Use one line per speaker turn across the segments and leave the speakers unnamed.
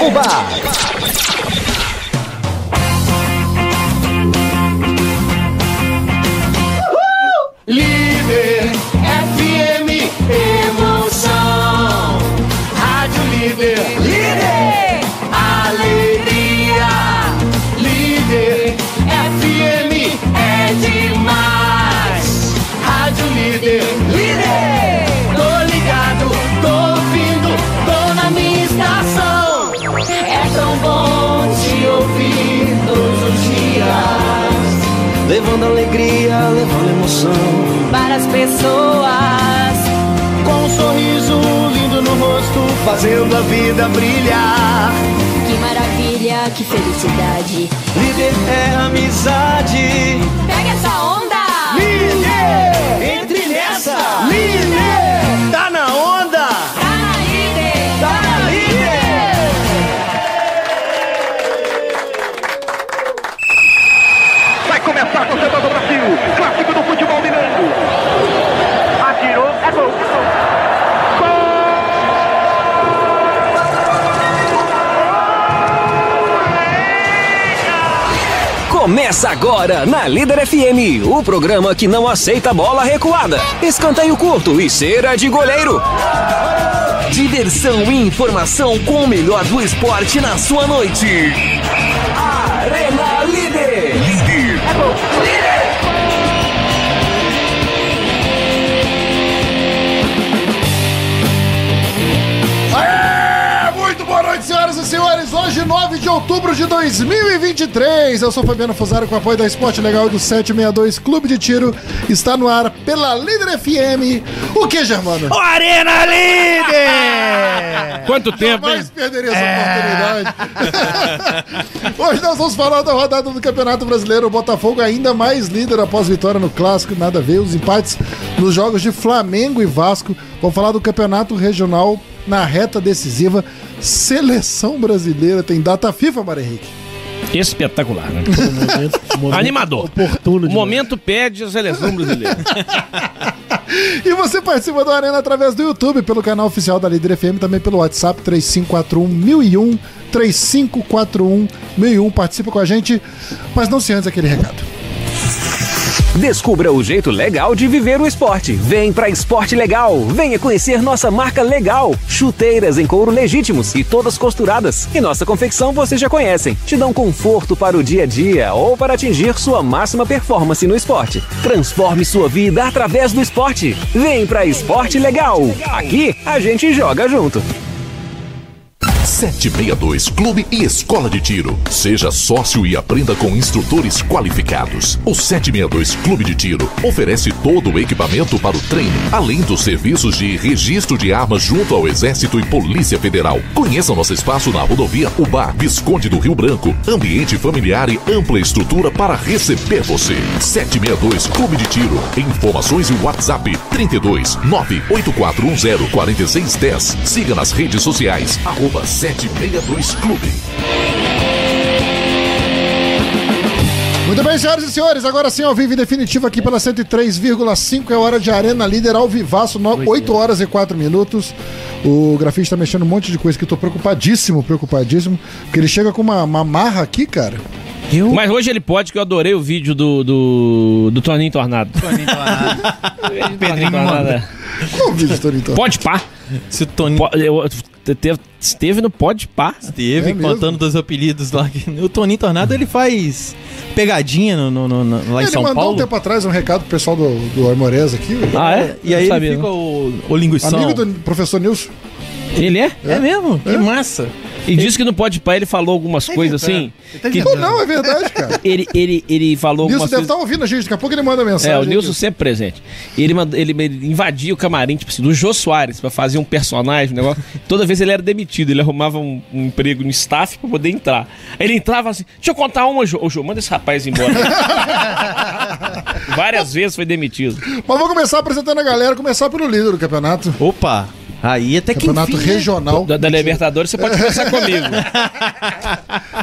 o bar.
Líder FM Emoção. Rádio Líder. Líder. Alegria. Líder FM é demais. Rádio Líder. Líder. Tô ligado, tô ouvindo, tô na minha estação. É tão bom te ouvir todos os dias.
Levando alegria, levando emoção.
para as pessoas.
Com um sorriso lindo no rosto, fazendo a vida brilhar.
Que maravilha, que felicidade.
Líder é amizade.
Pega essa onda!
Líder!
Entre nessa.
Líder! Tá na onda!
Tá na líder!
Tá na líder!
Vai começar a torcida do Brasil, clássico do futebol mineiro. Atirou, é gol.
Começa agora na Líder FM, o programa que não aceita bola recuada. Escanteio curto e cera de goleiro.
Diversão e informação com o melhor do esporte na sua noite. Arena Líder.
Aê! Muito boa noite, senhoras e senhores. Hoje, 9 de outubro de 2023. Eu sou Fabiano Fusaro com apoio da Esporte Legal e do 762 Clube de Tiro. Está no ar pela Líder FM. O que, Germano?
Arena
É.
Líder! Quanto tempo, hein?
Jamais perderia essa oportunidade. Hoje nós vamos falar da rodada do Campeonato Brasileiro. O Botafogo ainda mais líder após vitória no Clássico. Nada a ver. Os empates nos jogos de Flamengo e Vasco. Vamos falar do Campeonato Regional na reta decisiva. Seleção Brasileira tem data FIFA, Mário Henrique.
Espetacular. né? Animador.
um
Um
oportuno demais.
Momento pede a seleção brasileira.
E você participa da Arena através do YouTube, pelo canal oficial da Líder FM, também pelo WhatsApp 3541 1001, 3541 1001. Participa com a gente, mas não se antes aquele recado.
Descubra o jeito legal de viver o esporte. Vem pra Esporte Legal. Venha conhecer nossa marca legal. Chuteiras em couro legítimos e todas costuradas. E nossa confecção vocês já conhecem. Te dão conforto para o dia a dia ou para atingir sua máxima performance no esporte. Transforme sua vida através do esporte. Vem pra Esporte Legal. Aqui a gente joga junto.
762 Clube e Escola de Tiro. Seja sócio e aprenda com instrutores qualificados. O 762 Clube de Tiro oferece todo o equipamento para o treino, além dos serviços de registro de armas junto ao Exército e Polícia Federal. Conheça nosso espaço na rodovia Ubá, Visconde do Rio Branco. Ambiente familiar e ampla estrutura para receber você. 762 Clube de Tiro. Informações e WhatsApp 32 98410 4610. Siga nas redes sociais. Arroba 762 Clube.
Muito bem, senhoras e senhores, agora sim ao vivo e definitivo aqui pela 103,5 é hora de Arena Líder ao vivaço, 8 horas e 4 minutos. O grafite tá mexendo um monte de coisa que eu tô preocupadíssimo, preocupadíssimo, porque ele chega com uma, uma marra aqui, cara.
Mas hoje ele pode, que eu adorei o vídeo do, do, do Toninho Tornado. Toninho Tornado. Pedrinho Tornado. é.
Qual o vídeo, Torito?
Pode pá.
Se o Tony
Po- eu- te- te- Esteve no pode pá.
esteve
É mesmo?
contando dos apelidos lá. que- O Toninho Tornado, ele faz pegadinha no, no- no- no- lá em
Ele
São
mandou um
Paulo.
tempo atrás um recado pro pessoal do, do Armorés aqui.
Ah, é?
E aí
Não
ele
sabia,
fica
não.
o, o linguição.
Amigo do professor Nilson.
Ele é?
É mesmo? Que massa.
E disse que no pode pá ele falou algumas coisas assim. que
tá. Não, não, é verdade, cara.
ele, ele, ele falou
Nilson
algumas
deve
coisas.
estar ouvindo a gente, daqui a pouco ele manda
É,
mensagem.
o
hein,
Nilson sempre presente. E Ele, mandou, ele, ele invadia o camarim, tipo assim, do Jô Soares pra fazer um personagem, um negócio. Toda vez ele era demitido, ele arrumava um, um emprego no staff pra poder entrar. Aí Ele entrava assim, deixa eu contar uma, Jô. Ô, Jô, manda esse rapaz embora. Várias vezes foi demitido.
Mas vamos começar apresentando a galera, começar pelo líder do campeonato.
Opa. Aí até que
Campeonato
enfim, né?
regional.
Da, da Libertadores, você pode conversar comigo.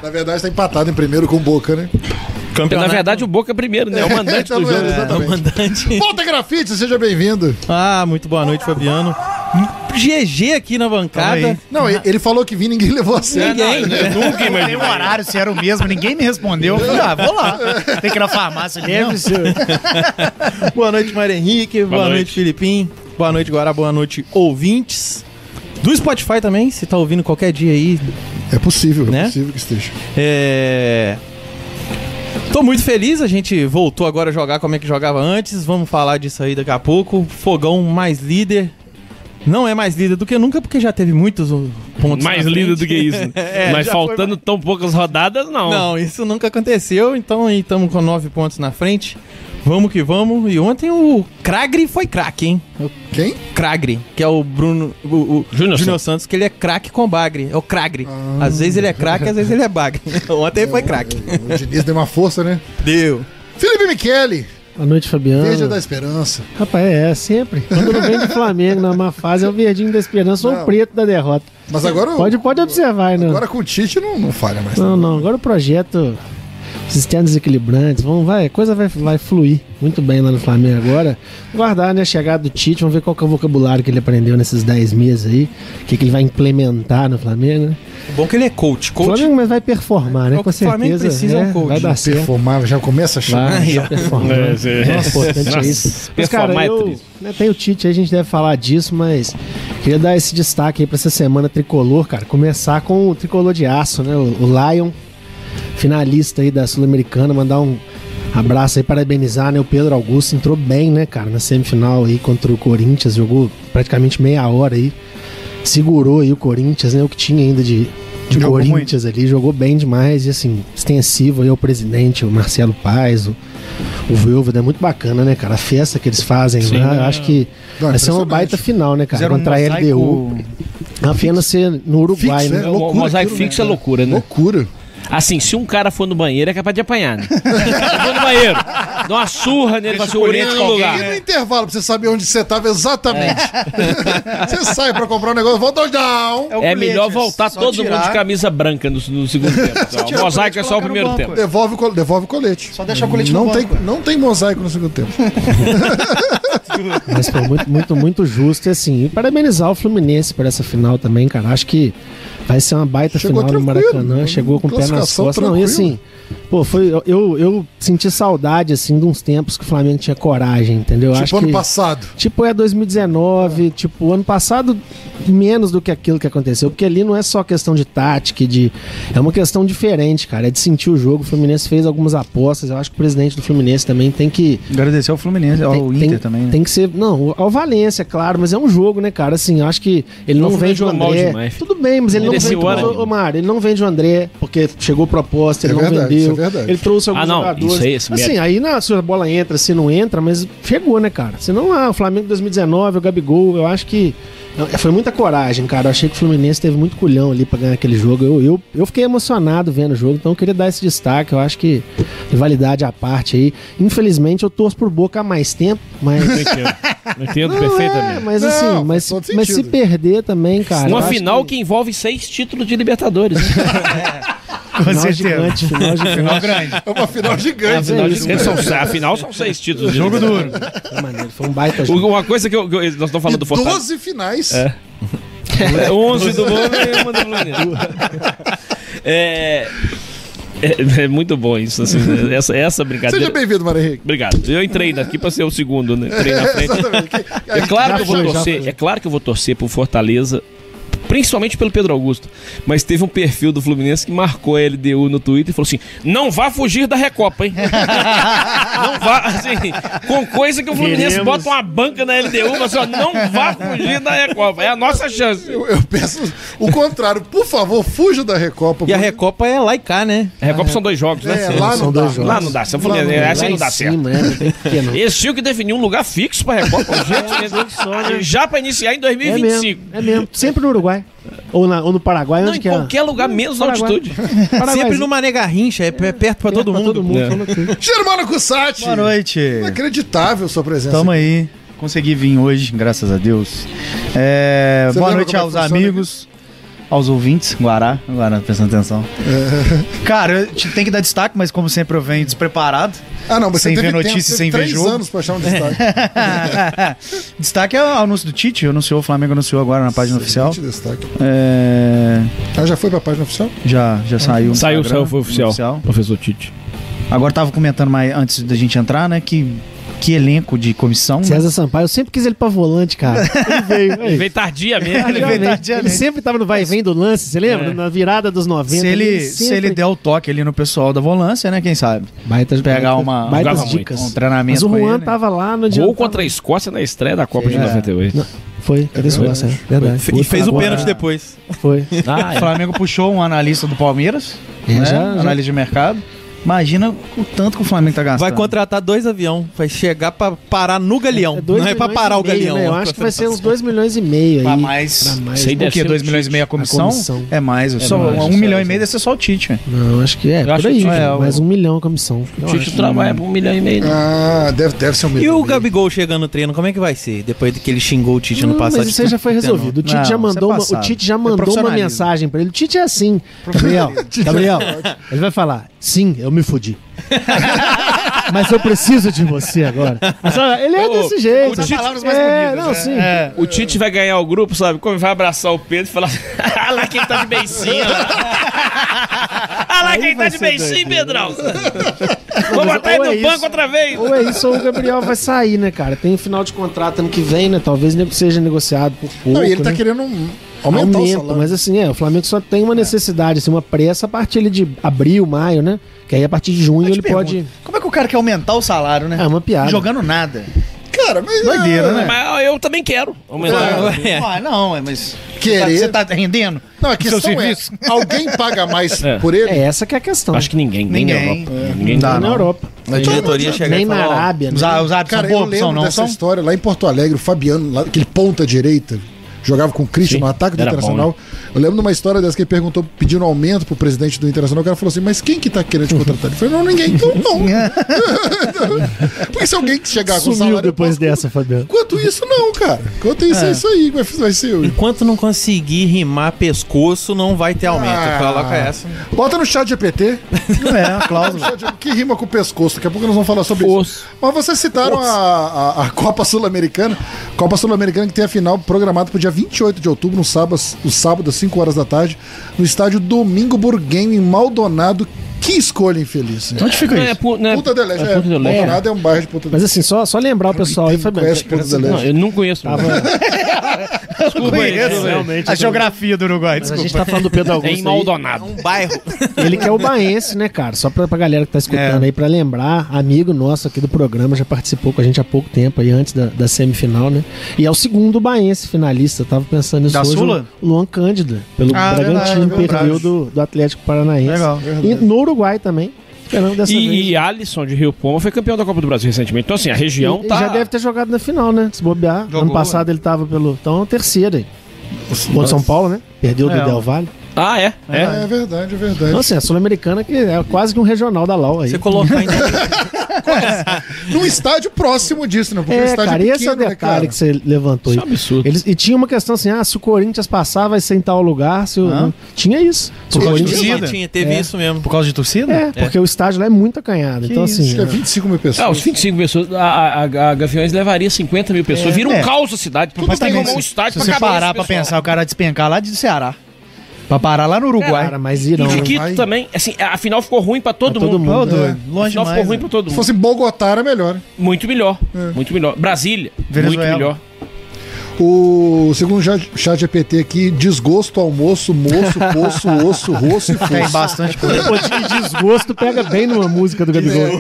Na verdade, tá empatado em primeiro com o Boca, né?
Na
Campeonato.
verdade, o Boca é primeiro, né? É o mandante
Então,
do jogo.
exatamente.
Comandante.
Volta Grafite, seja bem-vindo.
Ah, muito boa noite, Fabiano. GG aqui na bancada.
Não, ele ele falou que vinha ninguém levou a sério. né?
Ninguém.
é
Nunca
Tem um horário, se era o mesmo, ninguém me respondeu. Eu falei, ah, vou lá. Tem que ir na farmácia ali. não.
Boa noite, Mário Henrique. Boa,
Boa
noite.
noite,
Filipim. Boa noite, Guará. Boa noite, ouvintes. Do Spotify também, se tá ouvindo qualquer dia aí.
É possível, é
Né?
possível que esteja.
É. Tô muito feliz, a gente voltou agora a jogar como é que jogava antes. Vamos falar disso aí daqui a pouco. Fogão mais líder. Não é mais líder do que nunca, porque já teve muitos uh, pontos.
Mais
na
lindo
frente.
do que isso.
É,
Mas
já foi
faltando tão poucas rodadas, não.
Não, isso nunca aconteceu, então estamos com nove pontos na frente. Vamos que vamos. E ontem o Cragre foi craque, hein? O
Quem?
Cragre, que é o Bruno. O, o
Júnior
Júnior Santos. que ele é craque com bagre. É o Cragre.
Ah. Então,
Às vezes ele é craque, às vezes ele é bagre. Ontem ele foi craque.
O Diniz deu uma força, né?
Deu.
Felipe Michele,
Boa noite, Fabiano.
Veja é da Esperança.
Rapaz, é, é sempre. Quando não vem do Flamengo na má fase, é o verdinho da esperança ou
Não.
o preto da derrota.
Mas agora, o-
Pode, pode observar, aí, né?
agora com o Tite não, não falha mais. né?
Não, não, agora o projeto Cisternas Equilibrantes, vamos, vai, a coisa vai, vai fluir muito bem lá no Flamengo agora. Guardar, né, a chegada do Tite, vamos ver qual que é o vocabulário que ele aprendeu nesses 10 meses aí, o que, que ele vai implementar no Flamengo, né?
Bom que ele é coach.
O
Coach.
Flamengo mas vai performar, né,
É o
com
que o Flamengo
certeza. né?
precisa, é um coach.
Vai dar certo.
Performar, já começa a chorar.
Vai, vai performar.
É, sim.
Nossa, importante
Nossa,
é isso. Mas,
performar
cara,
é
eu,
triste.
né, tem o Tite, aí, a gente deve falar disso, mas queria dar esse destaque aí pra essa semana tricolor, cara. Começar com o tricolor de aço, né? O, o Lion, finalista aí da Sul-Americana, mandar um abraço aí, parabenizar, né? O Pedro Augusto entrou bem, né, cara, na semifinal aí contra o Corinthians, jogou praticamente meia hora aí, segurou aí o Corinthians, né? O que tinha ainda de. De
Jogou
Corinthians ali, jogou bem demais e assim, extensivo aí o presidente, o Marcelo Paes, o, o Vêlveda é muito bacana, né, cara? A festa que eles fazem lá, eu acho que
Não, é
vai ser uma
impressionante.
baita final, né, cara?
Fizeram um
Contra a LDU. Apenas ser no Uruguai,
Fixo,
né?
né?
O
Loucura
mosaico
aquilo,
fixo
né?
é loucura, né?
Loucura.
Assim, se um cara for no banheiro, é capaz de apanhar. Né? Eu vou no banheiro, dá uma surra nele, vai ser o oriente no lugar.
E
né?
no intervalo, pra você saber onde você tava exatamente.
É.
você sai pra comprar um negócio, volta não.
É melhor voltar todo mundo de camisa branca no, no segundo tempo. Então,
tirar
o
o
mosaico
colete
é
e
só o
colocar no
primeiro
banco,
tempo.
é.
Devolve, o col- devolve o colete.
Só deixar o colete
não
no
tem,
banco.
não tem mosaico no segundo tempo.
né? Mas foi muito, muito, muito justo, e assim. E parabenizar o Fluminense por essa final também, cara. Acho que vai ser uma baita
Chegou
final no
tranquilo, né?
Maracanã. Chegou com o pé nas costas.
classificação
Não, e
tranquilo.
assim, pô, foi, eu, eu senti saudade, assim, de uns tempos que o Flamengo tinha coragem, entendeu?
tipo
acho
ano
que...
passado.
Tipo, é 2019, tipo, ano passado, menos do que aquilo que aconteceu. Porque ali não é só questão de tática, e de. É uma questão diferente, cara. É de sentir o jogo. O Fluminense fez algumas apostas. Eu acho que o presidente do Fluminense também tem que.
Agradecer ao Fluminense, ao
tem,
Inter
tem-
também. Né?
Tem que ser. Não, ao Valência, claro, mas é um jogo, né, cara? Assim, eu acho que ele não,
Mas o
vende o
Fluminense jogou mal
André.
demais.
Tudo bem, mas ele não
Mereceu
vende.
o Aranha.
Ô, ô, Mário, ele não vende o André, porque chegou proposta, ele
É
não
verdade,
vendeu.
isso é verdade.
Ele trouxe alguns
Ah, não,
jogadores.
isso aí, esse
assim,
mérito.
aí na, se a bola entra, se não entra, mas chegou, né, cara? Se não, ah, o Flamengo 2019, o Gabigol, eu acho que. eh, Foi muita coragem, cara. Eu achei que o Fluminense teve muito culhão ali pra ganhar aquele jogo. Eu, eu, eu fiquei emocionado vendo o jogo, então eu queria dar esse destaque. Eu acho que rivalidade à parte aí. Infelizmente, eu torço por boca há mais tempo, mas.
Entendo, entendo
é, Não, é,
perfeitamente.
mas
Não,
assim,
faz
mas,
todo
mas se
sentido.
perder também, cara. eu
Uma
acho
final que... envolve seis títulos de Libertadores. né?
Com
É. Final
certeza.
gigante, final gigante.
Final grande.
É uma final
a,
gigante.
final
é
de-
isso,
são, afinal, são seis títulos de Jogo duro.
Foi maneiro, Foi um baita jogo.
Uma coisa que, eu- que eu- nós estamos falando do
E
Fortaleza.
12 finais.
É. É, 11 do Boca e uma do Fluminense. É, é, é muito bom isso, assim, né? essa, essa brincadeira.
Seja bem-vindo, Mário Henrique.
Obrigado. Eu entrei daqui pra ser o segundo, né? Entrei na frente.
Exatamente.
É claro que eu vou
foi, já
torcer,
foi.
é claro que eu vou torcer pro Fortaleza, principalmente pelo Pedro Augusto. Mas teve um perfil do Fluminense que marcou a LDU no Twitter e falou assim: "Não vá fugir da Recopa, hein?" não vá, assim, com coisa que o Fluminense
Queremos.
bota uma banca na LDU, mas só não vá fugir da Recopa. É a nossa chance.
Eu, eu peço o contrário. Por favor, fuja da Recopa.
E a Recopa é lá e cá, né?
A Recopa são dois jogos, né?
É, lá
São
não
dois
dá.
jogos.
Lá não dá, se eu
Lá não
falei,
dá.
essa
Lá
não
em
dá certo.
cima, né? Não tem É, porquê, não.
Eles tinham que definir um lugar fixo pra Recopa, gente, já pra iniciar em
né? É
2025.
mesmo, é mesmo. Sempre no Uruguai. Ou, na- ou no Paraguai,
Não,
onde
em
que é?
qualquer lugar, menos na
Paraguai.
altitude.
assim-
Sempre no Mané Garrincha, é p- perto pra todo mundo. É.
Germano Cussati.
Boa noite.
Inacreditável sua presença.
Tamo aí. Consegui vir hoje, graças a Deus. É,
Você
boa
lembra
noite
como é que
aos
funciona
amigos. aos ouvintes. Guará, Guará, prestando atenção.
É.
Cara, eu te- tenho que dar destaque, mas como sempre eu venho despreparado.
Ah, não, você
sem
teve
ver
tempo,
notícia,
teve
sem ver
três
jogo.
anos pra achar um destaque.
destaque é o anúncio do Tite, anunciou, o Flamengo anunciou agora na página oficial.
Destaque.
É...
Ah, já foi pra página oficial?
Já, já saiu. no
Saiu,
Instagram,
saiu, foi oficial,
oficial.
Professor Tite.
Agora tava comentando mais antes da gente entrar, né? Que, que elenco de comissão. né?
César Sampaio, eu sempre quis ele pra volante, cara. Ele veio.
Ele veio tardia mesmo.
Ele veio
Ele
tardiamente.
sempre tava no vai e vem do lance, você lembra?
É.
Na virada dos 90.
se ele, se
é sempre-
ele der o toque ali no pessoal da volância, né? Quem sabe? Pegar uma,
Baitas
jogava muito.
dicas.
um treinamento.
Mas o
com
Juan
ele.
tava lá no
Gol contra a Escócia na estreia da Copa de
É.
98.
Foi, cadê isso? Nossa, é verdade.
E fez o
Agora-
pênalti depois. é.
Foi.
Ah,
O Flamengo puxou um analista do Palmeiras,
É,
né?
já- já-
analista de mercado. Imagina o tanto que o Flamengo tá gastando.
Vai contratar dois aviões. Vai chegar pra parar no galeão.
dois
não é pra
milhões
parar
e
o
meio,
galeão.
né? Eu
a
acho que vai ser uns 2 milhões e meio aí.
Pra mais-
Pra mais.
Sei
O
deve
quê?
ser
2
o
milhões e meio um a comissão?
comissão.
É mais. só
mais,
um
isso
milhão
é,
e meio deve ser só o Tite. né?
Não, acho que é.
acho
Por
que
aí,
o Tite-
cara,
é, o-
mais um milhão a comissão. Eu
Tite trabalha por um milhão e meio. né?
Ah, deve, deve ser um
E
milhão.
o Gabigol chegando no treino, como é que vai ser? Depois que ele xingou o Tite
Não,
no passado. Então,
Mas isso aí já foi resolvido. O Tite
Não,
já
isso é
mandou, uma, o
passado.
Tite já
É
mandou uma
profissionalismo.
mensagem pra ele. O Tite é assim. Gabriel, Gabriel, ele vai falar: sim, eu me fudi. mas eu preciso de você agora. Mas, olha, Ele é
Ô,
desse jeito.
o Tite-
sabe?
Palavras mais
é,
bonitas,
não,
né?
sim.
É.
O Tite vai ganhar o grupo, sabe? Como ele vai abraçar o Pedro e falar: Ah lá quem tá de beicinho! Ah lá quem tá de beicinho, Pedrão! Vou botar ele
ou
no
é
banco
isso.
outra vez!
Ou é isso, ou o Gabriel vai sair, né, cara? Tem final de contrato ano que vem, né? Talvez nego- seja negociado por pouco.
Não, e ele tá
né?
querendo um- aumentar o
Aumenta,
salário.
mas assim, é, o Flamengo só tem uma necessidade, assim, uma pressa a partir ali de abril, maio, né? Que aí a partir de junho
Eu te
ele pode.
pergunto, Como é que o cara quer aumentar o salário, né?
É uma piada.
Jogando nada.
Cara, mas.
é
Doideira, né?
Mas eu também quero. Aumentar.
É.
Ah, não, é, mas.
Querer.
Você tá, você tá rendendo?
Não, a
o seu
questão é:
serviço?
alguém paga mais
É.
por ele? É.
É essa que é a questão.
Acho que ninguém, nem na
Ninguém.
Europa. Ninguém
Não dá,
nem na
não.
Europa,
A diretoria
Então,
chegar
nem
e
na
falar, ó,
Arábia, né?
Os, os árbitros
Cara,
são
eu
bobos,
lembro
são, não
dessa
são?
história lá em Porto Alegre, o Fabiano, lá, aquele ponta direita, jogava com o Christian
Sim,
no ataque do
era bom,
Internacional.
né?
Eu lembro de uma história dessa que ele perguntou, pedindo aumento pro presidente do Internacional, o cara falou assim, mas quem que tá querendo te contratar? Ele falou, não, ninguém, então não. Porque se alguém que chegar com
Sumiu
salário...
depois
pouco,
dessa, Fabiano.
Quanto isso não, cara. Quanto isso é, isso aí, vai, vai ser eu.
Enquanto não conseguir rimar pescoço, não vai ter aumento.
Ah.
Coloca essa.
Bota no chat GPT,
Não é, a
no
cláusula.
chat GPT, que rima com o pescoço, daqui a pouco nós vamos falar sobre isso.
Força.
Mas vocês citaram a, a- a Copa Sul-Americana. Copa Sul-Americana que tem a final programada para o dia 28 de outubro, no sábado, no sábado, às 5 horas da tarde, no estádio Domingo Burguenho, em Maldonado. Que escolha infeliz. né?
Então, Onde fica
Não,
isso?
é pu- não é-
Punta del Este.
é Punta del Este.
É, Maldonado é um bairro de Punta del
Mas
Este.
assim, só, só lembrar o pessoal aí, Fabiano.
Conhece Punta del
Não,
Este.
eu não conheço. não.
Eu
aí, né?
conheço,
realmente,
A
eu tô-
geografia do Uruguai,
Mas a
desculpa.
gente tá falando do Pedro
É em
Augusto. aí.
Maldonado.
Bairro.
Ele que é o baense, né, cara? Só pra, pra galera que tá
É.
escutando aí, pra lembrar, amigo nosso aqui do programa, já participou com a gente há pouco tempo aí, antes da, da semifinal, né? E é o segundo baense finalista, eu tava pensando nisso
Da
hoje.
Sula?
O Luan Cândido, pelo
Ah,
Bragantino,
verdade,
perdeu
verdade.
do, do Atlético Paranaense.
Legal,
E no Uruguai também, esperando dessa vez.
E, e Alisson de Rio Poma foi campeão da Copa do Brasil recentemente. Então, assim, a região
Ele
tá.
já deve ter jogado na final, né? Se bobear.
Jogou,
ano passado ele tava pelo. Então, é o terceiro aí. Contra São Paulo, né? Perdeu do
É,
Del Valle.
Ah, é? É.
É verdade, é verdade.
Então, assim, a Sul-Americana que é quase que um regional da LAU aí.
Você colocar em
Num estádio próximo disso, né? Porque o
É,
estádio
cara, e esse é o
né, cara?
detalhe que você levantou
Isso é
aí.
um absurdo.
Eles, e tinha uma questão assim: ah, se o Corinthians passar, vai ser em tal lugar. Se o-
Hã?
Tinha isso. Se o
causa
Corinthians.
de
Tinha,
torcida.
tinha, teve
É.
isso mesmo.
Por causa de torcida?
É, porque o estádio lá é muito acanhado. então,
isso,
assim.
Acho que é
né?
25 mil pessoas.
Ah, os 25 pessoas, a, a, a- a Gaviões levaria 50 mil pessoas. Vira um
É.
caos a cidade. Tudo
Mas
tem que
também,
arrumar um
se,
estádio
se você
pra caber
parar
esse
pra
pessoal.
pensar, o cara despencar lá de Ceará. Pra parar lá no Uruguai.
Cara, mas irão.
E de
né?
Quito
vai.
também, assim, a final ficou ruim pra todo
Pra
mundo. É.
todo mundo.
Ô, doido,
A
é. longe
final
demais. né? É.
ficou ruim pra todo
Se
mundo.
fosse Bogotá, era melhor.
Muito melhor. Muito melhor. Brasília,
Venezuela.
muito melhor.
O segundo chat chat GPT aqui, desgosto, almoço, moço, poço, osso, rosto e
Tem
fosso.
bastante coisa.
Pô, de desgosto pega bem numa música do Gabigol.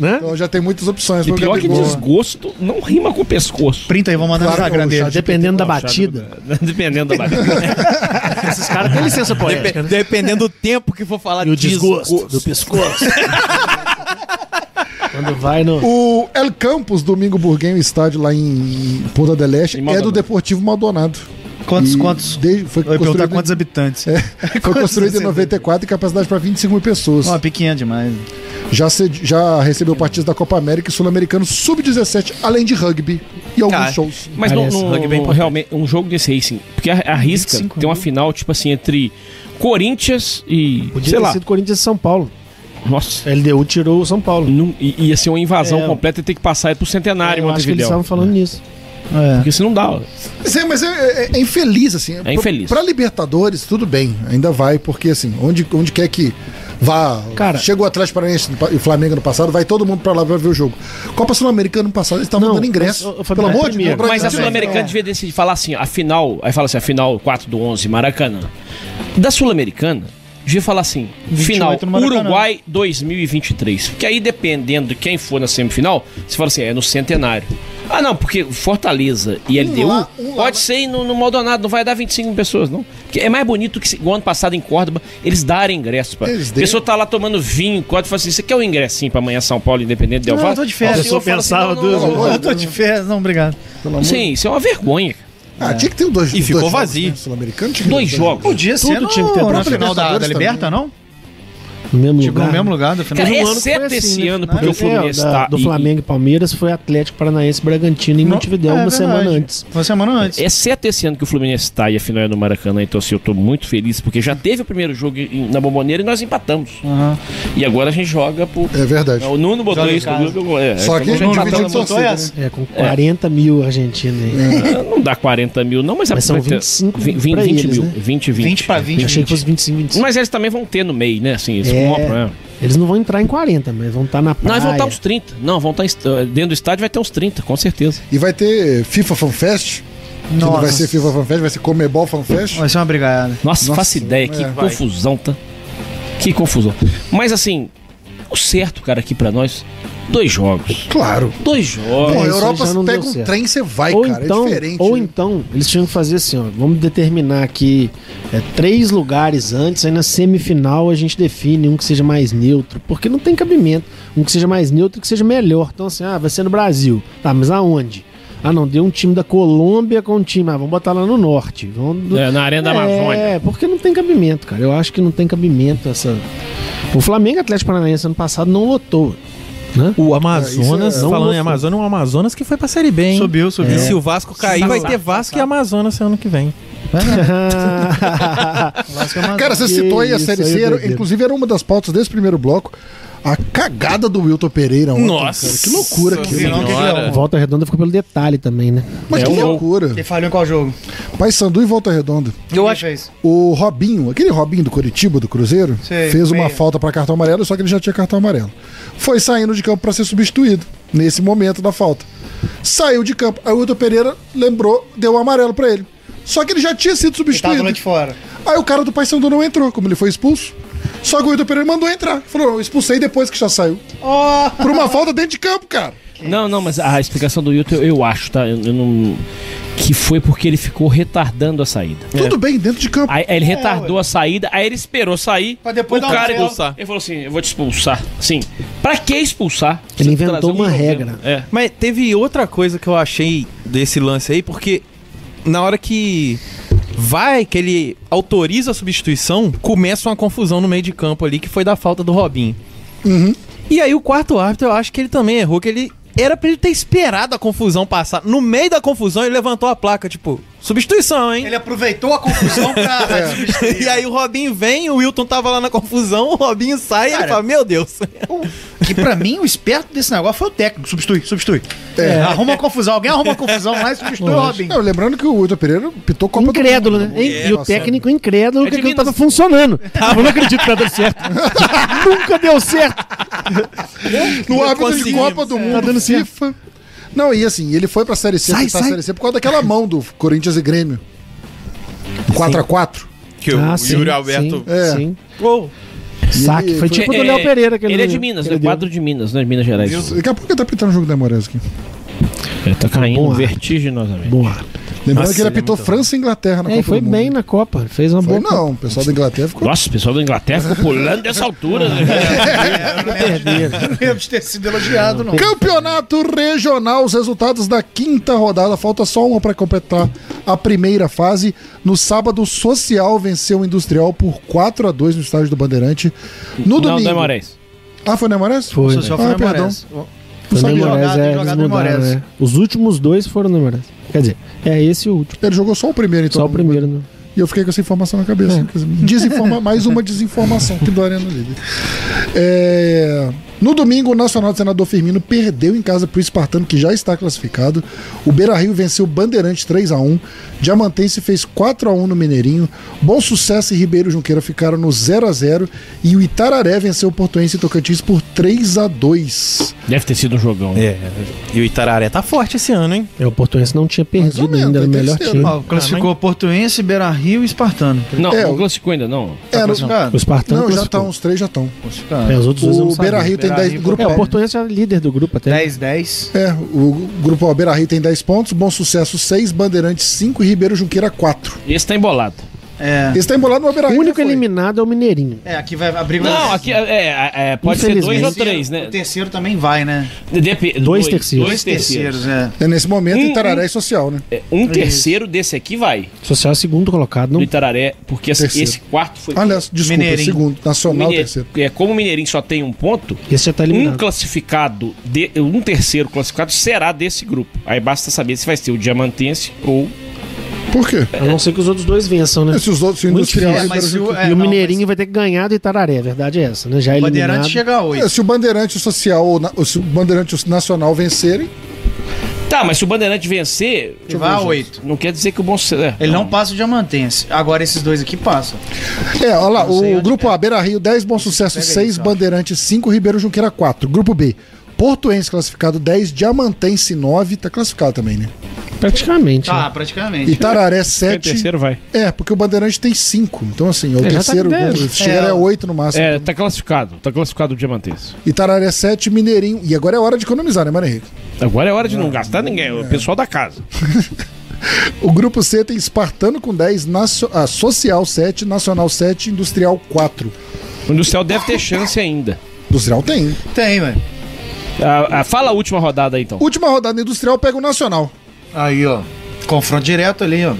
Né?
Então já tem muitas opções.
E
pro
pior que
Gabigol.
desgosto não rima com o pescoço.
Printa aí, vou mandar
Claro
no
que
Instagram
o
dele.
chat-
Dependendo da
né?
batida.
Dependendo da batida.
Esses caras têm licença poética,
Depe-
né?
Dependendo do tempo que for falar
E o
desgosto.
desgosto do pescoço. Quando vai no.
O El Campos, domingo Burguinho, estádio lá em Ponta del Este,
Em
é
Maldonado.
do Deportivo Maldonado.
Quantos,
E
quantos?
de- foi
Eu ia perguntar
construído-
quantos habitantes.
Foi construído em
Quantos
94 e capacidade para 25 mil pessoas.
Ó, pequeno demais.
Já, se- já recebeu partidas da Copa América e Sul-Americano Sub-17, além de rugby e alguns shows.
Ah, Mas não, não,
é
não- realmente, um jogo desse racing. Porque a, a risca
25
tem uma final, tipo assim, entre Corinthians e.
Podia
sei
ter
lá.
sido Corinthians e São Paulo.
Nossa.
A LDU tirou o São Paulo.
Não, e, ia ser uma invasão
É.
completa e ter que passar pro centenário,
Eu acho que eles estavam
Montevideo.
falando nisso.
Porque se não dá. ó.
Mas é, mas é- é- é infeliz, assim.
É infeliz.
Pra Libertadores, tudo bem, ainda vai, porque assim, onde, onde quer que vá.
Cara-
chega o Atlético Paranaense e o Flamengo no passado, vai todo mundo pra lá pra ver o jogo. Copa Sul-Americana no passado, eles estavam
Não,
dando ingresso.
mas, ô, ô, Fabiano,
pelo
é
amor de Deus,
primeiro-
pra-
Mas a Sul-Americana devia decidir falar assim, ó, a final. Aí fala assim, a final 4 do 11, Maracanã. Da Sul-Americana, devia falar assim,
28
final
no Maracanã.
Uruguai 2023. Porque aí, dependendo de quem for na semifinal, você fala assim, é no centenário. Ah, não, porque Fortaleza e LDU
lá- um lá
pode ser no, no Maldonado, não vai dar 25 mil pessoas, não. Porque é mais bonito que se- o ano passado em Córdoba, eles darem ingresso. Pra...
Eles
A pessoa tá lá tomando vinho, Córdoba e fala assim, você quer um ingressinho pra amanhã São Paulo Independente Del
Não,
Valle?
eu tô de férias.
O senhor fala assim, não, não, não, não,
Eu tô de férias, não, obrigado.
Sim, isso é uma vergonha.
Ah, tinha que ter dois
E ficou
dois jogos,
vazio.
né? Sul-Americano tinha que ter
Dois jogos.
Podia ser
Todo
no,
time tem
na
problema.
final da, da
Libertadores
Liberta, não?
No mesmo
Tipo,
lugar.
no mesmo lugar da final.
Cara,
Todo ano
exceto
assim,
foi
esse
né?
ano,
Mas
porque o
é,
Fluminense
da-
tá-
Do
e-
Flamengo e Palmeiras foi Atlético Paranaense, Bragantino e Montevideo
É
uma
verdade.
semana antes.
Uma semana antes.
Exceto esse ano que o Fluminense tá e a final é no Maracanã, então assim, eu tô muito feliz, porque já teve o primeiro jogo em- na Bomboneira e nós empatamos. E agora a gente joga por.
É verdade.
O Nuno botou
Joga em
isso.
casa.
o Nuno- é,
Só
então
que
a
a
gente
gente divide
tá
em
falando-
botou
torcida,
essa.
né?
É, com 40 mil argentinos aí.
Ah, Não dá 40 mil, não, mas, é-
Mas são
vai ter
25
vi- vi-
pra
20
eles,
mil.
né?
20, 20.
20 pra 20.
Eu achei que fosse 25, 25.
Mas eles também vão ter no meio, né? Assim, isso
É.
não é um problema.
Eles não vão entrar em 40, mas vão estar na praia.
Nós tá vão estar uns 30. Não, vão estar dentro do estádio vai ter uns 30, com certeza.
E vai ter FIFA Fan Fest? que Não
Nossa.
vai ser FIFA Fan Fest, vai ser Comebol Fan Fest.
Vai ser uma brigada.
Nossa,
Nossa,
faço ideia, que
é.
confusão, tá? Que confusão. Mas assim, o certo, cara, aqui pra nós, dois jogos.
Claro.
Dois jogos.
Bom, a
É, isso
Europa
já
você
não
pega
deu
um
certo.
trem e você vai,
ou
cara.
então,
é diferente.
ou
né?
então, eles tinham que fazer assim, ó, vamos determinar aqui é, três lugares antes, aí na semifinal a gente define um que seja mais neutro, porque não tem cabimento, um que seja mais neutro e que seja melhor. Então assim, ah, vai ser no Brasil. Tá, mas aonde? Ah, não, deu um time da Colômbia com um time, ah, vamos botar lá no norte. Vamos
É, na Arena da Amazônia.
É, porque não tem cabimento, cara. Eu acho que não tem cabimento essa o Flamengo e Atlético Paranaense ano passado não lotou. né?
O Amazonas,
É, isso
é-
falando
não-
em Amazonas, o Amazonas que foi pra Série B, hein?
Subiu, subiu.
E se o Vasco cair, vai ter Vasco e Amazonas ano que vem.
Cara, você citou aí a
É. isso,
Série
aí é
C, era-
doideira.
inclusive era uma das pautas desse primeiro bloco. A cagada do Wilton Pereira ontem, cara. Que loucura aquilo. né?
Senhora.
Volta Redonda ficou pelo detalhe também, né?
Mas que loucura.
Ele falhou em qual jogo?
Pai Sandu e Volta Redonda.
Eu acho que é isso.
O Robinho, aquele Robinho do Curitiba, do Cruzeiro,
Sei,
fez uma
meia.
falta pra cartão amarelo, só que ele já tinha cartão amarelo. Foi saindo de campo pra ser substituído, nesse momento da falta. Saiu de campo, aí o Wilton Pereira lembrou, deu o amarelo pra ele. Só que ele já tinha sido
Ele tava
substituído.
do lado de fora.
Aí o cara do Paysandu não entrou, como ele foi expulso. Só que o Vitor Pereira mandou entrar. Falou, eu expulsei depois que já saiu. Por uma falta dentro de campo, cara.
Não, não, mas a explicação do Yuto eu, eu acho, tá? Eu, eu não. Que foi porque ele ficou retardando a saída.
É. Tudo bem, é. dentro de campo.
Aí, aí ele retardou a saída, aí ele esperou sair.
Pra depois
o
dar um
cara
amarelo.
expulsar. Ele falou assim: eu vou te expulsar. Sim. Pra que expulsar?
É, Ele
Você
inventou um
trazer
uma
problema. É.
Mas teve outra coisa que eu achei desse lance aí, porque na hora que vai, que ele autoriza a substituição, começa uma confusão no meio de campo ali, que foi da falta do Robinho. E aí o quarto árbitro, eu acho que ele também errou, que ele era pra ele ter esperado a confusão passar. No meio da confusão, ele levantou a placa, tipo, substituição, hein?
Ele aproveitou a confusão pra
E aí o Robinho vem, o Wilton tava lá na confusão, o Robinho sai e ele
Cara,
fala, meu Deus.
O- que pra mim, o esperto desse negócio foi o técnico. Substitui, substitui.
É.
É, Arruma uma confusão. Alguém arruma uma confusão lá e substitui o Robin.
Não, lembrando que o Vitor Pereira pitou Copa
incrédulo,
do Mundo.
né? e o
Nossa,
técnico incrédulo que aquilo
Minas.
tava funcionando. Eu não acredito que tá dando certo. Nunca deu certo.
No árbitro de
conseguimos,
Copa do Mundo,
dando certo.
FIFA. Não, e assim, ele foi pra Série C,
Sai,
tentar a
sai.
Série C por causa daquela mão do Corinthians e Grêmio. 4x4.
Que
Ah, Sim,
É.
É. sim.
Gol.
Saque. Foi tipo do Léo Pereira que
Ele é de Minas, ele é
deu.
quadro de Minas, né? De Minas Gerais.
Daqui a pouco ele tá pitando o jogo da Moraes aqui.
Ele tá caindo
Bom árbitro.
vertiginosamente.
Bom árbitro.
Lembrando
Nossa,
que ele
ele é
apitou
muito
França e Inglaterra na
É, e
Copa
foi
do Mundo.
bem na Copa. Fez uma
Foi
boa.
não, o pessoal da Inglaterra ficou...
Nossa, o pessoal da Inglaterra ficou pulando dessa altura. né,
Não lembro de ter sido elogiado, não.
Campeonato Regional, os resultados da quinta rodada. Falta só uma para completar a primeira fase. No sábado, o Social venceu o Industrial por 4 a 2 no estádio do Bandeirante. No domingo.
Não, do Moraes.
Ah, foi no Emorés?
é Foi,
Ah,
né?
perdão.
Foi no
Sabia.
Memorés,
Jogado,
é, eles
jogado no
mudaram,
Memorés.
né? Os últimos dois foram no Memorés. Quer dizer, é esse o último.
Ele jogou só o primeiro, então.
Só o primeiro, né? É.
E eu fiquei com essa informação na cabeça. né? Desinforma... Mais uma desinformação que do Arena Líder. É, No domingo, o Nacional do Senador Firmino perdeu em casa para o Espartano, que já está classificado. O Beira Rio venceu o Bandeirante 3 a 1 Diamantense fez 4 a 1 no Mineirinho. Bom Sucesso e Ribeiro Junqueira ficaram no 0 a 0 E o Itararé venceu o Portuense e Tocantins por 3 a 2
Deve ter sido um jogão.
É. E o Itararé tá forte esse ano, hein?
É, o Portuense não tinha perdido
menos,
ainda, era o
tem
melhor
terceiro.
time.
Ó, Ah, classificou Portuense, Beira Rio e Espartano.
Não,
É,
não
o-
classificou ainda, não.
Tá
Era-
classificado? tá
O Espartano
Não, já
classificou.
estão, os três já estão.
Classificado.
É, os outros dois eu não
O
sabia.
Beira Rio tem
Beira-Rio
10 grupo
É, o
A.
Portuense era líder do grupo até.
10, 10.
É, o grupo O, Beira Rio tem 10 pontos, Bom Sucesso 6, Bandeirantes 5 e Ribeiro Junqueira 4.
Esse tá embolado.
É.
Esse tá embolado no Beira
O
Rio.
único
já foi.
eliminado é o Mineirinho.
É, aqui vai abrir
Não, aqui é, é, pode ser dois ou três, né?
O terceiro também vai, né?
Dep-
Dois terceiros. Um,
Dois terceiros.
é.
É nesse momento,
Hum,
Itararé
hum.
e Social, né?
É, Um terceiro desse aqui vai.
Social é segundo colocado,
Do
não
Itararé, porque esse,
Terceiro.
esse quarto foi.
Aliás, desculpa,
Mineirinho.
segundo,
O
Nacional
Mineiro-
terceiro.
é, como o Mineirinho só tem um ponto,
Esse já tá
um
eliminado.
classificado, de- um terceiro classificado será desse grupo. Aí basta saber se vai ser o Diamantense ou.
Por quê? É,
A não ser que os outros dois vençam, né?
Se os outros, se o
Muito
Industrial
difícil.
e Ribeiro
Mas se o,
Junqueira-
é,
e o
não,
Mineirinho vai ter que ganhar do Itararé, a verdade é essa, né? Já é
mas o
eliminado.
Bandeirante chega a
É,
8.
se o Bandeirante e o Social, ou na- ou se o Bandeirante e o Nacional vencerem,
Tá, mas se o Bandeirante vencer,
Vai a 8.
não quer dizer que o bom. É,
Ele não passa o Diamantense. Agora esses dois aqui passam.
É, olha lá,
sei
o
onde
grupo A, Beira Rio, 10, Bom Sucesso,
Pega aí, então.
6,
só.
Bandeirante, 5, Ribeiro Junqueira, 4. Grupo B, Portuense classificado 10, Diamantense 9, tá classificado também, né?
Praticamente. né?
Tá, praticamente.
Itararé
quem é
7.
terceiro vai.
É, porque o Bandeirante tem 5. Então, assim, é o
É, já tá
terceiro,
com dez.
né? chegaria
É.
a 8 no máximo.
É, tá classificado. Tá classificado o Diamantense.
Itararé 7, Mineirinho. E agora é hora de economizar, né, Mano Henrique?
Agora é hora de não gastar ninguém, é o pessoal da casa.
O grupo C tem Espartano com 10, Nacio- ah, Social 7, Nacional 7, Industrial 4.
O Industrial deve ter chance ainda.
Industrial tem.
Tem, velho.
Ah, ah, fala a última rodada aí, então.
Última rodada, Industrial pega o Nacional.
Aí, ó. Confronto direto ali, ó.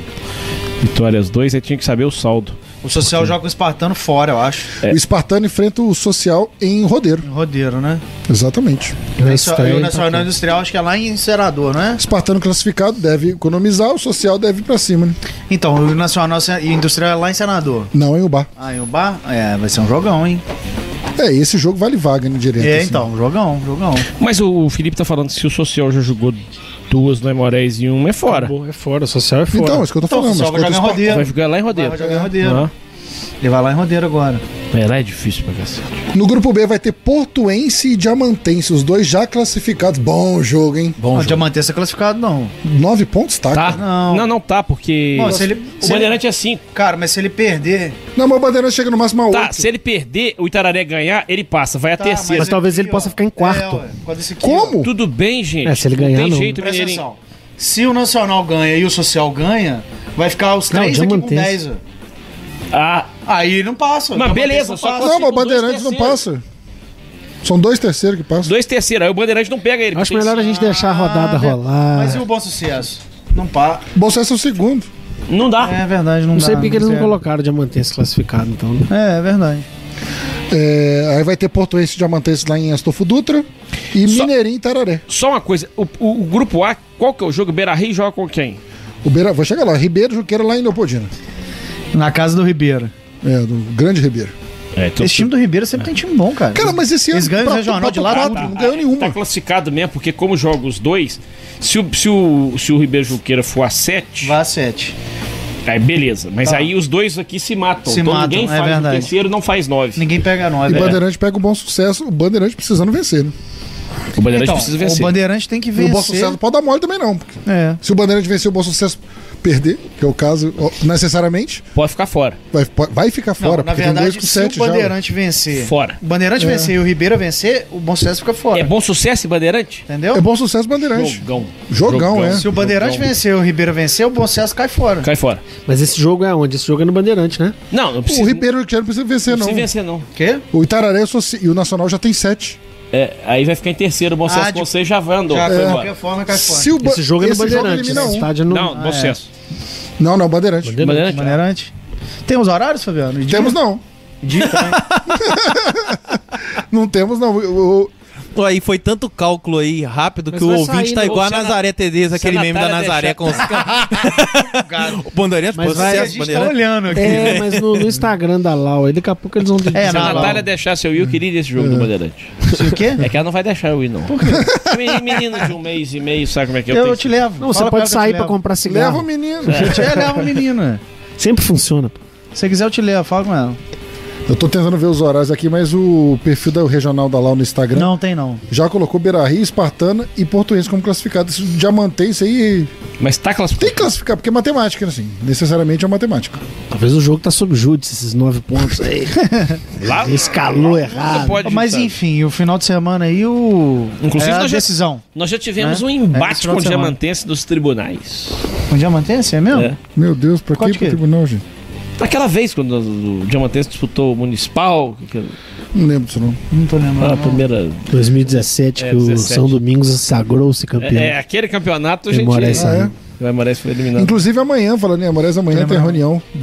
Vitórias 2, aí tinha que saber o saldo. É.
O Social joga o Espartano fora, eu acho.
O Espartano enfrenta o Social em Rodeiro.
Rodeiro, né?
Exatamente.
Na
Só- E
estreia,
o Nacional Industrial acho que é lá em Cerador, né?
tá Espartano classificado deve economizar, o social deve ir pra cima, né?
Então, o Nacional e Industrial é lá em Senador.
Não em Ubar.
Ah, e o Bar? É, vai ser um jogão, hein?
É, esse jogo vale vaga no direto.
É,
assim.
então, jogão, jogão.
Mas o Felipe tá falando que se o Social já jogou duas no Emorés e uma, é fora.
Acabou, É fora, social é fora.
Então, é isso que eu tô
Então,
falando.
só
mas
vai jogar
contra
em
o Espartano.
rodeiro.
Vai jogar lá em Rodeiro.
Vai jogar em Rodeiro.
Ah,
Ele vai lá em Rodeiro agora.
é, lá é difícil pra cacete.
No grupo B vai ter Portuense e Diamantense, os dois já classificados. Bom jogo, hein?
Bom, não, Diamante é classificado, não.
Nove pontos, tá?
Tá?
Não.
não, tá, porque.
Bom, se ele-
o
se
Bandeirante é 5.
Cara, mas se ele perder.
Não, mas o Bandeirante chega no máximo a oito.
Tá, se ele perder, o Itararé ganhar, ele passa, vai a
Tá,
terceiro.
Mas talvez ele
ó,
possa ficar em
é,
quarto.
ué, por causa desse aqui,
Como?
Tudo bem, gente.
É, se ele ganhar,
não tem
não.
jeito,
ó. Presta
Mineirinho.
atenção. Se o Nacional ganha e o Social ganha, vai ficar os
Não,
três
o
aqui com
Diamantense.
10. ó.
Ah,
Aí ele não passa. ó.
Mas
O Diamante
beleza,
não
só
passa.
classifica-
Não, mas o
Classificam dois
Bandeirante não passa.
terceiros.
São dois terceiros que passam.
dois terceiros, aí o Bandeirante não pega ele.
Acho
porque
melhor a
tem-
gente deixar a rodada
Ah, velho.
rolar.
Mas e o bom sucesso? Não pá.
Bom sucesso é o segundo.
Não dá.
É verdade, não,
Não sei porque eles não
tem.
colocaram o Diamantense classificado, então. né?
É, é verdade.
É, aí vai ter Portuense e Diamantense lá em Astolfo Dutra e
Só-
Mineirinho e Tararé.
Só uma coisa, o, o- o grupo A, qual que é o jogo? Beira Rio joga com quem?
O Beira, vou chegar lá, Ribeiro Juqueira lá em Leopoldina.
Na casa do Ribeiro.
É, do grande Ribeiro.
É,
Esse time do Ribeiro sempre tem time bom, cara.
Cara, mas esse ano.
Eles ganham
pra-
o regional
pra-
de né? lá,
pra-
tudo.
Não ganhou nenhuma.
Tá classificado mesmo, porque como joga os dois, se o, se o, se o Ribeiro Junqueira for a 7,
Vá 7.
aí beleza. Mas aí os dois aqui se matam.
Tá. Se
então
matam,
ninguém
é
faz o
verdade.
terceiro, não faz 9.
Ninguém pega é.
E
9.
o Bandeirante pega um bom sucesso, o Bandeirante precisando vencer, né?
O Bandeirante precisa vencer.
Então, O Bandeirante tem que
E o
vencer.
bom sucesso não pode dar mole também, não. porque
É.
Se o Bandeirante vencer o bom sucesso, perder, que é o caso ó, necessariamente.
Pode ficar fora.
Vai, pode- vai ficar fora,
na
porque tem dois
verdade,
com
se
sete
o
já.
Bandeirante vencer.
Fora.
O Bandeirante
É.
vencer e o Ribeira vencer, o Bom Sucesso fica fora.
É bom sucesso e Bandeirante?
Entendeu?
É bom sucesso Bandeirante.
Jogão.
Jogão, é.
Se o Bandeirante
Jogão.
vencer e o Ribeira vencer, o Bom Sucesso cai fora.
Cai fora.
Mas esse jogo é onde? Esse jogo é no Bandeirante, né?
Não, não
O
precisa.
Ribeiro que não precisa vencer, não.
Não precisa vencer, não.
Quê?
O Itararé é só se- e o Nacional já tem sete. É.
É, aí vai ficar em terceiro, o bom sucesso
Ah,
com
de-
vocês já vai andou.
Já,
foi
de
embora.
qualquer forma, cai fora.
Se o Ba-
Esse jogo é no
esse jogo
Bandeirante.
elimina
Esse
um.
estádio é no...
Não, bom
Ah, é.
sucesso.
Não, não, Bandeirante.
Bandeirante.
Bandeirante. Tem os horários, Fabiano? né? E dia?
Temos não.
Dia também.
Não temos não. O- o-
Pô, aí foi tanto cálculo aí rápido
Mas
que o
vai
ouvinte
sair
tá
no-
igual a
se a Na-
Nazaré Tedesco, aquele
a
meme da
Natália
Nazaré
deixar-
com os O Bandeirante,
Mas
pô,
vai-
sucesso,
a
A gente tá
Bandeirante.
olhando aqui.
É, mas no, no Instagram da Lau, aí daqui a pouco eles vão...
É,
Se
na
a
Não,
Natália deixasse eu ir, eu queria ir nesse jogo
É.
do Bandeirante.
Se o quê?
É que ela não vai deixar eu ir, não. Por quê? Menino de um mês e meio, sabe como é que eu,
Eu
tenho?
te levo.
Não, você
Fala pra
pode
ela
sair
que
pra
eu
comprar
Leva o
cigarro.
menino.
te levo. É, leva o menino. é.
Sempre funciona. pô.
Se você quiser, eu te levo. Fala com ela.
Eu tô tentando ver os horários aqui, mas o perfil da Regional da Lau no Instagram
Não tem, não.
já colocou Beira Rio, Espartana e Portuense como classificados. Isso- Já mantém isso aí.
Mas tá
Tem
classificado.
que classificar, porque é matemática, né, assim. Necessariamente é matemática.
Talvez o jogo tá sob júdice, esses nove pontos aí.
Lá
Escalou
nunca
errado.
pode
Mas
juntar.
enfim, o final de semana aí, o.
Inclusive,
é a
nós já-
decisão.
Nós já tivemos
Né?
um
É, esse
embate
final
com o
de semana.
Diamantense dos tribunais.
Um diamantense, é mesmo?
É.
Meu Deus, pra
Qual
que
de
pro
quê?
tribunal, gente?
Aquela vez quando o Diamantense disputou o Municipal, que-
Não lembro disso, não.
Não tô
Ah.
lembrando.
a
não.
primeira.
2017,
É,
que o
17.
São Domingos sagrou-se
É,
campeão.
é, aquele campeonato a
E o
gente.
Moraes saiu.
O Moraes foi eliminado.
Inclusive amanhã, falando em Aimorés, amanhã tem
Lembra?
reunião do,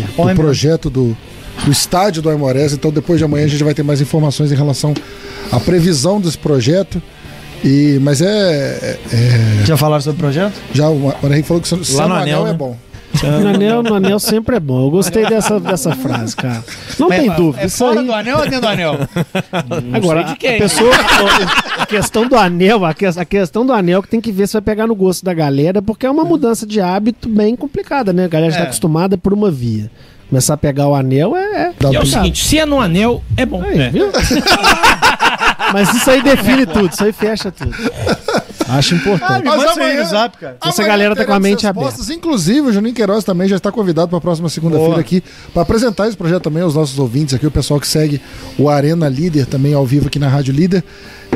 do
Olha,
projeto do, do estádio do Aimorés. Então depois de amanhã a gente vai ter mais informações em relação à previsão desse projeto. E, mas é, é-
Já falaram sobre o projeto?
Já o Aimorés falou que o
no anel,
é
né?
bom.
Ah.
No anel, no anel sempre é bom. Eu gostei dessa, dessa frase, cara. Não
Mas
tem
é-
dúvida.
É
isso
fora
aí,
do anel ou dentro do anel?
agora,
sei de quem.
a pessoa. A questão do anel, a, que- a questão do anel que tem que ver se vai pegar no gosto da galera, porque é uma mudança de hábito bem complicada, né? A galera já
É.
tá acostumada por uma via. Começar a pegar o anel é. é
Dá
E é o
pra-
seguinte: se é no anel, é bom.
Aí, viu? Mas isso aí define tudo, isso aí fecha tudo. Acho importante.
me
Mas
manda isso aí
amanhã-
no zap, cara.
Essa
Amanhã
galera tá com a
teremos
mente
respostas. Inclusive, o Juninho Queiroz também já está convidado para a próxima segunda-feira
Boa.
aqui para apresentar esse projeto também aos nossos ouvintes aqui, o pessoal que segue o Arena Líder também ao vivo aqui na Rádio Líder.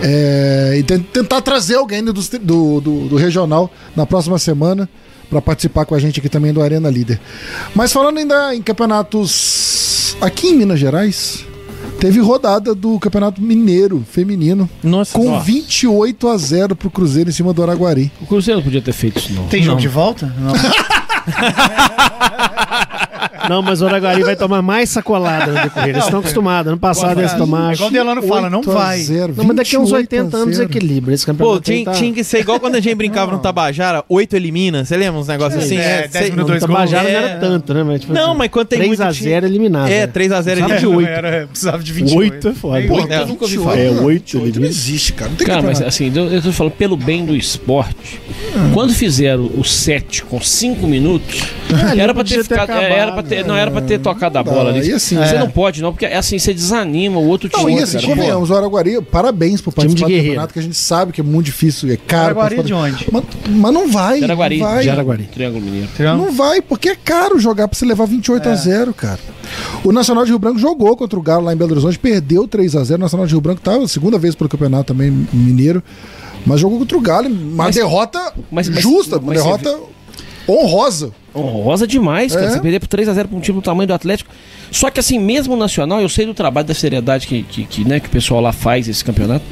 É, e ten- tentar trazer alguém do, do, do- do regional na próxima semana para participar com a gente aqui também do Arena Líder. Mas falando ainda em campeonatos aqui em Minas Gerais, teve rodada do Campeonato Mineiro Feminino
Nossa,
com
nossa.
28 a 0 pro Cruzeiro em cima do Araguari.
O Cruzeiro não podia ter feito isso, não.
Tem jogo de volta? Não.
Não, mas o Araguari vai tomar mais sacolada no decorrer. Eles estão acostumados. Ano passado eles tomaram.
É igual o Delano fala, não
8 a
vai.
0,
Não, mas daqui a uns
28
80 anos
0.
equilibra. Esse
Pô,
campeonato aí
tinha,
tá...
tinha que ser igual quando a gente brincava no Tabajara, oito elimina, você lembra uns negócios assim?
é,
né?
dez
Sei-
Não,
minutos, dois
o Tabajara
gols.
não
É.
era tanto, né? Mas, tipo
Não,
assim,
mas quando tem
3
muito
a
time-
0 eliminado.
É,
né?
3x0
Era,
eliminado.
era- precisava de 28.
8 é foda.
Pô,
eu nunca ouvi falar.
É, 8
Não existe, cara. Não tem
Cara, mas
campeonato.
assim, eu, eu tô falando pelo bem do esporte.
Ah.
Quando fizeram o set com 5 minutos, era pra ter
Ah, podia ter
ficado. é,
acabado, né?
era pra ter, não era pra ter tocado a bola ali.
e assim,
você
é.
não pode, não, porque assim você desanima o outro time.
Não, e assim,
cara, pô.
convenhamos, o Araguari, parabéns por participar do
guerreiro.
campeonato, que a gente sabe que é muito difícil, é caro.
Araguari
participar do-
de onde?
Mas, mas não vai.
Jaraguari,
não vai.
Jaraguari.
Triângulo Mineiro.
Não vai, porque é caro jogar pra você levar
tá
É.
É.
28 a 0 cara. O Nacional de Rio Branco jogou contra o Galo lá em Belo Horizonte, perdeu 3 a 0 O Nacional de Rio Branco tá a segunda vez pelo campeonato também mineiro, mas jogou contra o Galo, uma
Mas-
derrota
mas- mas-
justa, uma
mas você
derrota honrosa.
Honrosa demais, cara.
É.
Você perder por 3x0 pra um time do tamanho do Atlético. Só que assim, mesmo o Nacional, eu sei do trabalho da seriedade que, que, que, né, que o pessoal lá faz esse campeonato.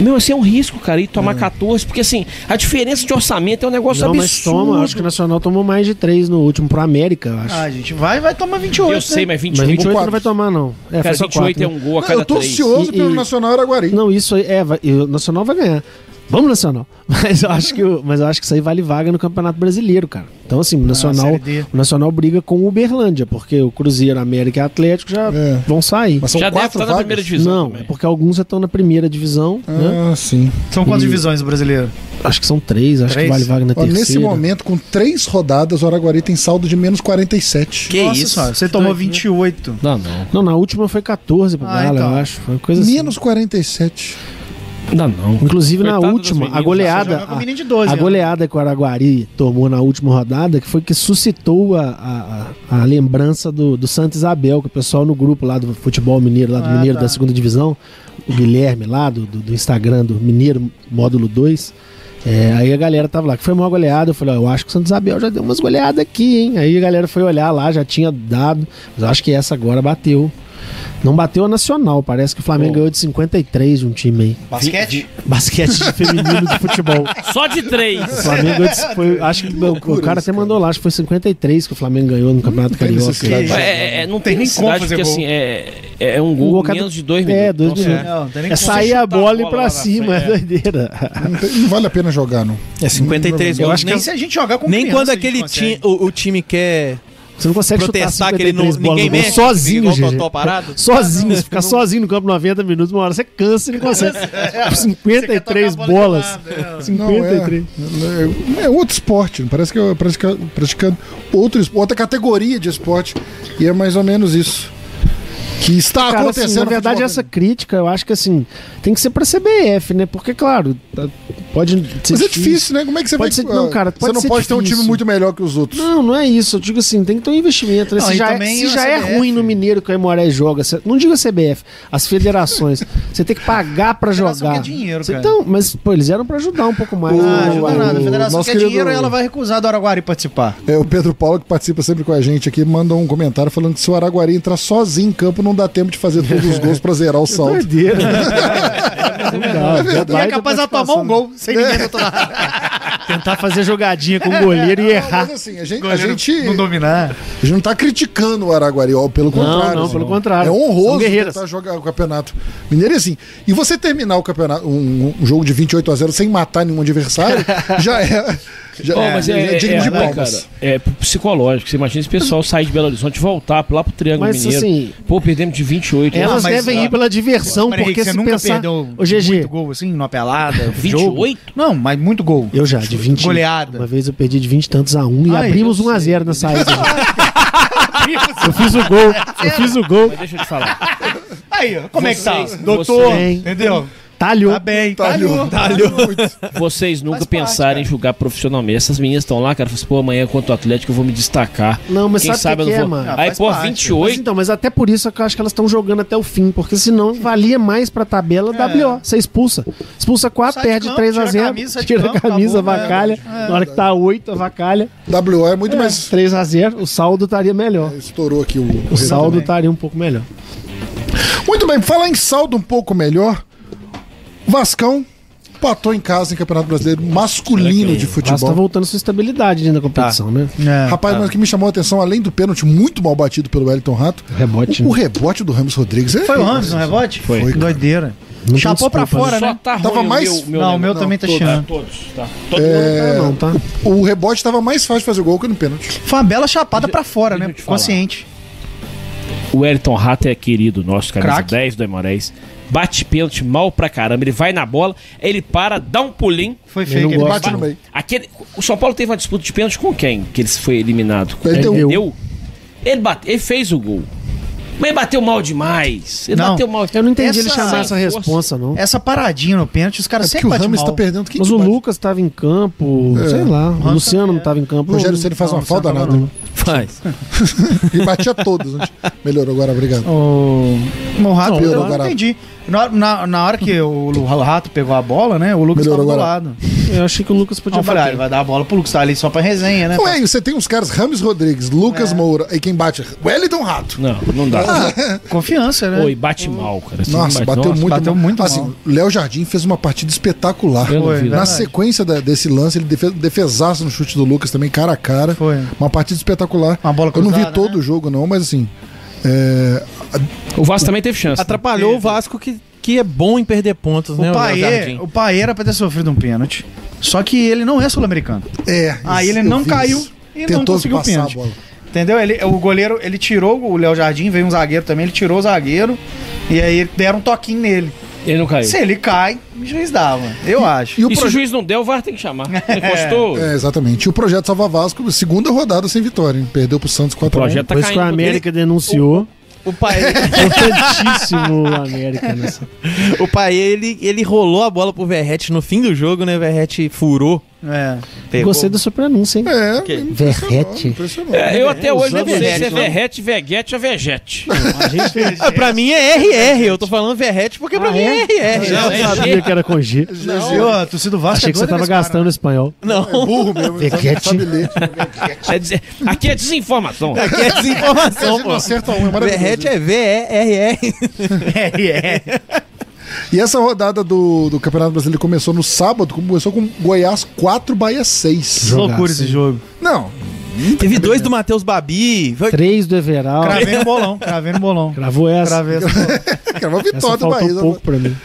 Meu, assim, é um risco, cara, ir tomar 14, porque assim, a diferença de orçamento é um negócio
É. Não, mas
absurdo.
toma. Acho que o Nacional tomou mais de 3 no último pro América, eu acho.
Ah, gente, vai, vai tomar 28.
né?
Eu sei, mas 28,
mas 28
quatro.
não vai tomar, não. É,
cara,
faz só
28
quatro,
é
né?
um gol a
eu
cada
tô
três.
ansioso
E-
pelo
e-
Nacional Araguari.
Não, isso aí é, vai- e o Nacional vai ganhar. Vamos, Nacional. Mas eu acho que, o- mas eu acho que isso aí vale vaga no Campeonato Brasileiro, cara. Então,
Ah,
assim, o Nacional,
Série D.
o Nacional briga com o Uberlândia, porque o Cruzeiro, América e Atlético já
É.
vão sair.
Mas são
Já deve
quatro
estar na
vagas?
primeira divisão.
Não,
também.
é porque alguns já estão na primeira divisão, né?
Ah, sim.
São quantas divisões brasileiras?
Acho que são três, acho
Três?
que vale vaga na
Ó,
terceira.
nesse momento, com três rodadas, o Araguari tem saldo de menos 47.
Que
Nossa
isso?
senhora, você tomou
um.
28.
Tá né? Não, não.
Não, na última foi 14 pro
Ah,
Galo,
então.
eu acho. Foi uma coisa assim.
Menos 47.
Ainda não.
Inclusive na
Coitado das
última, a
meninas.
goleada.
Você joga com
a-
menino de 12
a
anos.
goleada que o Araguari tomou na última rodada, que foi que suscitou a, a- a- a lembrança do, do Santa Isabel, que o pessoal no grupo lá do futebol mineiro, lá do
Ah,
Mineiro
tá.
da segunda divisão, o Guilherme lá do, do- do Instagram do Mineiro Módulo 2. é, aí a galera tava lá, que foi uma goleada. Eu falei, ó, eu acho que o Santa Isabel já deu umas goleadas aqui, hein? Aí a galera foi olhar lá, já tinha dado, mas eu acho que essa agora bateu. Não bateu a nacional, parece que o Flamengo ganhou de 53 de um time aí.
Basquete?
Basquete feminino de futebol.
Só de três.
O Flamengo é antes foi. Acho que não, o cara até mandou lá, acho que foi 53 que o Flamengo ganhou no Campeonato Carioca.
É, é, não
Tem
tem,
nem
necessidade,
como fazer
porque
gol.
assim, é, é um gol, com menos de dois minutos.
É, dois
Então,
minutos.
assim,
é sair a bola e pra cima, é doideira.
Não, tem- não vale a pena jogar, não.
É 53
um
gols. Nem se a
gente jogar com
Nem
criança,
quando
a gente
aquele
consegue.
time, o, o time quer.
Você não consegue
protestar
chutar
que ele não,
53 bolas
ninguém
no gol
mexe,
sozinho,
fica igual
gente.
totó parado.
Sozinho, se ficar sozinho no campo 90 minutos, uma hora você cansa e não consegue.
É.
53 bolas. 53.
Não, é, é outro esporte, parece que eu pratica- praticando outro, espo- outra categoria de esporte. E é mais ou menos isso. Que está
Cara,
acontecendo.
assim, na
no
verdade,
futebol.
essa crítica, eu acho que assim, tem que ser pra CBF, né? Porque, claro, tá- pode ser.
Mas é difícil, né? Como é que você
pode
vai-
ser- não, cara,
ah, você não
ser
pode ter um
difícil.
time muito melhor que os outros.
Não, não é isso. Eu digo assim, tem que ter um investimento. Né?
Não,
se
e
já, é,
também
se
a
já é
CBF.
ruim no Mineiro que o Aimoré joga, se- não diga a CBF, as federações. você tem que pagar pra jogar.
quer dinheiro,
Você-
cara.
Então, mas, pô, eles eram pra ajudar um pouco mais.
Ah,
né?
ajuda
O-
nada. A federação
nosso
quer
querido-
dinheiro e ela vai recusar do Araguari participar.
É, o Pedro Paulo, que participa sempre com a gente aqui, mandou um comentário falando que se o Araguari entrar sozinho em campo, não dá tempo de fazer todos os gols pra
É
zerar o
né?
salto.
Não,
e é capaz de tomar um gol sem ninguém do outro lado.
Tentar fazer jogadinha com o goleiro e errar.
Mas assim, a gente, a
Goleiro
gente
não dominar.
A gente não tá criticando o Araguari, ó, pelo
Não,
contrário.
não,
assim,
pelo contrário.
É
São
honroso
guerreiras.
tentar jogar o campeonato mineiro e assim. E você terminar o campeonato, um, um jogo de 28 a 0 sem matar nenhum adversário, já é. Já
Bom, mas é,
já
é,
digno
é,
de
né,
palmas.
cara, é psicológico. Você imagina esse pessoal sair de Belo Horizonte e voltar lá pro Triângulo
Mas,
Mineiro.
assim,
Pô, perdemos de 28.
Elas devem ir É pela diversão,
Mas,
porque
Henrique,
se
você nunca
pensar...
perdeu
Ô, GG.
muito gol assim, numa pelada?
28?
Jogo? Não, mas muito gol.
Eu já, de 20.
Goleada. Ah,
Uma vez eu perdi de 20 e tantos a 1 e
Ai,
abrimos 1 a 0 na saída. eu fiz o gol, eu fiz o gol.
Mas deixa eu te falar.
Aí, ó, como é que tá?
Vocês-
Doutor,
vocês-
entendeu?
Talhou.
Tá bem, talhou. Talhou.
Vocês nunca pensaram em jogar profissionalmente. Essas meninas estão lá, cara, falam assim, pô, amanhã contra o Atlético eu vou me destacar.
Não, mas
Quem
sabe o que,
eu
que é,
não vou- Ah,
mano?
Aí,
Faz
pô,
parte. Mas
28.
então, mas até por isso que eu acho que elas estão jogando até o fim, porque
É.
senão valia mais pra tabela WO. Você expulsa. Expulsa 4,
Sai de
perde
campo,
3 a
tira a
0
camisa, sai de
tira a
campo,
camisa,
acabou,
avacalha.
né?
Na hora que tá 8, avacalha.
WO é muito mais.
3 a 0 o saldo estaria melhor.
É, Estourou aqui o.
O saldo
também.
estaria um pouco melhor.
Muito bem, falar em saldo um pouco melhor. Vascão empatou em casa em Campeonato Brasileiro masculino de
O Vasco tá
futebol.
voltando sua estabilidade né, na
Tá.
competição, né?
É,
Rapaz, mas o que me chamou a atenção, além do pênalti muito mal batido pelo Wellington Rato,
Rebote,
o, o
né?
rebote do Ramos Rodrigues. é-
Foi o Ramos no rebote?
Foi, cara.
Doideira.
Não tem
Chapou pra
desculpa,
fora,
Só
né?
tá ruim
Tava
o
mais-
meu- meu
Não, o meu
negócio.
também tá
Todos,
chiando.
Todos, tá.
É,
Não, tá.
O rebote tava mais fácil de fazer gol que no pênalti.
Foi uma bela chapada pra fora, né?
falar.
Consciente.
O Elton Rato é querido nosso, camisa
Craque.
10 do Emorés. Bate pênalti mal pra caramba. Ele vai na bola, ele para, dá um pulinho.
Foi
Eu não
feio. aquele
gosto.
Bate no meio.
Aquele, o São Paulo teve uma disputa de pênalti com quem? Que ele foi eliminado. Com
Ele
quem?
deu.
Deu? Ele, bate, ele fez o gol. Mas ele bateu mal demais. Ele
Não.
bateu mal.
Eu não entendi ele
Essa-
chamar essa
Sem
responsa, não.
Essa paradinha no pênalti, os caras
É porque
sempre
o
batem
Ramos
mal.
tá perdendo. Quem
Mas
que
o
bate?
Lucas tava em campo,
É.
sei lá. O Luciano não tava em
O
campo.
Rogério Ceni faz
é. Não,
uma falta
não,
nada.
não.
né?
Faz.
E batia todas. né? Melhorou agora, obrigado.
O, o rato,
Melhorou,
eu um não
Guarapo.
entendi. Na, na, na hora que o, Lu- o rato pegou a bola, né? O Lucas
Melhorou,
tava do
Guarapo.
lado.
Eu achei que o Lucas
Não,
podia
eu falei, ah, ele
falar.
vai dar a bola pro Lucas, tá ali só pra resenha, né? É.
Então é, você tem uns caras, Ramos Rodrigues, Lucas Moura, e quem bate? Wellington Um Rato. Ah.
Não, não dá.
Confiança, né?
Oi, bate mal, cara. Esse
Nossa,
bate-
bateu muito
bateu
mal.
muito
Assim,
mal.
Léo Jardim fez uma partida espetacular.
Eu não vi,
Na
verdade.
sequência da- desse lance, ele defe- defesaço no chute do Lucas também, cara a cara.
Foi.
Uma partida espetacular.
Uma bola
Eu não vi
cruzada,
todo
né?
o jogo, não, mas assim. é,
O Vasco também teve chance. né?
Atrapalhou o Vasco que, que é bom em perder pontos, né?
O Paê,
Jardim?
o Paê era pra ter sofrido um pênalti. Só que ele não é sul-americano.
É,
Aí ele
eu
não
vi
caiu
isso.
e não
Tentou
conseguiu o
passar a
pênalti.
bola.
Entendeu? Ele, o goleiro, ele tirou o Léo Jardim, veio um zagueiro também, ele tirou o zagueiro. E aí deram um toquinho nele.
Ele não caiu.
Se ele cai, o juiz dava. Eu acho.
E o
E se
projeto.
o juiz não der, o VAR tem que chamar. Encostou.
É, exatamente. E o projeto Salva Vasco, segunda rodada sem vitória. hein? Perdeu pro Santos um. 4
O projeto tá
Depois que
caindo.
o América denunciou.
O
o pai.
Importantíssimo o América nessa.
O pai, ele, ele rolou a bola pro Verrete no fim do jogo, né? O Verrete furou.
É.
Gostei da sua pronúncia, hein?
É,
Verrete.
É, eu até hoje não
Usando
sei se é
Verrete, não.
Verrete, Veguete ou Vegete.
Ah, pra mim é RR, eu tô falando Verrete porque pra mim é, RR.
Ah, Eu não sabia que era com
E,
G.
ó, a torcida do Vasco
Achei
é
que você
doida
tava
nesse cara,
gastando espanhol.
Não,
É burro mesmo. não sabe-
Pequete.
sabe ler.
É dizer- aqui é desinformação.
aqui é
A
desinformação,
gente não
pô.
acerta um, é maravilhoso.
Verrete é V-E-R-R.
E essa rodada do, do Campeonato Brasileiro começou no sábado, começou com Goiás 4, Bahia 6.
Jogaço,
Loucura esse
hein?
jogo.
Não,
Teve dois do Matheus Babi. Foi-
Três do Everal.
Cravei no bolão, cravei no bolão.
Gravou essa.
Cravei essa bola.
cara, uma
Essa
vitória do
um
faltou
Bahia. né?
pouco pra mim.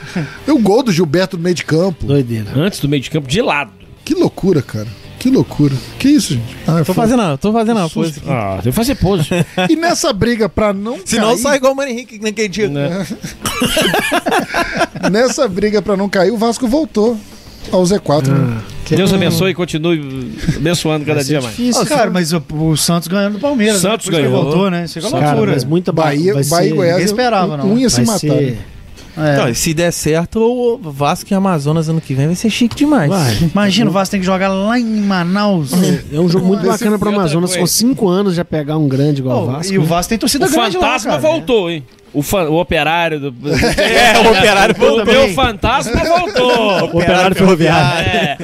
E o gol do Gilberto no meio de campo.
Doideira.
Antes do meio de campo, de lado.
Que loucura, cara. Que loucura. Que isso, gente? Ah, eu
Tô
falo-
fazendo, a- tô fazendo uma coisa.
Ah, eu fazer pose.
E nessa briga pra não
Senão
cair,
sai igual o Mano Henrique né, é naquele dia.
Né?
nessa briga pra não cair, o Vasco voltou ao Z4. né?
Ah,
Deus abençoe e continue abençoando cada dia mais.
Difícil,
Ah, Cara, mas o, o Santos ganhando do Palmeiras. né?
Santos
Por isso que
ganhou.
Voltou, né? Isso é igual
Cara,
loucura.
mas muita ba-
Bahia,
vai
Bahia e
ser-
Goiás.
ninguém esperava, não.
Um ia se
vai
matar.
ser-
né?
É.
Então, e se der certo, o Vasco e Amazonas ano que vem vai ser chique demais.
Vai.
Imagina, o Vasco tem que jogar lá em Manaus.
É um jogo muito
Mas
bacana
esse-
pro
e outra
Amazonas. Com
coisa.
cinco anos já pegar um grande igual o
Pô,
Vasco.
e o
né?
Vasco tem torcida
O
grande lá,
fantasma
cara. né?
voltou, hein? O, fa- o operário do.
É, o operário
O
voltou.
meu fantasma voltou.
O Operário Ferroviário.
É,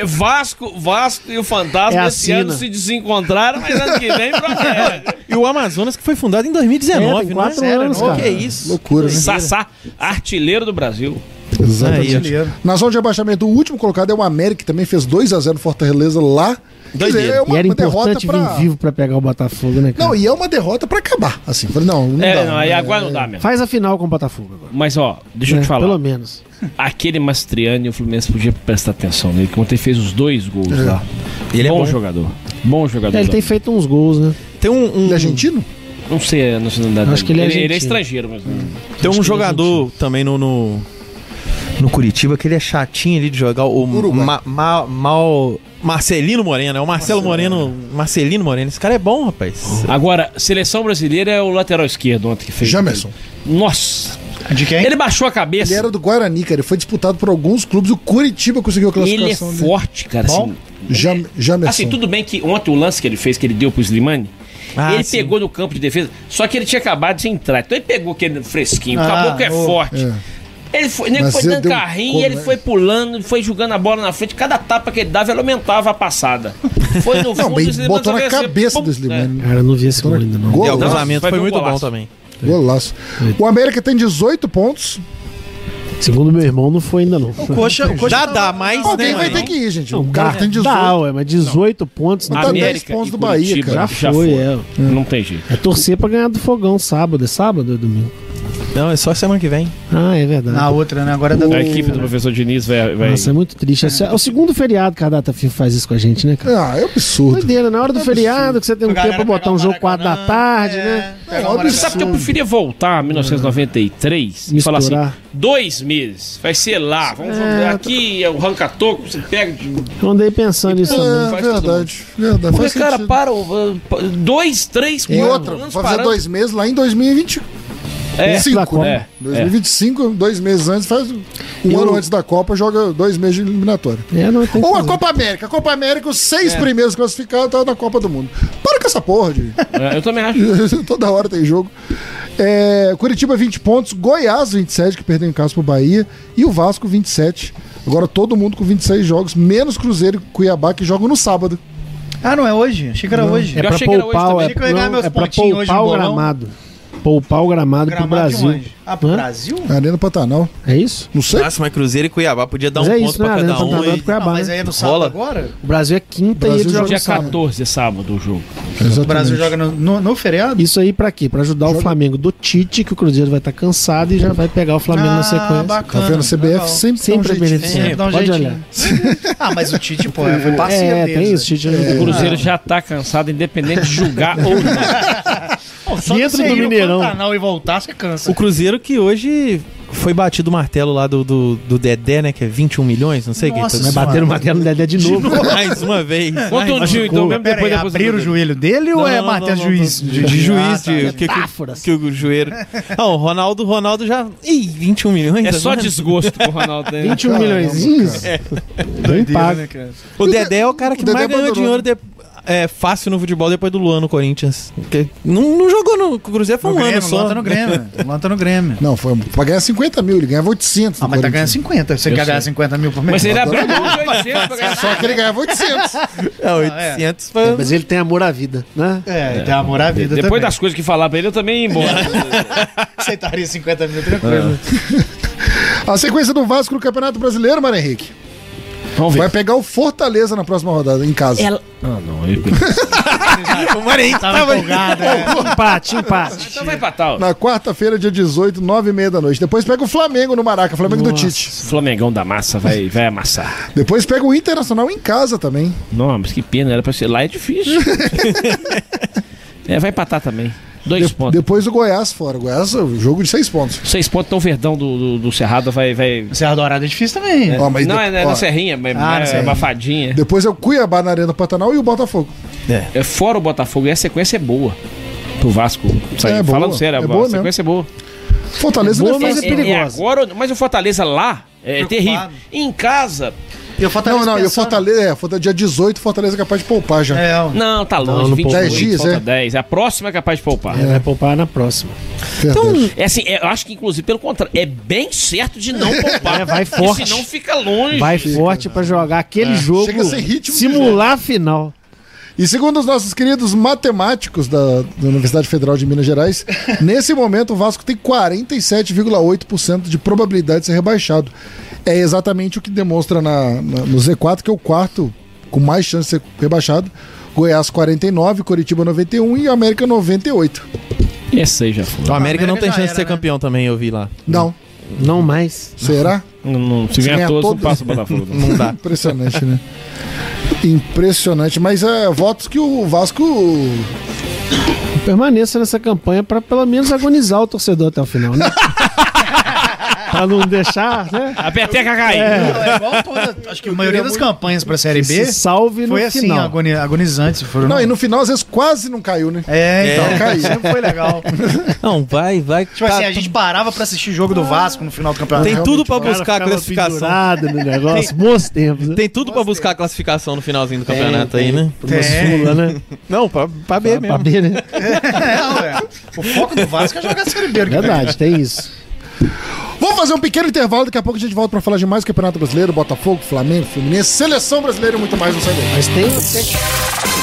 É, Vasco, Vasco e o Fantasma
É a
esse ano
sina.
se desencontraram, mas ano que vem promete.
E o Amazonas que foi fundado em
É,
2019,
tem
não é?
quatro anos,
não?
cara.
Que isso?
Loucura, né?
Sassá, artilheiro do Brasil.
Aí, ó.
Brasileiro.
Na zona de abaixamento, o último colocado é o América, que também fez 2x0 no Fortaleza lá. Quer dizer,
Doideira.
é
E
uma,
era
uma derrota
importante
pra...
vir vivo pra pegar o Botafogo, né, cara?
Não, e é uma derrota pra acabar. Assim, falei, não, não
é,
dá. né?
não, aí agora não dá mesmo.
Faz a final com o Botafogo agora.
Mas ó, deixa eu
né?
te falar.
Pelo menos.
Aquele Mastriani, o Fluminense podia prestar atenção nele, que ontem fez os dois gols lá.
Ele é
bom,
bom.
jogador. Bom jogador.
É, ele tem feito uns gols, né?
Tem um, um-
Ele é argentino?
Não sei a nacionalidade
Acho que ele é argentino.
estrangeiro, mas.
tem
acho
é
um
que
jogador também no, no, no Curitiba que ele é chatinho ali de jogar. O
Uruguai.
Ma- Ma- Mal- Marcelino Moreno, é o Marcelo Moreno. Marcelino Moreno. Esse cara é bom, rapaz.
Agora, seleção brasileira é o lateral esquerdo ontem que fez.
Jamerson.
Nossa!
De quem?
Ele baixou a cabeça.
Ele era do Guarani, cara. Ele foi disputado por alguns clubes. O Curitiba conseguiu a
Ele é
classificação dele.
forte, cara. assim.
Jam, Jamerson.
Assim, tudo bem que ontem o lance que ele fez, que ele deu pro Slimani,
Ah,
ele
sim.
pegou no campo de defesa, só que ele tinha acabado de entrar. Então ele pegou aquele fresquinho,
Ah,
acabou que é
oh,
forte. Ele foi, o nego
Mas
foi
ele
dando
deu um
carrinho,
como,
ele
né?
foi pulando, ele foi jogando a bola na frente. Cada tapa que ele dava, ele aumentava a passada. Foi no fundo,
Não, bem,
o Slimani
botou
só
na
venceu,
cabeça
pum,
do Slimani.
Cara, eu não vi esse gol ainda, não.
E
Golaço.
né? É, o cruzamento
Não,
foi
foi
muito
um
bom
golaço. É.
também.
Golaço. O América tem 18 pontos.
Segundo meu irmão, não foi ainda, não.
O Coxa, o Coxa
Já
tá-
dá mais,
Alguém
né,
vai
mano?
ter que ir, gente. o cara tem 18.
Dá, ué, mas 18 pontos
Não
na
tá
primeira-
dez pontos
e
do Bahia,
Curitiba
cara.
Já, foi, é.
É. Não tem jeito.
É torcer pra ganhar do fogão sábado. É sábado ou é domingo?
Não, é só semana que vem.
Ah, é verdade.
Na outra, né? Agora é da
A equipe do professor Diniz vai. vai-
Nossa, é muito triste. Esse É o segundo feriado que a data FIFA faz isso com a gente, né, cara?
Ah, é um absurdo.
Doideira, na hora do feriado, que você tem um
Galera
tempo pra botar
pegar
um
o
jogo 4 da
Maracanã,
tarde,
é,
né?
pegar o
Olha
Maracanã.
isso.
Sabe que eu preferia voltar a 1993 e falar assim:
Misturar.
dois meses, vai ser lá, vamos jogar aqui, é o ranca-toco, você pega. de-
Eu andei pensando nisso também.
É,
faz todo
verdade. Verdade.
Porque,
Faz
cara,
sentido.
para, o- pa- dois, três,
E
quatro
outra, vai
anos
fazer
parando.
dois meses lá em 2025.
É,
da Copa.
né?
É,
2025, dois meses antes, faz um ano antes da Copa, joga dois meses de eliminatória.
É, não tem que
Ou a
fazer.
Copa América. A Copa América, os
É.
É.
seis primeiros classificados tá na Copa do Mundo. Para com essa porra, de...
é, eu também acho.
Toda hora tem jogo. É, Curitiba 20 pontos, Goiás 27, que perdeu em casa pro Bahia, e o Vasco 27. Agora todo mundo com 26 jogos, menos Cruzeiro e Cuiabá, que jogam no sábado.
Ah, não é hoje? Achei que era hoje.
É
Eu
pra
achei que era hoje
poupar,
também.
é,
Achei que eu ia ganhar
não,
meus
é pra
pontinhos hoje no
poupar o
bolão.
gramado. Poupar o gramado,
Gramado
pro
de
Brasil.
onde? Ah, pro
Hã?
Brasil?
Arena Pantanal.
É isso?
Não sei.
Nossa, mas Cruzeiro e Cuiabá podia dar
Mas
um
é
ponto
isso, né?
pra
Arena
cada um.
Pantanal
e-
do Cuiabá.
Ah, mas
né?
aí é no sábado
Rola.
agora?
O Brasil é quinta
Brasil
e eles
joga
jogam
Dia
no sábado.
14, sábado, o jogo.
O Brasil
Exatamente.
joga no, no, no feriado?
Isso aí pra quê? Pra ajudar o Flamengo do Tite, que o Cruzeiro vai estar cansado e já vai pegar o Flamengo na sequência.
Tá vendo? A CBF
Ah, legal.
sempre,
Sempre
sempre
é
um jeitinho.
beneficiado.
Sempre dá um
Pode
jeitinho.
olhar.
Ah, mas o Tite, pô, foi parceiro
É,
deles,
tem isso,
né?
Tite. É.
O Cruzeiro já tá cansado, independente de julgar ou não.
Pô, só
Dentro
você
do
ir no
Mineirão.
Pantanal e voltar, você cansa.
O Cruzeiro que hoje foi batido o martelo lá do, do, do Dedé, né? Que é 21 milhões, não sei o que.
Nossa Mas bateram o martelo no Dedé de novo.
Mais uma vez.
Conta um
Mais
dia,
uma-
então, mesmo depois da
Pera aí, abriram
aposentadoria.
o joelho dele
Não,
ou é
não, não,
martelo
não,
juiz?
não.
De, de
Ah,
juiz,
tá.
de, que, que, que o joelho. Ah, é o Ronaldo, Ronaldo já. Ih, 21 milhões? tá
É só
agora?
desgosto pro Ronaldo. né?
21 milhões.
É.
Doideira, né, cara? O Dedé é o cara que
Dedé
mais ganhou
abandonou,
dinheiro de- é, fácil no futebol depois do Luan no Corinthians. Porque não, não jogou no Cruzeiro, foi
No
um
Grêmio,
ano só.
o Luan tá no Grêmio. O Luan tá no Grêmio.
Não, foi um, pra ganhar 50 mil, ele ganhava 800. Ah,
mas tá ganhando 50. Você
Eu
quer ganhar
sei.
50 mil por mês?
Mas ele abriu mão
Adoro.
de 800 pra ganhar. Só que ele ganhava 800.
É,
800
foi... mas ele tem amor à vida, né?
Ah, É, ele tem amor à vida
Depois
também.
das coisas que falar pra ele, eu também ia embora.
Aceitaria 50 mil tranquilo.
A sequência do Vasco no Campeonato Brasileiro, Mário Henrique. Vamos ver. Vai pegar o Fortaleza na próxima rodada, em casa.
Ela- Ah, não. Eu...
o Marinho
tava empolgado, é.
Empate, empate.
Então vai empatar. ó.
Na quarta-feira, dia 18, 9h30 da noite. Depois pega o Flamengo no Maraca, Flamengo do Tite.
Flamengão da massa vai, vai amassar.
Depois pega o Internacional em casa também.
Não, mas que pena, era pra ser lá é difícil. é, vai empatar também. Dois pontos.
Depois o Goiás fora. O Goiás é um jogo de seis pontos.
Seis pontos, então o Verdão do, do, do Cerrado vai. vai...
Serra Dourada é difícil também.
É.
Ó, mas
não,
de-
é, é
ó.
na Serrinha, mas
Ah, na
é
Serrinha.
abafadinha.
Depois é o Cuiabá na Arena do Pantanal e o Botafogo.
É. fora o Botafogo, e a sequência é boa. Pro Vasco. Isso aí,
É boa,
Falando sério,
é
a
boa mesmo.
sequência é boa.
Fortaleza não é fácil.
agora, mas o Fortaleza lá é terrível. Em casa.
não, não, e o Fortaleza, é, Fortaleza, dia 18, Fortaleza é capaz de poupar já.
Não, tá longe. 28,
10 dias,
falta
é?
10. A próxima é capaz de poupar.
Vai poupar na próxima.
Então, é assim, é, eu acho que, inclusive, pelo contrário, é bem certo de não poupar.
É, vai
porque
forte.
Senão fica longe.
Vai forte pra jogar aquele
É.
jogo.
Chega sem ritmo de
Simular a final.
E segundo os nossos queridos matemáticos da, da Universidade Federal de Minas Gerais, nesse momento o Vasco tem 47,8% de probabilidade de ser rebaixado. É exatamente o que demonstra na, na- no Z4, que é o quarto com mais chance de ser rebaixado. Goiás 49, Curitiba 91 e América 98.
Esse aí já foi.
O América né? não tem
já
chance
era,
de ser campeão também, eu vi lá.
Não.
Não mais.
Será?
Não, não, se ganhar todos, não passa o Botafogo.
Não dá.
Impressionante, né? Impressionante. Mas é votos que o Vasco.
Permaneça nessa campanha pra pelo menos agonizar o torcedor até o final, né? pra não deixar, né?
A peteca cair.
É igual toda, acho que a maioria das campanhas pra Série B
Se salve no
foi assim,
final.
agoni- agonizante. Foram
Não, e no final às vezes quase não caiu, né?
É, então
É.
caiu. Sempre foi legal.
Não, vai, vai. tá
Tipo assim, a gente parava pra assistir jogo do Vasco no final do campeonato.
Tem tudo pra
O cara
buscar a
ficava
classificação.
pendurado no negócio, bons tempos.
Tem tudo pra buscar a classificação no finalzinho do
Tem,
campeonato
tem.
aí, né?
Pra uma Sula, né?
Não, pra, pra B mesmo.
Pra B, né?
É. O foco do Vasco é jogar a Série B.
Verdade, tem isso.
Vamos fazer um pequeno intervalo, daqui a pouco a gente volta pra falar de mais Campeonato Brasileiro, Botafogo, Flamengo, Fluminense, Seleção Brasileira e muito mais, não sai daí.
Mas tem...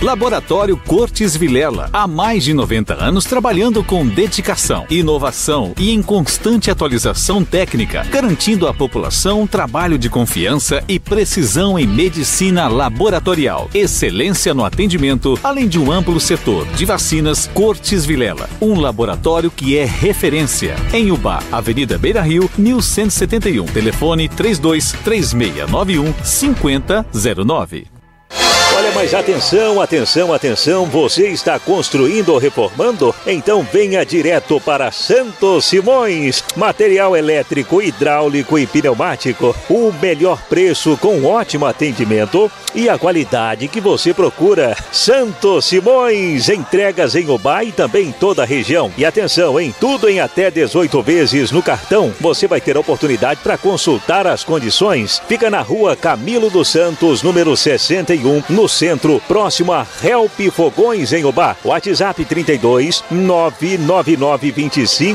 Laboratório Cortes Vilela. Há mais de 90 anos trabalhando com dedicação, inovação e em constante atualização técnica, garantindo à população um trabalho de confiança e precisão em medicina laboratorial. Excelência no atendimento, além de um amplo setor de vacinas Cortes Vilela. Um laboratório que é referência. Em Ubá, Avenida Beira Rio, 1171. Telefone 32 3691 5009.
Olha, mas atenção, atenção, atenção. Você está construindo ou reformando? Então venha direto para Santos Simões. Material elétrico, hidráulico e pneumático. O melhor preço com ótimo atendimento e a qualidade que você procura. Santos Simões, entregas em Oba e também em toda a região. E atenção, em tudo em até 18 vezes no cartão. Você vai ter a oportunidade para consultar as condições. Fica na rua Camilo dos Santos, número 61, no centro, próximo a Help Fogões em Obá. WhatsApp 32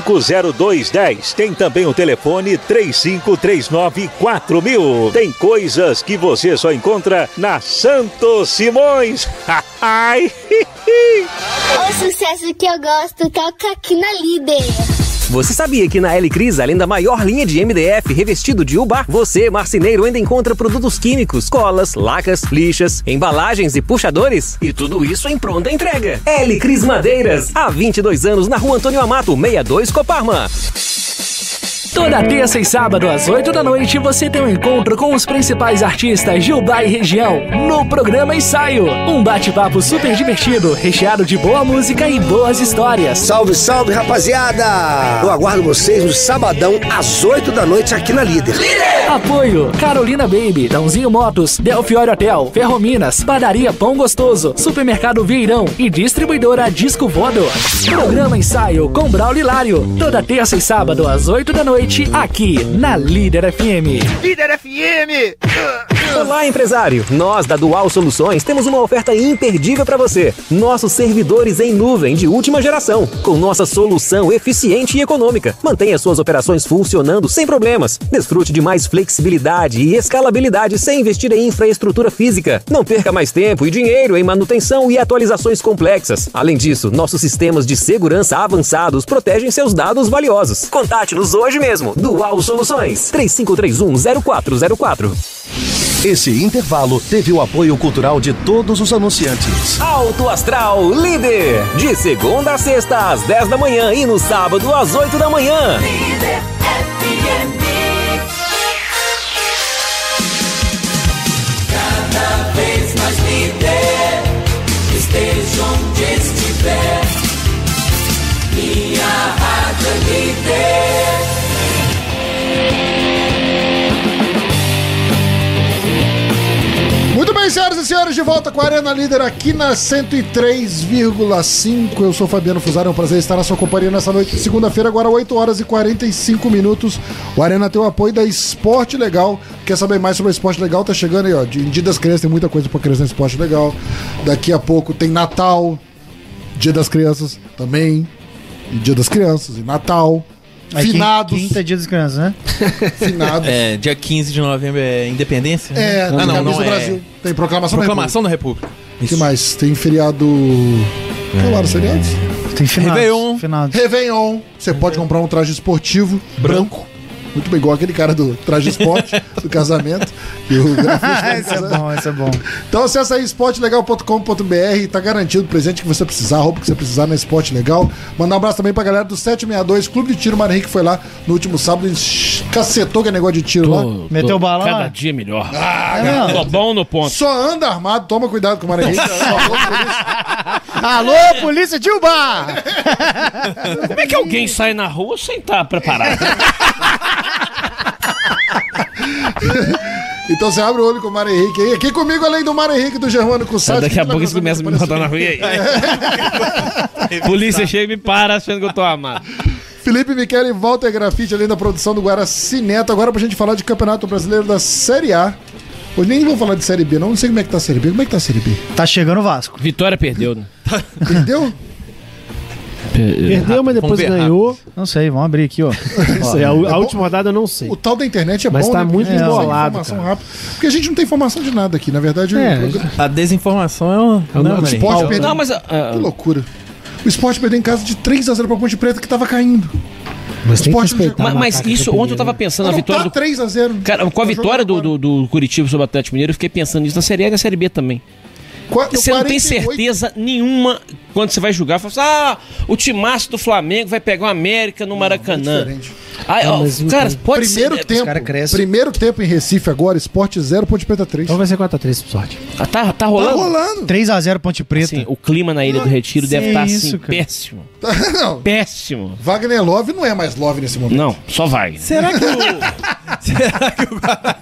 999250210. Tem também o telefone 35394000. Tem coisas que você só encontra na Santos Simões. Ai!
É.
O sucesso que eu gosto toca aqui na líder.
Você sabia que na L Cris, além da maior linha de MDF revestido de Ubar, você, marceneiro, ainda encontra produtos químicos, colas, lacas, lixas, embalagens e puxadores? E tudo isso em pronta entrega. L Cris Madeiras, há 22 anos na rua Antônio Amato, 62 Coparma.
Toda terça e sábado às 8 da noite você tem um encontro com os principais artistas de Ubá e região no programa Ensaio. Um bate-papo super divertido, recheado de boa música e boas histórias.
Salve, salve, rapaziada! Eu aguardo vocês no sabadão às 8 da noite aqui na Líder.
Apoio: Carolina Baby, Dãozinho Motos, Delfiore Hotel, Ferrominas, Padaria Pão Gostoso, Supermercado Vieirão e distribuidora Disco Voador. Programa Ensaio com Braulio Hilário. Toda terça e sábado às 8 da noite aqui na Líder FM.
Líder FM!
Olá, empresário! Nós da Dual Soluções temos uma oferta imperdível para você. Nossos servidores em nuvem de última geração, com nossa solução eficiente e econômica. Mantenha suas operações funcionando sem problemas. Desfrute de mais flexibilidade e escalabilidade sem investir em infraestrutura física. Não perca mais tempo e dinheiro em manutenção e atualizações complexas. Além disso, nossos sistemas de segurança avançados protegem seus dados valiosos. Contate-nos hoje mesmo. Dual Soluções 35310404.
Esse intervalo teve o apoio cultural de todos os anunciantes.
Alto Astral Líder. De segunda a sexta, às 10 da manhã e no sábado, às 8 da manhã.
Cada vez mais líder, esteja onde estiver. Minha rádio é líder.
Muito bem, senhoras e senhores, de volta com a Arena Líder aqui na 103,5. Eu sou Fabiano Fusaro, é um prazer estar na sua companhia nessa noite de segunda-feira, agora 8 horas e 45 minutos. O Arena tem o apoio da Esporte Legal. Quer saber mais sobre o Esporte Legal? Tá chegando aí, ó. de- Em Dia das Crianças tem muita coisa pra criança no Esporte Legal. Daqui a pouco tem Natal, Dia das Crianças também. E Dia das Crianças, e Natal.
Aí,
finados.
Quinta dia das crianças, né?
Finados.
É, dia 15 de novembro é independência?
É,
né? ah, não,
camisa
não
do
é...
Brasil. Tem proclamação da
Proclamação da República.
O que mais? Tem feriado. Claro, feriados?
Tem finados.
É. Réveillon.
Finados.
Réveillon. Você pode comprar um traje esportivo branco. Muito bem, igual aquele cara do traje esporte, do casamento. E o grafite.
Isso é bom, isso é bom.
Então acessa aí esportelegal.com.br, tá garantido o presente que você precisar, a roupa que você precisar na Esporte Legal. Mandar um abraço também pra galera do 762, Clube de Tiro Mário Henrique foi lá no último sábado e cacetou que é negócio de tiro lá.
Tô- Cada dia melhor.
Ah,
Tô
cara.
bom no ponto.
Só anda armado, toma cuidado com o Maranhense.
Alô, polícia de Ubá!
Como é que alguém sai na rua sem estar preparado?
então você abre o olho com o Mário Henrique. aí. aqui comigo, além do Mário Henrique e do Germânico Sá.
É, Daqui a pouco eles começam a me botar na rua e aí. Polícia chega e me para achando que eu tô amado.
Felipe Michele e Walter Grafite, além da produção do Guaracineto. Agora pra gente falar de Campeonato Brasileiro da Série A. Hoje nem vou falar de Série B, não. Não sei como é que tá a Série B. Como é que tá a Série B?
Tá chegando o Vasco.
Vitória perdeu, né?
Perdeu?
É,
É,
Perdeu, mas depois ganhou.
Não sei, vamos abrir aqui, ó.
sei, a- a última rodada eu não sei.
É O tal da internet é
Mas
bom,
tá
né?
muito
Porque a gente consegue
embolado,
informação
cara. É.
rápida. Porque a gente não tem informação de nada aqui. Na verdade, o programa-
A desinformação é um.
o
mas-
É, esporte
Pauta.
perdeu.
Não, mas. ah,
Que loucura. O esporte perdeu em casa de 3 a 0 pra Ponte Preta que tava caindo.
Mas
tem que respeitar
Mas,
o macaco
isso,
do
ontem eu tava
né?
Pinheiro.
pensando na
Não,
vitória
tá
do.
3 a Tá 0.
Cara, com a vitória do, do, do Curitiba sobre o Atlético Mineiro, eu fiquei pensando nisso na Série A e na Série B também.
Qua-
Você não tem
48.
certeza nenhuma quando você vai julgar. Fala assim, ah, o timaço do Flamengo vai pegar o América no Maracanã. Aí, ó, cara,
é
pode
primeiro
ser. né,
tempo, primeiro tempo em Recife agora, esporte 0, Ponte Preta 3. Então
vai ser 4 a 3 pro sorte.
Tá, tá rolando?
Tá rolando.
3x0 Ponte Preta.
Assim, o clima na Ilha do Retiro
que
deve estar
isso,
assim,
cara.
péssimo.
não.
Péssimo.
Wagner Love não é mais Love nesse momento.
Não, só Wagner.
Será que o. Será que o Gua-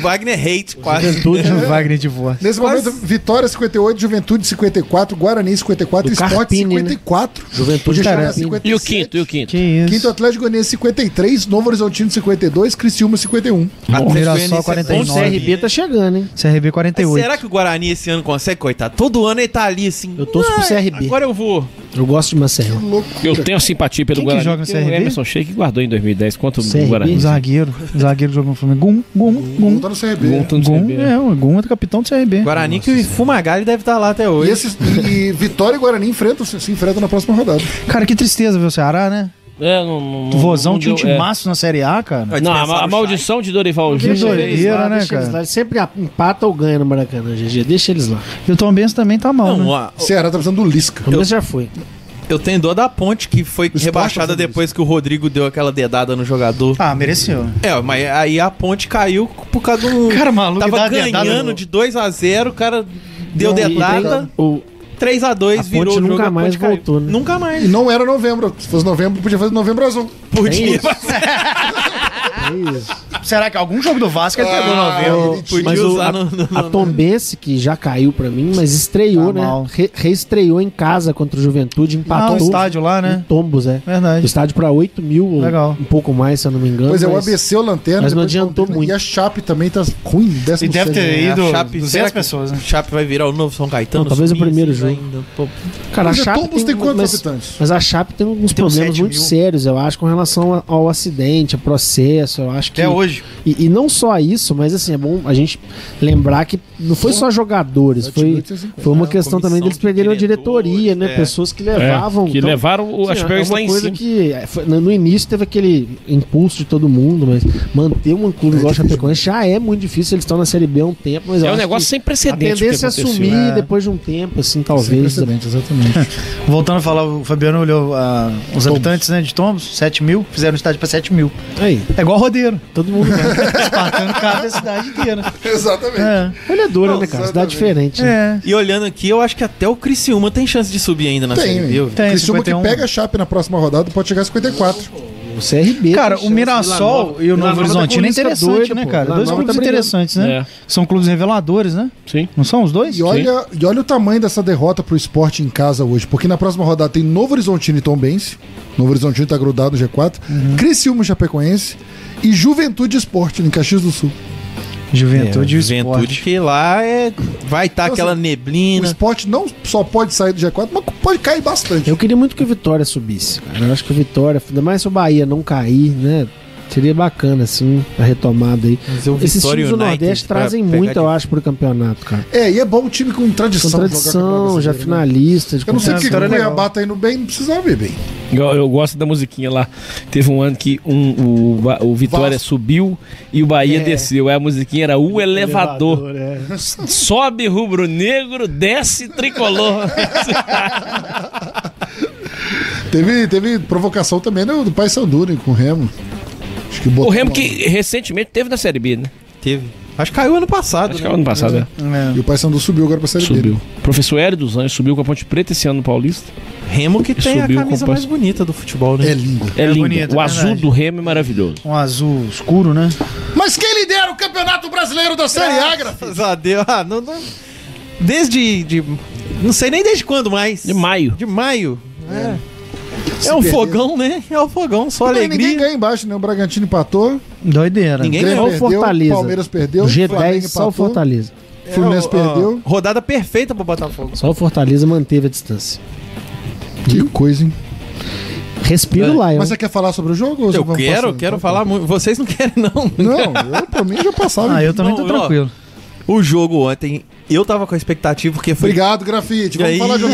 Wagner hate quase.
Juventude Wagner de voz.
Nesse momento, Vitória 58, Juventude 54, Guarani 54,
Do
Esporte
Carpini, né?
54.
Juventude
Podia chegar a
Carpini.
50.
E o quinto, e o quinto?
Quinto Atlético Goianiense 53, Novo Horizontino 52, Criciúma 51.
Atlético
Mirassol
Goianiense
49.
é bom, CRB
tá chegando, hein?
CRB
Mas
48.
Será que o Guarani esse ano consegue, coitado? Todo ano ele tá ali assim. Eu
torço pro CRB.
Agora eu vou.
Eu gosto de Marcelo.
Eu tenho simpatia pelo
Quem que
Guarani.
joga no
porque O
CRB?
Emerson Sheik guardou em 2010 quanto o
CRB?
Guarani.
Um zagueiro. Um zagueiro jogou no Flamengo. Gum, gum, gum.
tá no CRB. Gum
tá no
Gum,
CRB, né?
é, o Gum é do capitão do CRB.
Guarani que o Fumagalli deve estar lá até
E,
hoje.
esses, e Vitória e Guarani enfrentam, se se enfrentam na próxima rodada.
Cara, que tristeza ver o Ceará, né?
É, não, não,
Hum,
O Vozão tinha um
deu- é.
timaço na Série A, é cara.
Não, a, ma- a maldição de Dorival
Que
Júnior.
doideira,
Eles lá,
né,
deixa eles
cara?
lá.
Eles sempre a- empata ou ganha no Maracanã, GG. Deixa eles lá.
E o Tom Benz também tá mal, né?
Ceará tá precisando é do Lisca.
Tom Benz já foi.
Eu tenho dor da ponte que foi rebaixada
é
depois que o Rodrigo deu aquela dedada no jogador.
Ah, mereceu.
É, mas aí a ponte caiu por causa do.
Cara, maluco,
Tava
dá dedada
ganhando
no-
de 2 a 0 o cara deu
Não, e
dedada.
tem- o-
3 a 2 virou o jogo, a ponte caiu.
né?
Nunca mais.
E não era novembro. Se fosse novembro, podia fazer novembro azul.
Podia.
Será que algum jogo do Vasco ele pegou
Ah,
novembro?
ele
Mas o, a, a Tombense, que já caiu pra mim, mas estreou,
Tá
né? Re- reestreou em casa contra o Juventude, empatou.
Ah, o estádio lá, né?
Em tombos, é.
Verdade.
O estádio pra 8 mil, ou um pouco mais, se eu não me engano.
Pois é, o
mas-
ABC, o Lanterna.
Mas não
depois
adiantou
Londrina,
muito.
E a Chape também tá ruim, décimo sexto.
A Chape- será que a Chape vai virar o novo São Caetano?
Não, talvez o
Subir,
primeiro
assim,
jogo.
ainda, pô.
Cara, a
Mas é
Chape um
Tombos tem quantos habitantes?
Mas a Chape tem uns problemas muito sérios, eu acho, com relação a- ao acidente, a processo, eu acho que...
Até hoje.
E, e não só isso, mas assim, é bom a gente lembrar que não foi só jogadores, foi, foi uma questão também deles perderem a diretoria, né?
é.
Pessoas que levavam... então,
É, que levaram o- as pegas
é uma
lá em
coisa
cima.
que é, foi- no no início teve aquele impulso de todo mundo, mas manter um clube igual o Chapecoense já é muito difícil, eles estão na Série B há um tempo, mas eu
É um
acho
negócio
que
sem
A
precedente o que
tendência é
aconteceu.
sumir
É.
depois de um tempo, assim, talvez.
exatamente.
Voltando a falar, o Fabiano olhou ah, os habitantes né, de Tombos, 7 mil, fizeram um estádio pra 7 mil.
Aí.
É igual rodeiro.
Todo mundo
Espartando cada cidade inteira.
Exatamente.
É.
Olha dura, né, cara? Cidade diferente.
né?
E olhando aqui, eu acho que até o Criciúma tem chance de subir ainda na
Tem,
Série
né?
B. eu-
Tem, Criciúma que pega a Chape na próxima rodada pode chegar a 54.
O CRB.
tá
Cara, o Mirassol e o Novo Horizontino é interessante, né, cara? Dois
tá
clubes interessantes, né? São clubes reveladores, né?
Sim.
Não são os dois?
É. E olha, e olha o tamanho dessa derrota pro esporte em casa hoje. Porque na próxima rodada tem Novo Horizontino e Tombense. Novo Horizontino tá grudado no G4.
Uhum.
Criciúma e Chapecoense. E Juventude e Esporte em Caxias do Sul.
Juventude
é, Juventude que lá é vai estar
Então,
aquela
assim,
neblina.
O esporte não só pode sair do G4, mas pode cair bastante.
Eu queria muito que o Vitória subisse, cara. Eu acho que o Vitória, ainda mais se o Bahia não cair, né? Seria bacana, assim, a retomada aí.
Mas o
Esses
Vitória
times do
United
Nordeste
pra
trazem
pegar
muito,
de-
eu acho, pro campeonato, cara.
É, e é bom um time com tradição.
Com
jogar Campeonato
tradição, já
Brasileiro, né?
finalista. de é
Eu não sei
campeonato.
porque o Cuiabá tá indo bem, não precisava ver bem.
Eu, eu gosto da musiquinha lá. Teve um ano que um, o, Ba- o Vitória
Vasco.
subiu e o Bahia
É.
desceu. Aí a musiquinha era o elevador.
Elevador,
S- Sobe rubro-negro, desce tricolor.
Teve, teve provocação também né, do Pai Sanduni com o Remo. Acho que
o
botou
Remo
uma-
que recentemente teve na Série B, né?
Teve. Acho que caiu ano passado. né?
Acho que caiu ano passado, é.
E o Pai Sandu subiu agora pra série
Subiu.
B.
Professor Hélio dos Anjos subiu com a Ponte Preta esse ano no Paulista.
Remo que
E
tem a
subiu
camisa
com o
mais
Pas-
bonita do futebol, né?
É lindo.
É,
É
lindo.
bonito,
o
é
azul
verdade.
do Remo é maravilhoso.
Um azul escuro, né?
Mas quem lidera o Campeonato Brasileiro da Série A, Graf?
Graças a Deus. Ah, não- não- Desde. de- Não sei nem desde quando mais. De
maio.
De maio. É.
Se
É um
perder.
fogão, né? É um fogão, só
Não,
alegria.
Ninguém ganha embaixo, né? O Bragantino empatou.
Doideira.
Ninguém Grêmio ganhou. perdeu,
Fortaleza.
Palmeiras perdeu,
Do G10,
Flamengo
só o
empatou.
Fortaleza.
É,
Fluminense
ó,
perdeu.
Rodada perfeita pro Botafogo.
Só o Fortaleza manteve a distância.
Que coisa, hein?
Respira o Lion.
É. Mas você quer falar sobre o jogo? ou você
Eu
vai
quero,
passando?
quero falar muito. Vocês não querem, não.
Não, eu, pra mim já
Ah,
passava.
Não, Ah, eu- O jogo ontem, eu tava com a expectativa porque foi.
Obrigado, Grafite.
E
Vamos
aí?
falar de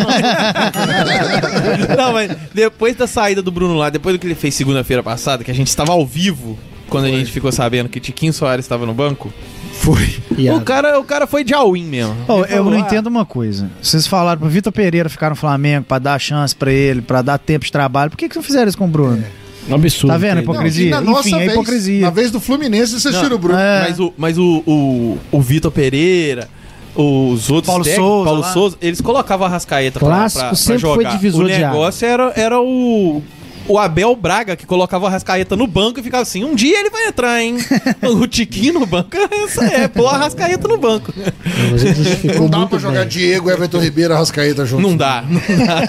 Não, mas depois da saída do Bruno lá, depois do que ele fez segunda-feira passada, que a gente estava ao vivo, quando a gente ficou sabendo que Tiquinho Soares estava no banco. Foi. O cara, o cara foi de all-in mesmo.
Ó, Oh,
Ele
eu
falou,
não
"Ah,
entendo uma coisa. Vocês falaram pro Vitor Pereira ficar no Flamengo pra dar chance pra ele, pra dar tempo de trabalho. Por que, que não fizeram isso com o Bruno?
É.
Um absurdo.
Tá vendo a
Não,
hipocrisia?
e na nossa
Enfim, é
vez,
hipocrisia.
Na vez do Fluminense, você
Não,
tira o Bruno.
É.
Mas o, mas o, o, o Vitor Pereira, os outros
Paulo
técnicos,
Souza
Paulo
lá.
Souza, eles colocavam a Rascaeta pra,
Clássico
pra- pra
sempre foi
jogar.
divisor
o
de águas.
negócio era, era o... O Abel Braga, que colocava a Rascaeta no banco e ficava assim, um dia ele vai entrar, hein? o Tiquinho no banco, essa é, pô, a Rascaeta no banco.
Não dá pra jogar Diego, Everton Ribeiro, Arrascaeta junto.
Não dá.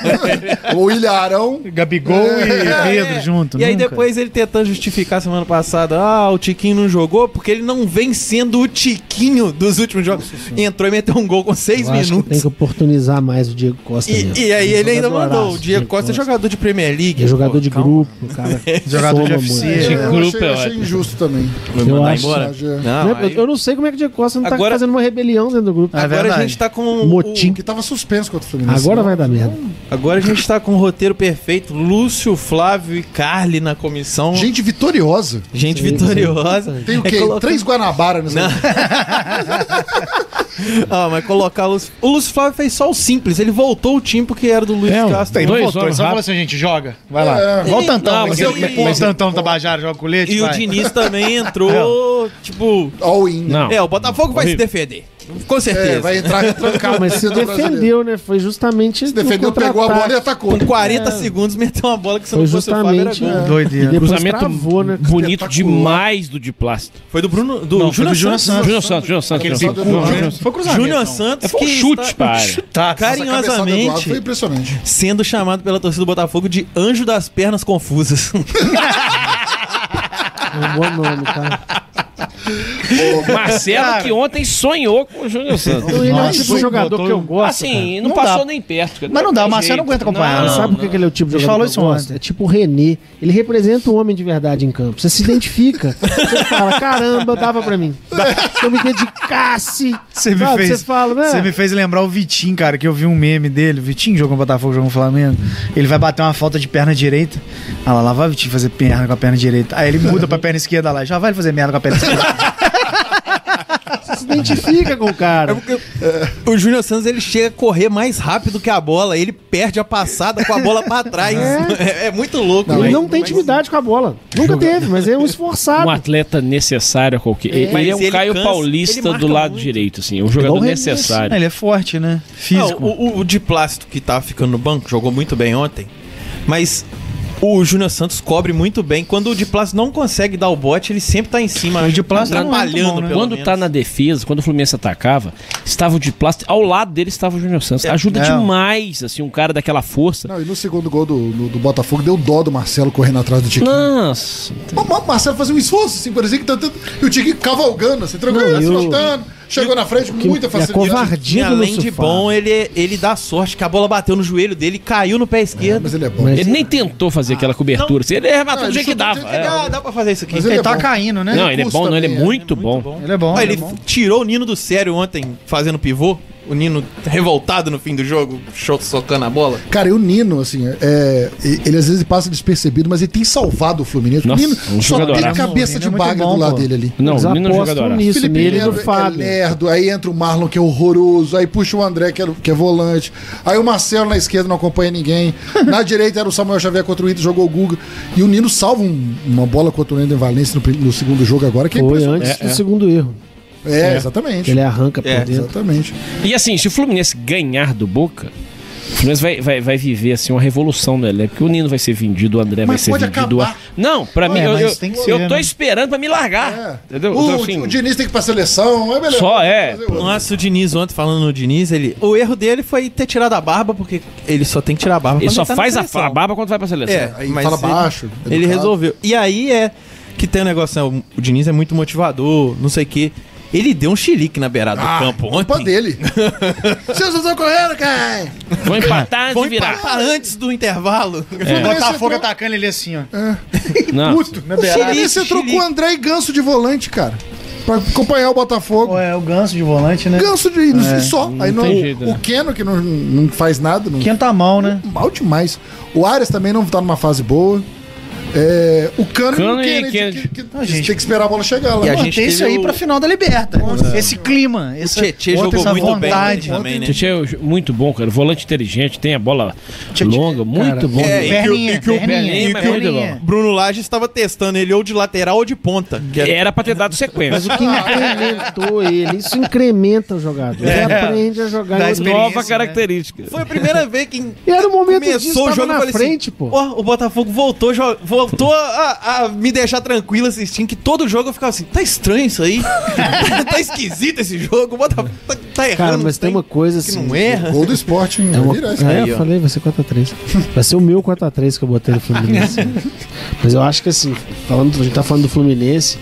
o Ilharão.
Gabigol
É,
e
é.
Pedro junto.
E aí
nunca.
depois ele tentando justificar semana passada, ah, o Tiquinho não jogou porque ele não vem sendo o Tiquinho dos últimos jogos. Entrou e meteu um gol com seis
Eu acho que
minutos.
tem que oportunizar mais o Diego Costa. mesmo.
E, e aí ele ainda
Jogadoraço,
mandou. O Diego Costa é jogador de Premier League.
É jogador
pô.
de grupo, cara.
Jogador de
soma
UFC.
muito.
é, eu achei, eu achei injusto também.
Eu
mandar
acho.
embora?
Não,
Não,
é-
aí-
Eu não sei como é que o Diego Costa não tá
Agora-
fazendo uma rebelião dentro do grupo.
Agora a gente tá com.
Motim.
que tava Tá suspenso contra o Fluminense.
Agora vai dar merda.
Agora a gente tá com o roteiro perfeito. Lúcio, Flávio e Carly na comissão. Gente vitoriosa. Gente
Sim,
vitoriosa. É
sim. Tem o quê? Três
Guanabara nessa. ah, mas colocar o Lúcio. O Lúcio Flávio fez só o simples. Ele voltou o time porque era do Luiz
É,
Castro.
Tem, não voltou. Ele só falou assim, gente, joga. Vai lá.
É.
Igual o Tantão.
Não,
né,
mas
que-
eu-
que- que- o Tantão Tabajara joga colete.
E o
vai. É.
Diniz também entrou, tipo.
All in.
Não.
É, o Botafogo vai se
Horrível.
defender. Com certeza.
Não, Mas se defendeu, né? Foi justamente. Se
defendeu, pegou a bola e atacou. Com 40
É.
segundos, meteu uma bola que se
Foi
não fosse o Fábio, era
justamente.
gol.
é.
Doideira.
E depois
Cruzamento
travou, né?
bonito demais do Diplácito.
Foi do Bruno.
Do
Júnior Santos.
Júnior Santos. Júnior Santos.
Aquele
Júnior
bico,
Santos.
né?
Júnior Santos.
Foi cruzamento, Júnior não. Santos
Foi um
que
chute Tá,
está-
para área.
Chutaço. carinhosamente foi impressionante. sendo chamado pela torcida do Botafogo de anjo das pernas confusas.
É Um bom nome, cara.
Marcelo, que ontem sonhou com o Júnior Santos.
Ele é o tipo de jogador que
um-
eu gosto.
Assim,
cara.
não, passou nem perto. cara.
Mas não dá,
tem
o Marcelo
jeito.
não aguenta acompanhar. sabe por que que ele é o tipo de
Ele
jogador
falou
que
isso
eu gosto?
ontem.
É tipo o René. Ele representa o É um homem de verdade em campo. Você se identifica. Você fala, caramba, dava pra mim. Se eu me dedicasse.
Você me,
sabe?
fez,
Você fala, né?
você me fez lembrar o Vitinho, cara, que eu vi um meme dele. O Vitinho jogou no Botafogo, jogou no Flamengo. Ele vai bater uma falta de perna direita. Ah lá, lá vai o Vitinho fazer perna com a perna direita. Aí ele muda pra perna esquerda lá. Já vai ele fazer merda com a perna esquerda.
Você se identifica com o
É
cara.
o Júnior Santos ele chega a correr mais rápido que a bola, ele perde a passada com a bola pra trás. É, é muito louco.
ele
né?
não tem intimidade com a bola. Nunca teve, mas é um
Um
esforçado.
atleta necessário a qualquer.
É.
Ele é
Mas
um
ele
Caio
cansa, ele
Paulista
marca
do lado direito, assim. É um jogador necessário.
Ele é forte, né? Físico.
Não, o, o, o de plástico que tá ficando no banco jogou muito bem ontem, mas o Júnior Santos cobre muito bem. Quando o de plástico não consegue dar o bote, ele sempre tá em cima. O de plástico
é
atrapalhando,
né?
pelo
Quando
menos.
tá na defesa, quando o Fluminense atacava, estava o de plástico. Ao lado dele estava o Júnior Santos. Ajuda
Não.
demais, assim, um cara daquela força.
Não, e no segundo gol do, do, do Botafogo deu dó do Marcelo correndo atrás do Tiquinho.
Nossa.
O Marcelo fazia um esforço, assim, por exemplo, tentando- e o Tiquinho cavalgando, assim,
Não, é
tranquilo,
e o-
levantando, chegou na frente com
é
muita facilidade.
E além de bom, ele, é, ele dá sorte que a bola bateu no joelho dele e caiu no pé esquerdo. mas ele é bom.
Ele nem tentou fazer aquela cobertura. assim, Ele arrematou
Não,
do
ele
jeito que
chutou
dava.
do jeito que dava, é. dá pra fazer isso aqui.
Mas ele Ele é tá bom. caindo, né?
Não,
Ele
ele é
custa
bom, não. Ele é
também, é.
muito bom.
Ele é bom,
Ah,
ele
ele
é bom.
tirou o Nino do sério ontem, fazendo pivô. O Nino revoltado no fim do jogo, cho- socando a bola.
Cara, e o Nino, assim, é, ele às vezes passa despercebido, mas ele tem salvado o Fluminense.
Nossa,
o Nino
um
só tem
jogadoraço.
cabeça
Não, o
de
Nino é muito
bagre
bom,
do lado
pô.
dele ali.
Não, o Nino é um jogadoraço.
nisso,
Felipe
Nele
Nero é
é lerdo, aí entra o Marlon, que é horroroso, aí puxa o André, que é, que é volante. Aí o Marcelo na esquerda não acompanha ninguém. Na direita era o Samuel Xavier contra o Inter, jogou o Guga. E o Nino salva um- uma bola contra o Nando em Valência no, prim- no segundo jogo agora, que é
Foi
impressionante.
antes do segundo erro.
É, exatamente.
Ele arranca por
É.
dentro.
Exatamente.
E assim, se o Fluminense ganhar do Boca, o Fluminense vai, vai, vai viver assim, uma revolução no elenco. Porque o Nino vai ser vendido, o André
Mas
vai
pode
ser vendido.
acabar.
o- Não, pra
É,
mim, eu,
mas
eu,
tem que
eu
ser,
tô
né? É.
esperando pra me largar. Entendeu?
O,
Então, assim,
o Diniz tem que ir pra seleção, é melhor.
Só é.
Nossa, o Um Diniz ontem, falando no Diniz, ele, o erro dele foi ter tirado a barba, porque ele só tem que tirar a barba
Ele
quando
só
tá na
faz a,
seleção.
a barba quando vai pra seleção.
É, mas ele-
é
Ele, resolveu. E aí é que tem um negócio, né, o- o Diniz é muito motivador, não sei o quê. Ele deu um chilique na beirada
Ah,
do campo ontem. Culpa
dele. Vocês estão correndo, cara!
Vou empatar É.
Vou empatar antes do intervalo.
O
É.
Botafogo atacando ele assim, ó. né?
Não.
Puto.
Na beirada.
Chile, é você
Chile.
trocou André e Ganso de volante, cara. Pra acompanhar o Botafogo.
É, o Ganso de volante, né?
Ganso de não sei
É,
só.
não
Aí não,
tem jeito,
o,
né?
o Keno, que não, não faz nada. Não,
Keno tá mal, né?
Mal demais. O Arias também não tá numa fase boa. É, o Cano,
Cano
e o
e
Kennedy,
Kennedy.
que, que- tem que esperar a bola chegar lá.
E gente tem isso aí pra final da Libertadores. Esse clima. Essa, ontem essa vontade.
né? Tietchan é jo- muito bom, cara. Volante inteligente, tem a bola longa, muito bom.
É, e que o-
Perninha,
e que o-
perninha,
e que
perninha.
o Bruno Lage estava testando ele ou de lateral ou de ponta. que
Era pra ter dado sequência.
Mas o que incrementou ele? Isso incrementa o jogador.
É.
Ele aprende a jogar né?
Dá
em outro-
nova característica.
Foi a primeira vez que
E era o momento disso,
começou o
tava
jogo eu
na
falei
frente,
assim, "Ó, o Botafogo voltou, jo- voltou a, a me deixar tranquilo assistindo, que todo jogo eu ficava assim, tá estranho isso aí, tá esquisito esse jogo, o Botafogo tá, tá errando.
Cara, mas tem uma coisa assim.
não erra.
Gol do esporte, hein?
É, uma...
Vai virar isso
é,
aí,
eu
ó.
falei, vai ser 4x3. Vai ser o meu 4x3 que eu botei no Fluminense. Mas eu acho que assim, falando, a gente tá falando do Fluminense,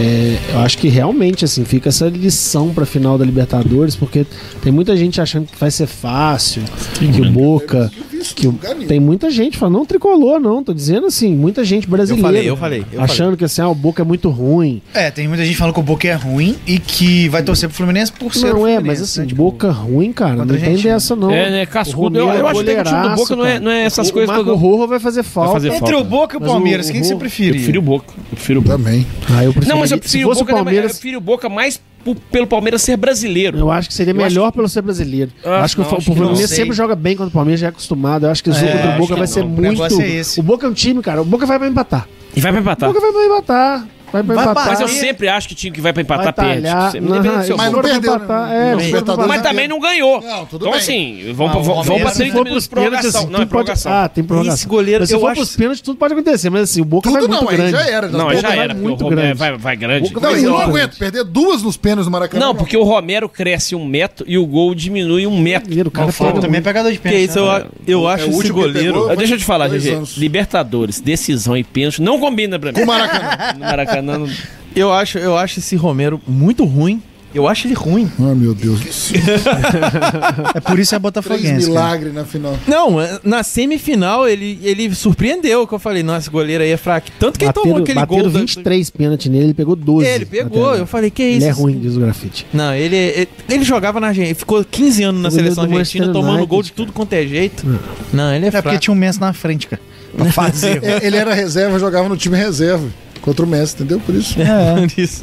é, eu acho que realmente assim, fica essa lição pra final
né?
da Libertadores, porque tem muita gente achando que vai ser fácil, que o Boca
isso.
Que tem muita gente falando, não tricolor, não. Tô dizendo assim, muita gente brasileira.
falei, eu falei, eu
achando
falei.
que assim, ah, o Boca é muito ruim.
É, tem muita gente falando que o Boca é ruim e que vai torcer pro Fluminense por ser.
Não é, mas assim, Boca ruim, cara, não tem dessa não.
É, né, cascudo.
O Romero
Eu- eu acho que tem que o time do
goleiraço,
Boca não é-
cara.
não é essas
o,
coisas
O Marco
todas.
Roja vai fazer falta.
fazer Entre falta. o Boca e o
Mas
Palmeiras, quem que você
Roja-
prefere? Eu prefiro o Boca. Eu prefiro o Boca.
Também.
Ah, eu prefiro
Não, mas eu
Se
prefiro o
fosse
Boca, né, mas eu
Palmeiras,
prefiro o Boca mais p- pelo Palmeiras ser brasileiro.
Eu acho que seria
Eu
melhor pelo ser brasileiro.
Ah,
acho que
não,
o, Fa-
acho
o
que não
Fluminense
sei.
sempre joga bem quando o Palmeiras já é acostumado. Eu acho que o jogo
É,
do
acho
Boca
que
vai
não.
ser
O
muito.
negócio é esse.
O Boca é um time, cara. O Boca vai pra empatar.
E vai pra empatar.
O Boca vai pra empatar. Vai pra empatar.
Mas eu sempre acho que time que vai pra
Vai
empatar perde.
talhar,
Sempre, independente do
aham,
seu
mas não
jogo.
perdeu, empatar, né? é, Não, não perdeu. perdeu.
mas também não ganhou. então,
bem.
assim, vamos,
Ah, o
pra- vamos
Palmeiras,
pra
se
30
for pros
minutos de
pênaltis, assim,
prorrogação.
tudo
Não, é
pode-
prorrogação.
Ah, tem prorrogação.
Esse goleiro,
Mas se
eu
for
acho...
pros pênaltis, tudo pode acontecer. Mas assim, o Boca vai muito grande.
Não,
O Boca
já
vai
era.
muito
porque o Romero
grande.
Vai, vai um grande.
Não, e não aguento. Perder duas nos pênaltis no Maracanã.
Não, porque o Romero cresce um metro e o gol diminui um metro.
O cara
também é pegador de
Que
pênalti.
isso, eu,
né?
eu
É
acho
o
esse
último que
goleiro.
pegou,
Ah, deixa eu te falar,
dois
GG.
anos.
Libertadores, decisão e pênalti não combina pra mim.
Com o
Maracanã. no Maracanã. não-
Eu acho, eu acho esse Romero muito ruim. Eu acho ele ruim.
Ah, meu Deus.
é por isso é
Três
botafoguense. cara.
milagre na final.
Não, é- na semifinal ele, ele surpreendeu, que eu falei, nossa, esse goleiro aí é fraco. Tanto que ele tomou
Bateram,
aquele
bateram
gol. da-
23 pênaltis nele, ele pegou 12.
Ele pegou,
Até-
eu falei, que
Ele
isso?
é ruim, diz o grafite.
Não, ele, ele, ele jogava na Argentina, ficou 15 anos na
Goleiro
seleção
do
argentina,
Manchester
tomando
United,
gol de tudo quanto é jeito. Não, ele é,
É
fraco.
porque tinha um Messi na frente, cara. Pra fazer.
É, ele era reserva, jogava no time reserva. Contra o Messi, entendeu? Por isso.
É.
Isso.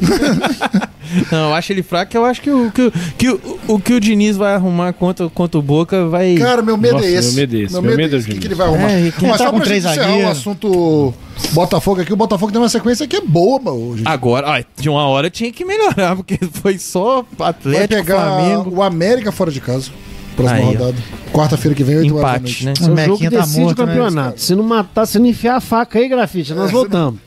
Não, eu acho ele fraco, eu acho que o que, o- que o, o que o Diniz vai arrumar contra, contra o Boca vai.
Cara, meu medo é esse. é esse. O que, que ele vai arrumar?
É, e quem
Mas
tá
só
com
pra
três
gente encerrar
zagueiros?
o assunto Botafogo aqui, o Botafogo tem uma sequência que é boa, mano. hoje.
Agora, ó, de uma hora tinha que melhorar, porque foi só
Vai
Atlético,
pegar
Flamengo.
o América fora de casa. Próxima
Aí, ó.
rodada. Quarta-feira que vem, 8 horas da noite.
Empate, né?
O É um jogo
tá
decide o
né?
campeonato. se não matar, se não enfiar a faca aí, grafite, nós
É,
voltamos.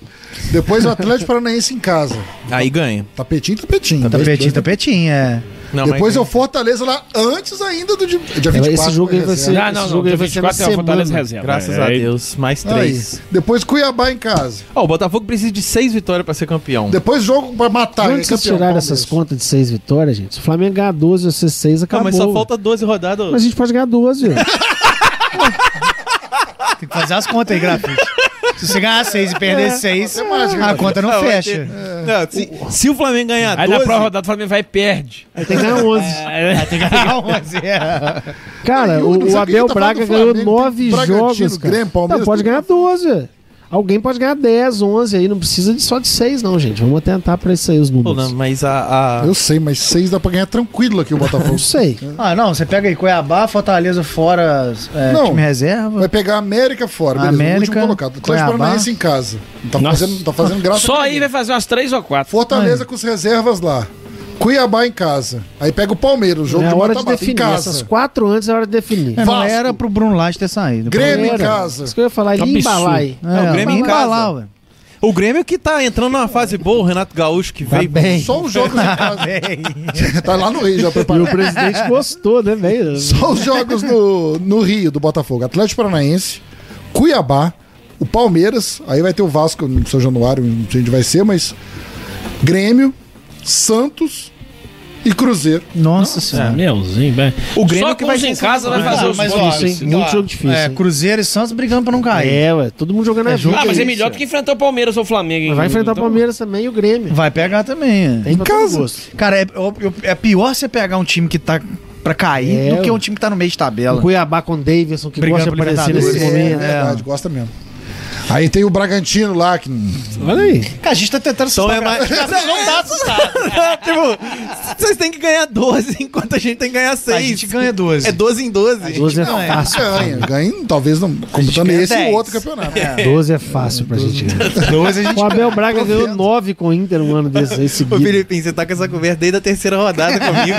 Depois o Atlético Paranaense em casa.
Aí ganha.
Tapetinho,
Tá
tapetinho. né?
Tapetinho, tapetinho, é.
Depois é o Fortaleza lá antes ainda do dia, dia 24.
esse jogo aí vai ser-
reserva.
Ah, não, esse não, jogo aí dia vai ser na 24 é o Fortaleza semana. reserva.
Graças
É,
a
aí-
Deus, mais
Aí,
três.
Depois Cuiabá em casa.
Ó, o Botafogo precisa de seis vitórias pra ser campeão.
Depois jogo pra matar.
De
né,
onde vocês
campeão,
tiraram
Palmeiras.
essas contas de 6 vitórias, gente? Se o Flamengo ganhar 12, você 6,
Não,
acabou.
mas só falta 12 rodadas.
Mas a gente pode ganhar 12. ué.
Tem que fazer as contas aí, grafite. Ah, Se você ganhar seis e perder
É.
seis,
Matemática,
a conta não,
Não, é vai
fecha.
ter-
É.
Não, se, se o Flamengo ganhar
Aí
12...
na próxima rodada o Flamengo vai e perde. É.
Aí tem que ganhar 11.
tem que ganhar 11, é.
Cara,
Não,
o, o
sabe quem
Abel
tá falando
Braga
do Flamengo?
ganhou
Tem
9
Bragantino,
jogos, cara.
Grêmio, Palmeiras,
não, pode
tudo.
ganhar 12. ué. Alguém pode ganhar 10, 11 aí. Não precisa de só de 6, não, gente. Vamos tentar pra isso aí os
Pô,
números.
não, mas a... a-
Eu sei, mas seis dá pra ganhar tranquilo aqui o Botafogo.
sei.
Ah, não, você pega aí Cuiabá, Fortaleza fora, é,
Não.
time reserva.
Vai pegar América fora, beleza. O último
América,
colocado. Atlético
Cuiabá.
Paranaense em casa. Tá fazendo, tá fazendo graça.
Só aí vai fazer umas três ou quatro.
Fortaleza com as reservas lá. Cuiabá em casa. Aí pega o Palmeiras, o jogo
é
de
hora de
mata-mata,
definir.
em casa.
Essas quatro antes é hora de definir.
É, não
Vasco.
era pro Bruno Lage ter saído.
Grêmio em
Era.
casa.
Isso que eu ia falar, ele ia embalar aí.
É,
o Grêmio em
embalar,
casa.
ué.
O Grêmio que tá entrando numa fase boa, o Renato Gaúcho que veio...
Tá bem.
Só os jogos em casa. tá lá no Rio já
E
preparado.
o presidente gostou, né, velho?
Só os jogos no, no Rio do Botafogo. Atlético Paranaense, Cuiabá, o Palmeiras, aí vai ter o Vasco no São Januário, não sei onde vai ser, mas Grêmio, Santos e Cruzeiro.
Nossa senhora.
Meuzinho, velho. O Grêmio
Só
que vai
com os
ser
em
em casa vai fazer os
mas,
gols.
ó,
Isso, hein?
sei
Muito
lá.
jogo difícil,
É,
hein?
Cruzeiro e Santos brigando pra não cair.
É, ué, todo mundo jogando
É
a
jogo
vida.
Ah, mas é melhor
isso,
do que enfrentar o Palmeiras ou o Flamengo, hein? Então,
Vai enfrentar o Palmeiras também e o Grêmio.
Vai pegar também.
Tem pra todo
gosto. Cara, é, eu- eu- é pior você pegar um time que tá pra cair
É,
do que
ué.
um time que tá no meio de
O
tabela.
Cuiabá com o Davidson, que
Brigando
gosta de
pro
aparecer
Libertadores.
nesse momento.
É, verdade, gosta mesmo. Aí tem o Bragantino lá. Que...
Olha aí.
Cara, a gente tá tentando
Então é mais...
Não tá assustado.
tipo, vocês têm que ganhar 12, enquanto a gente tem que ganhar 6.
A gente ganha 12.
É 12 em 12.
12 é
Não,
fácil.
ganha, ganha, talvez não, computando
ganha
esse e
10.
o outro campeonato.
12 é fácil pra gente ganhar.
12 a gente
O Abel Braga ganhou 9 com o Inter um ano desse aí
Ô,
seguido.
Filipinho, você tá com essa conversa desde a terceira rodada comigo.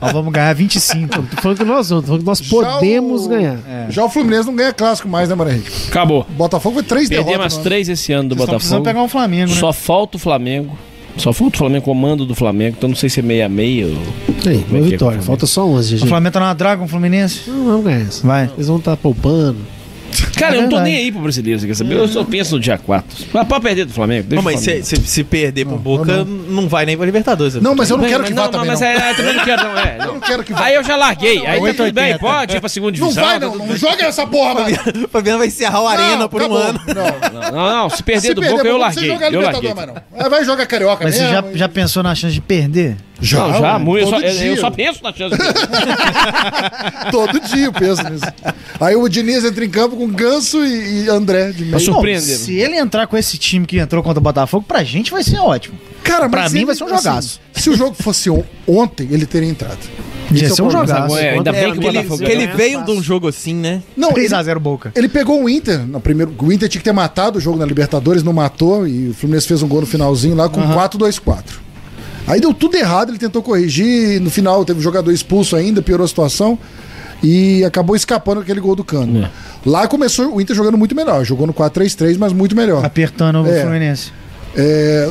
Nós vamos ganhar 25.
Tô falando que nós vamos, tô falando que nós podemos
o-
ganhar.
Já o Fluminense não ganha clássico mais, né, Maranhão?
Acabou.
Botafogo foi três
Perdemos
derrotas.
as
mano.
três esse ano do
né? Vocês tão precisando
Botafogo.
pegar um Flamengo, né?
Só falta o Flamengo. Só falta o Flamengo, comando do Flamengo. Então não sei se é meia a meia ou...
Sim, uma vitória. Falta só 11,
O
gente.
Flamengo tá na draga com o Fluminense?
Não vamos ganhar essa.
Vai.
Eles vão estar poupando.
Cara,
É
eu não tô
verdade.
nem aí pro brasileiro, quer saber? Eu só penso no dia 4. Mas pode perder do Flamengo. Deixa
Não, mas
o Flamengo.
se, se, se perder pro Boca, não, vai nem pra Libertadores. né?
Não, mas eu não Bem, quero mas que não, vá não, também,
Mas
mas não. é, eu também não quero, não. É,
Eu
não quero que vá. Aí eu já larguei. Aí tá tudo bem,
880.
pode ir pra segunda
Não
divisão.
vai,
tá
não,
tudo
não
bem.
Joga essa porra, mano.
Fabiano vai encerrar o Arena por um ano.
Não, não, se perder
Se
do
perder
Boca, eu
pro Boca,
larguei.
você joga
eu
Libertador,
larguei.
mas não. Aí É, Vai jogar carioca
Mas você
mesmo.
já, já pensou na chance de perder?
Já, Não, já, ué. muito. Eu só-
Todo
eu- eu
dia.
só penso na chance.
Todo dia eu penso nisso. Aí o Diniz entra em campo com Ganso e, e André de meio.
Não, Se ele entrar com esse time que entrou contra o Botafogo, pra gente vai ser ótimo.
Cara,
pra
mas
mim
ele-
vai ser um
assim,
jogaço.
se o jogo fosse on- ontem, ele teria entrado. Esse
Ia
é o
ser um
problema.
jogaço.
É, ainda bem que o Botafogo
ele
ganhou.
veio
de um jogo assim, né?
Não,
3x0 Boca.
Ele pegou o Inter no primeiro. O Inter tinha que ter matado o jogo na Libertadores, não matou, e o Fluminense fez um gol no finalzinho lá com 4-2-4. Aí deu tudo errado, ele tentou corrigir, no final teve um jogador expulso ainda, piorou a situação. E acabou escapando aquele gol do
É.
Cano. Lá começou o Inter jogando muito melhor. Jogou no 4-3-3, mas muito melhor.
Apertando o Fluminense.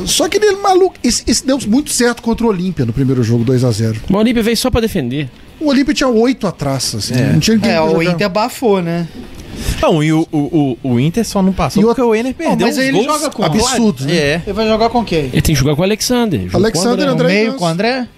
só que ele é maluco. Esse, esse deu muito certo contra o Olímpia no primeiro jogo, 2x0.
O Olímpia veio só pra defender.
O Olímpia tinha 8 atrás, assim. Não tinha ninguém
É,
pra
o
jogar.
Inter abafou, né?
Não, e o, o, o, o Inter só não passou porque o Ener perdeu
Não, mas
uns
aí ele
gols
joga com
absurdos, né? É.
Ele vai jogar com quem?
Ele tem que jogar com o Alexander. Joga com o
Alexander, André No meio,
Ganso.
com o André?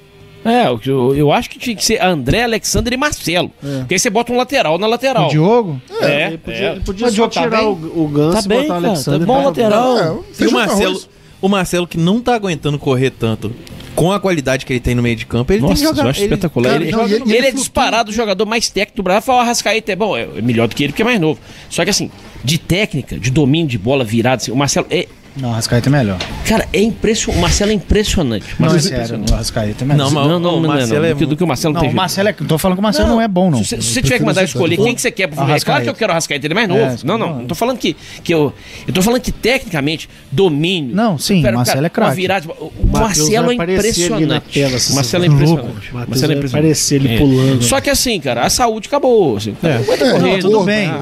É, o que eu, eu acho que tinha que ser André, Alexander e Marcelo. Porque aí você bota um lateral na lateral.
O Diogo?
É,
ele
é.
podia-
Ele podia
Mas
só
o Diogo tá
tirar
bem?
o, o Ganso
Tá
e
bem,
botar o
cara, tá
Alexandre.
bom lateral.
E o Marcelo, o Marcelo que não tá aguentando correr tanto, com a qualidade que ele tem no meio de campo, ele
Nossa,
tem que jogar.
eu acho
ele-
espetacular.
Cara,
ele,
não,
ele é disparado o jogador mais técnico do Brasil. Fala, o Arrascaeta é bom, é é melhor do que ele porque é mais novo. Só que assim, de técnica, de domínio de bola virada, assim, o Marcelo é.
Não, o Arrascaeta é melhor.
Cara, é impressionante. O Marcelo é impressionante. O
Não, é
Marcelo
sério,
impressionante.
o Arrascaeta é melhor.
Não, mas Não, o- não, o não, Marcelo não, é do que- do que o Marcelo
Não,
tem
o
jeito.
Marcelo é... Tô falando que o Marcelo não, é bom, não.
Se, se você tiver que mandar eu escolher quem que você quer pro Fluminense, é claro que eu quero o Arrascaeta, ele é mais novo.
É,
não, não, não tô falando que, que eu... Eu tô falando que tecnicamente, domínio...
Não, sim,
Pera,
o Marcelo
cara,
é craque.
uma virada- o- O
Matheus
Marcelo é
vai aparecer ali na
impressionante.
tela, se
O Marcelo é
você-
impressionante.
Louco.
O
Matheus
Marcelo é
vai aparecer ele pulando.
Só que assim, cara, a saúde acabou. Assim, é.
É, não, tudo bem.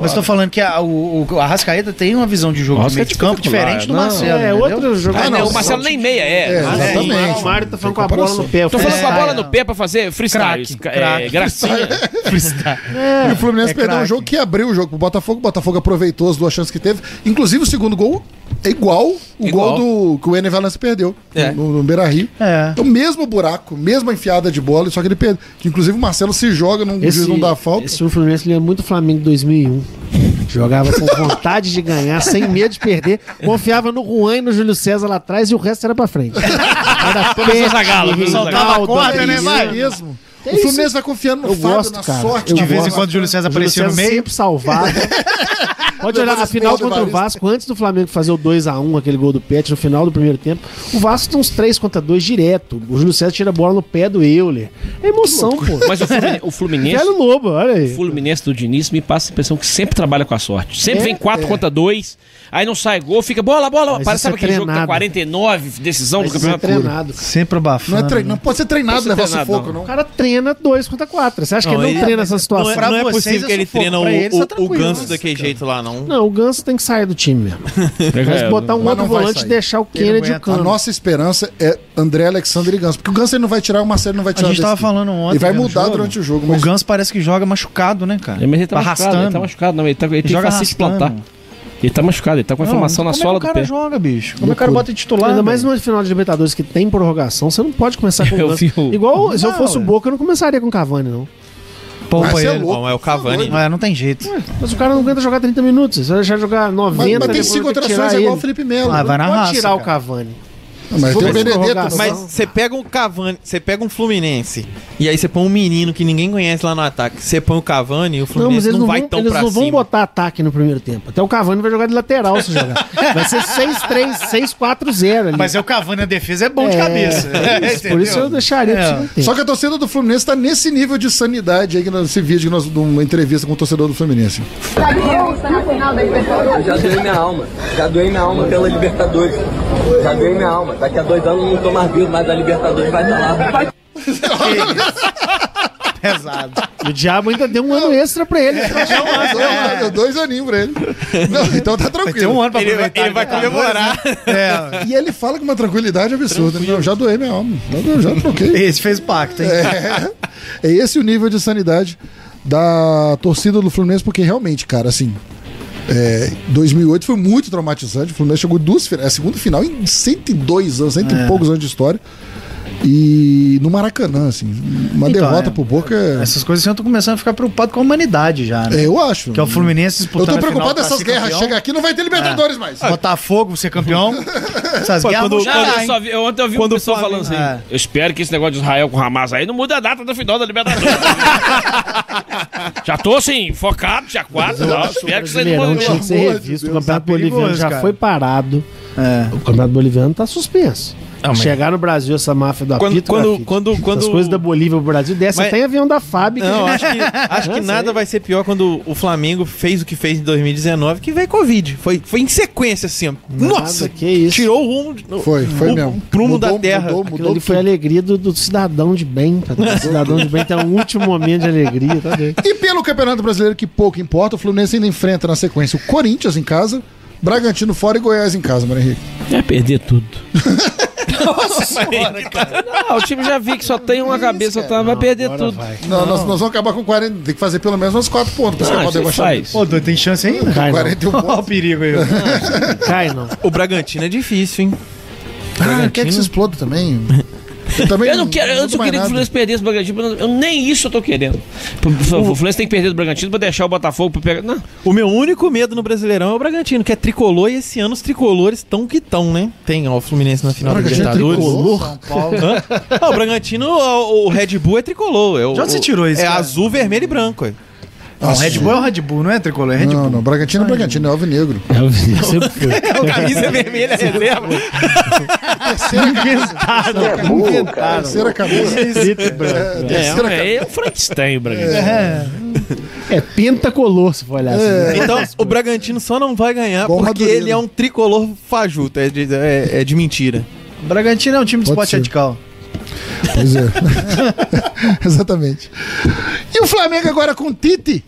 Mas tô falando que a, o, o Arrascaeta tem uma visão de jogo de meio de campo diferente do Marcelo.
É,
entendeu?
outro jogo.
Ah, não, o Marcelo nem meia, é.
É,
Ah,
exatamente.
sim.
O Mário tá falando com a bola no pé.
Tô falando com a
freestyle.
bola no pé pra fazer freestyle. isso, é,
craque.
gracinha.
e o Fluminense
é
perdeu um
craque.
jogo que abriu o jogo pro Botafogo. O Botafogo aproveitou as duas chances que teve. Inclusive, o segundo gol é igual o
Igual.
gol do que o Enem Valência perdeu
É.
no, no Beira Rio. É o mesmo buraco, mesma enfiada de bola, só que ele perdeu. Que, Inclusive, o Marcelo se joga, não,
Esse,
não dá falta.
esse Fluminense lembra muito o Flamengo 2001. Jogava com vontade de ganhar, sem medo de perder. Confiava no Juan e no Júlio César lá atrás e o resto era pra frente. Era
Começou Zagallo,
Pet,
começou Zagallo.
Ronaldo,
Soltava a corda, né,
Isso
vai? mesmo.
É
O
isso.
Fluminense vai confiando no
Eu
Fábio,
gosto,
na
cara.
sorte.
Eu
De vez em
gosto.
quando o Júlio César aparecia no meio.
sempre salvado. Pode olhar,
Levando
a
esse
final
pau de
contra o
Barista.
Vasco, antes do Flamengo fazer o 2x1, aquele gol do Pet no final do primeiro tempo, o Vasco tem uns 3 contra 2 direto. O Júlio César tira a bola no pé do Euler. É emoção, pô.
Mas o Fluminense, o Fluminense-
Velho Lobo, olha aí.
o Fluminense do Diniz me passa a impressão que sempre trabalha com a sorte. Sempre
É,
vem 4
é.
contra 2, aí não sai gol, fica bola, bola.
Mas
parece
isso
sabe
é
aquele jogo que tá
treinado.
49, decisão do
Mas isso é
campeonato.
treinado.
Sempre abafando.
Não, é trein... não pode ser treinado
Não
levar
pode ser treinado,
sufoco,
não.
não.
O cara treina 2 contra 4. Você acha que ele não treina essa situação?
Não é, não é possível que ele treina o, o- o Ganso daquele jeito lá, não.
Não, o Ganso tem que sair do time mesmo.
É,
É,
Mas botar um
Mas
outro
não vai
volante e
sair.
deixar o Kennedy e o
A
Cano.
nossa esperança é André, Alexander e Ganso. Porque o Ganso ele não vai tirar, o Marcelo não vai
A
tirar.
gente tava
desse-
falando ontem.
E vai
né, no
mudar durante o jogo. Mas...
O Ganso parece que joga machucado, né, cara?
É, mas ele tá machucado,
arrastando.
ele tá machucado, não, ele, tá, ele tem
Joga
que se
arrastando.
plantar. Ele tá machucado, ele tá com a
Não,
inflamação na
como é que
sola
o
do
cara
pé.
joga, bicho? Como é que o cara bota titular?
Ainda mais numa final de Libertadores que tem prorrogação, você não pode começar com o
Eu
Ganso.
vi o-
Igual se eu
Não,
fosse o
é.
Boca, eu não começaria com o Cavani, não.
Poupa
Mas é
ele.
louco, Não, é o Cavani.
Não, é, não tem jeito.
Mas o cara não aguenta jogar 30 minutos. Você vai deixar jogar 90
Mas- mas tem
depois
cinco
vai ter que
alterações,
tirar
é igual
ele.
o Felipe Melo.
Ah, vai na
Não pode
raça,
tirar
cara.
o
Cavani.
Não, mas
Se
tem o
fosse
Benedetto.
prorrogação-
Mas você pega um Cavani, você pega um Fluminense e aí você põe um menino que ninguém conhece lá no ataque. Você põe o Cavani
Não,
e o
mas
Fluminense
eles
não,
não,
vai
vão,
tão
eles
pra
não vão
cima.
botar ataque no primeiro tempo. Até o Cavani vai jogar de lateral se jogar. Vai ser 6-3, 6-4-0 ali.
Mas é o Cavani na defesa é bom de
É,
cabeça. É.
é isso. É. Por isso eu deixaria pro segundo tempo.
Só que a torcida do Fluminense tá nesse nível de sanidade aí que nesse vídeo que nós de uma entrevista com o torcedor do Fluminense.
Eu já doei minha alma. Já doei minha alma pela Libertadores. Já doei minha alma. Daqui a dois anos eu não tô mais vivo, mas a Libertadores vai estar lá. Vai
Pesado.
O diabo ainda deu um ano extra pra ele.
É,
É.
Deu, deu dois aninhos pra ele. Não, então tá tranquilo. É,
ter um ano pra
Ele- aproveitar, ele vai
tá?
né? comemorar.
E ele fala com uma tranquilidade absurda. Não, já doei minha alma. Eu já troquei.
Esse fez pacto, hein?
É, é esse o nível de sanidade da torcida do Fluminense, porque realmente, cara, assim. É, 2008 foi muito traumatizante. O Fluminense chegou duas finais, a segunda final em 102 anos, cento
É.
e poucos anos de história. E no Maracanã, assim, uma
Então,
derrota
é,
pro Boca.
Essas coisas assim, eu tô começando a ficar preocupado com a humanidade já, né?
Eu acho.
Que é o Fluminense
Eu
disputando
tô
a final
preocupado
pra
essas
ser
guerras.
campeão. É.
Chega aqui, não vai ter Libertadores mais.
Botafogo ser É campeão. Essas
Pô,
guerras
quando-
vão chegar,
quando eu
hein?
só vi- eu- ontem eu vi um pessoal falando assim: eu espero que esse negócio de Israel com Hamas aí não mude a data da final da Libertadores. já tô assim, focado, dia 4, não, espero que isso aí não
Brasileirão tinha que ser
mude.
revisto. O Campeonato
tá perigoso,
Boliviano já
cara.
foi parado.
É.
O Campeonato Boliviano tá suspenso.
Ah, mas-
Chegar no Brasil essa máfia do
Quando-
apito.
quando-
grafite.
quando-
Essas
quando-
coisas da Bolívia pro Brasil desce
Mas-
até em avião da né? FAB.
Não, acho que, acho que
Nossa,
nada vai ser pior quando o Flamengo fez o que fez em 2019, que veio Covid. Foi, foi em sequência, assim. ó. Nossa,
que é isso.
Tirou o rumo. de-
Foi, foi
o,
mesmo.
O prumo
Mudou-
da terra.
Mudou, mudou ali foi a alegria do, do cidadão de bem. tá? O cidadão de bem tem um último momento de alegria. Tá bem.
E pelo Campeonato Brasileiro, que pouco importa, o Fluminense ainda enfrenta na sequência o Corinthians em casa, Bragantino fora e Goiás em casa, Mário Henrique.
É perder tudo.
Nossa senhora,
Não, o time já vi que só tem uma cabeça, tá, vai perder tudo.
Não, Nós, nós vamos acabar com 40. Tem que fazer pelo menos uns 4 pontos pra
Ah,
Não,
escapar do
isso
rebaixamento.
Ah, faz.
Pô, doido, tem chance ainda?
Cai, não. 41
Olha o perigo aí. ó.
Cai, não.
O Bragantino é difícil, hein?
Ah, quer que se exploda também? Eu, também
eu não quero, antes eu
mais
queria que o
nada.
Fluminense perdesse o Bragantino, mas eu nem isso eu tô querendo. O, o Fluminense tem que perder do Bragantino pra deixar o Botafogo pra pegar. Não.
O meu único medo no Brasileirão é o Bragantino, que é tricolor e esse ano os tricolores estão que estão, né? Tem ó, o Fluminense na final da
Bragantino é
Libertadores.
tricolor? São Paulo.
Hã? Ah, o Bragantino, o, o Red Bull é tricolor. É o,
De onde você tirou isso,
É
cara?
azul, vermelho e branco. é.
Não, o Red Bull é o Red Bull, não é tricolor, é Red
Não,
Bull.
não, Bragantino é Bragantino, é Alvinegro.
É Alvinegro, sempre foi.
É o camisa vermelha é reserva.
Terceira cabeça. Inventaram. Terceira cabeça. É, terceira
É, é, é o Frankenstein, o Bragantino.
É.
É pentacolor, se for olhar
É.
assim. né?
Então, o Bragantino só não vai ganhar
Bom
porque
Madureira.
ele é um tricolor fajuto, é de, é- é de mentira.
O Bragantino é um time de
Pode
esporte
ser.
radical.
Pois é. Exatamente. E o Flamengo agora com o Tite?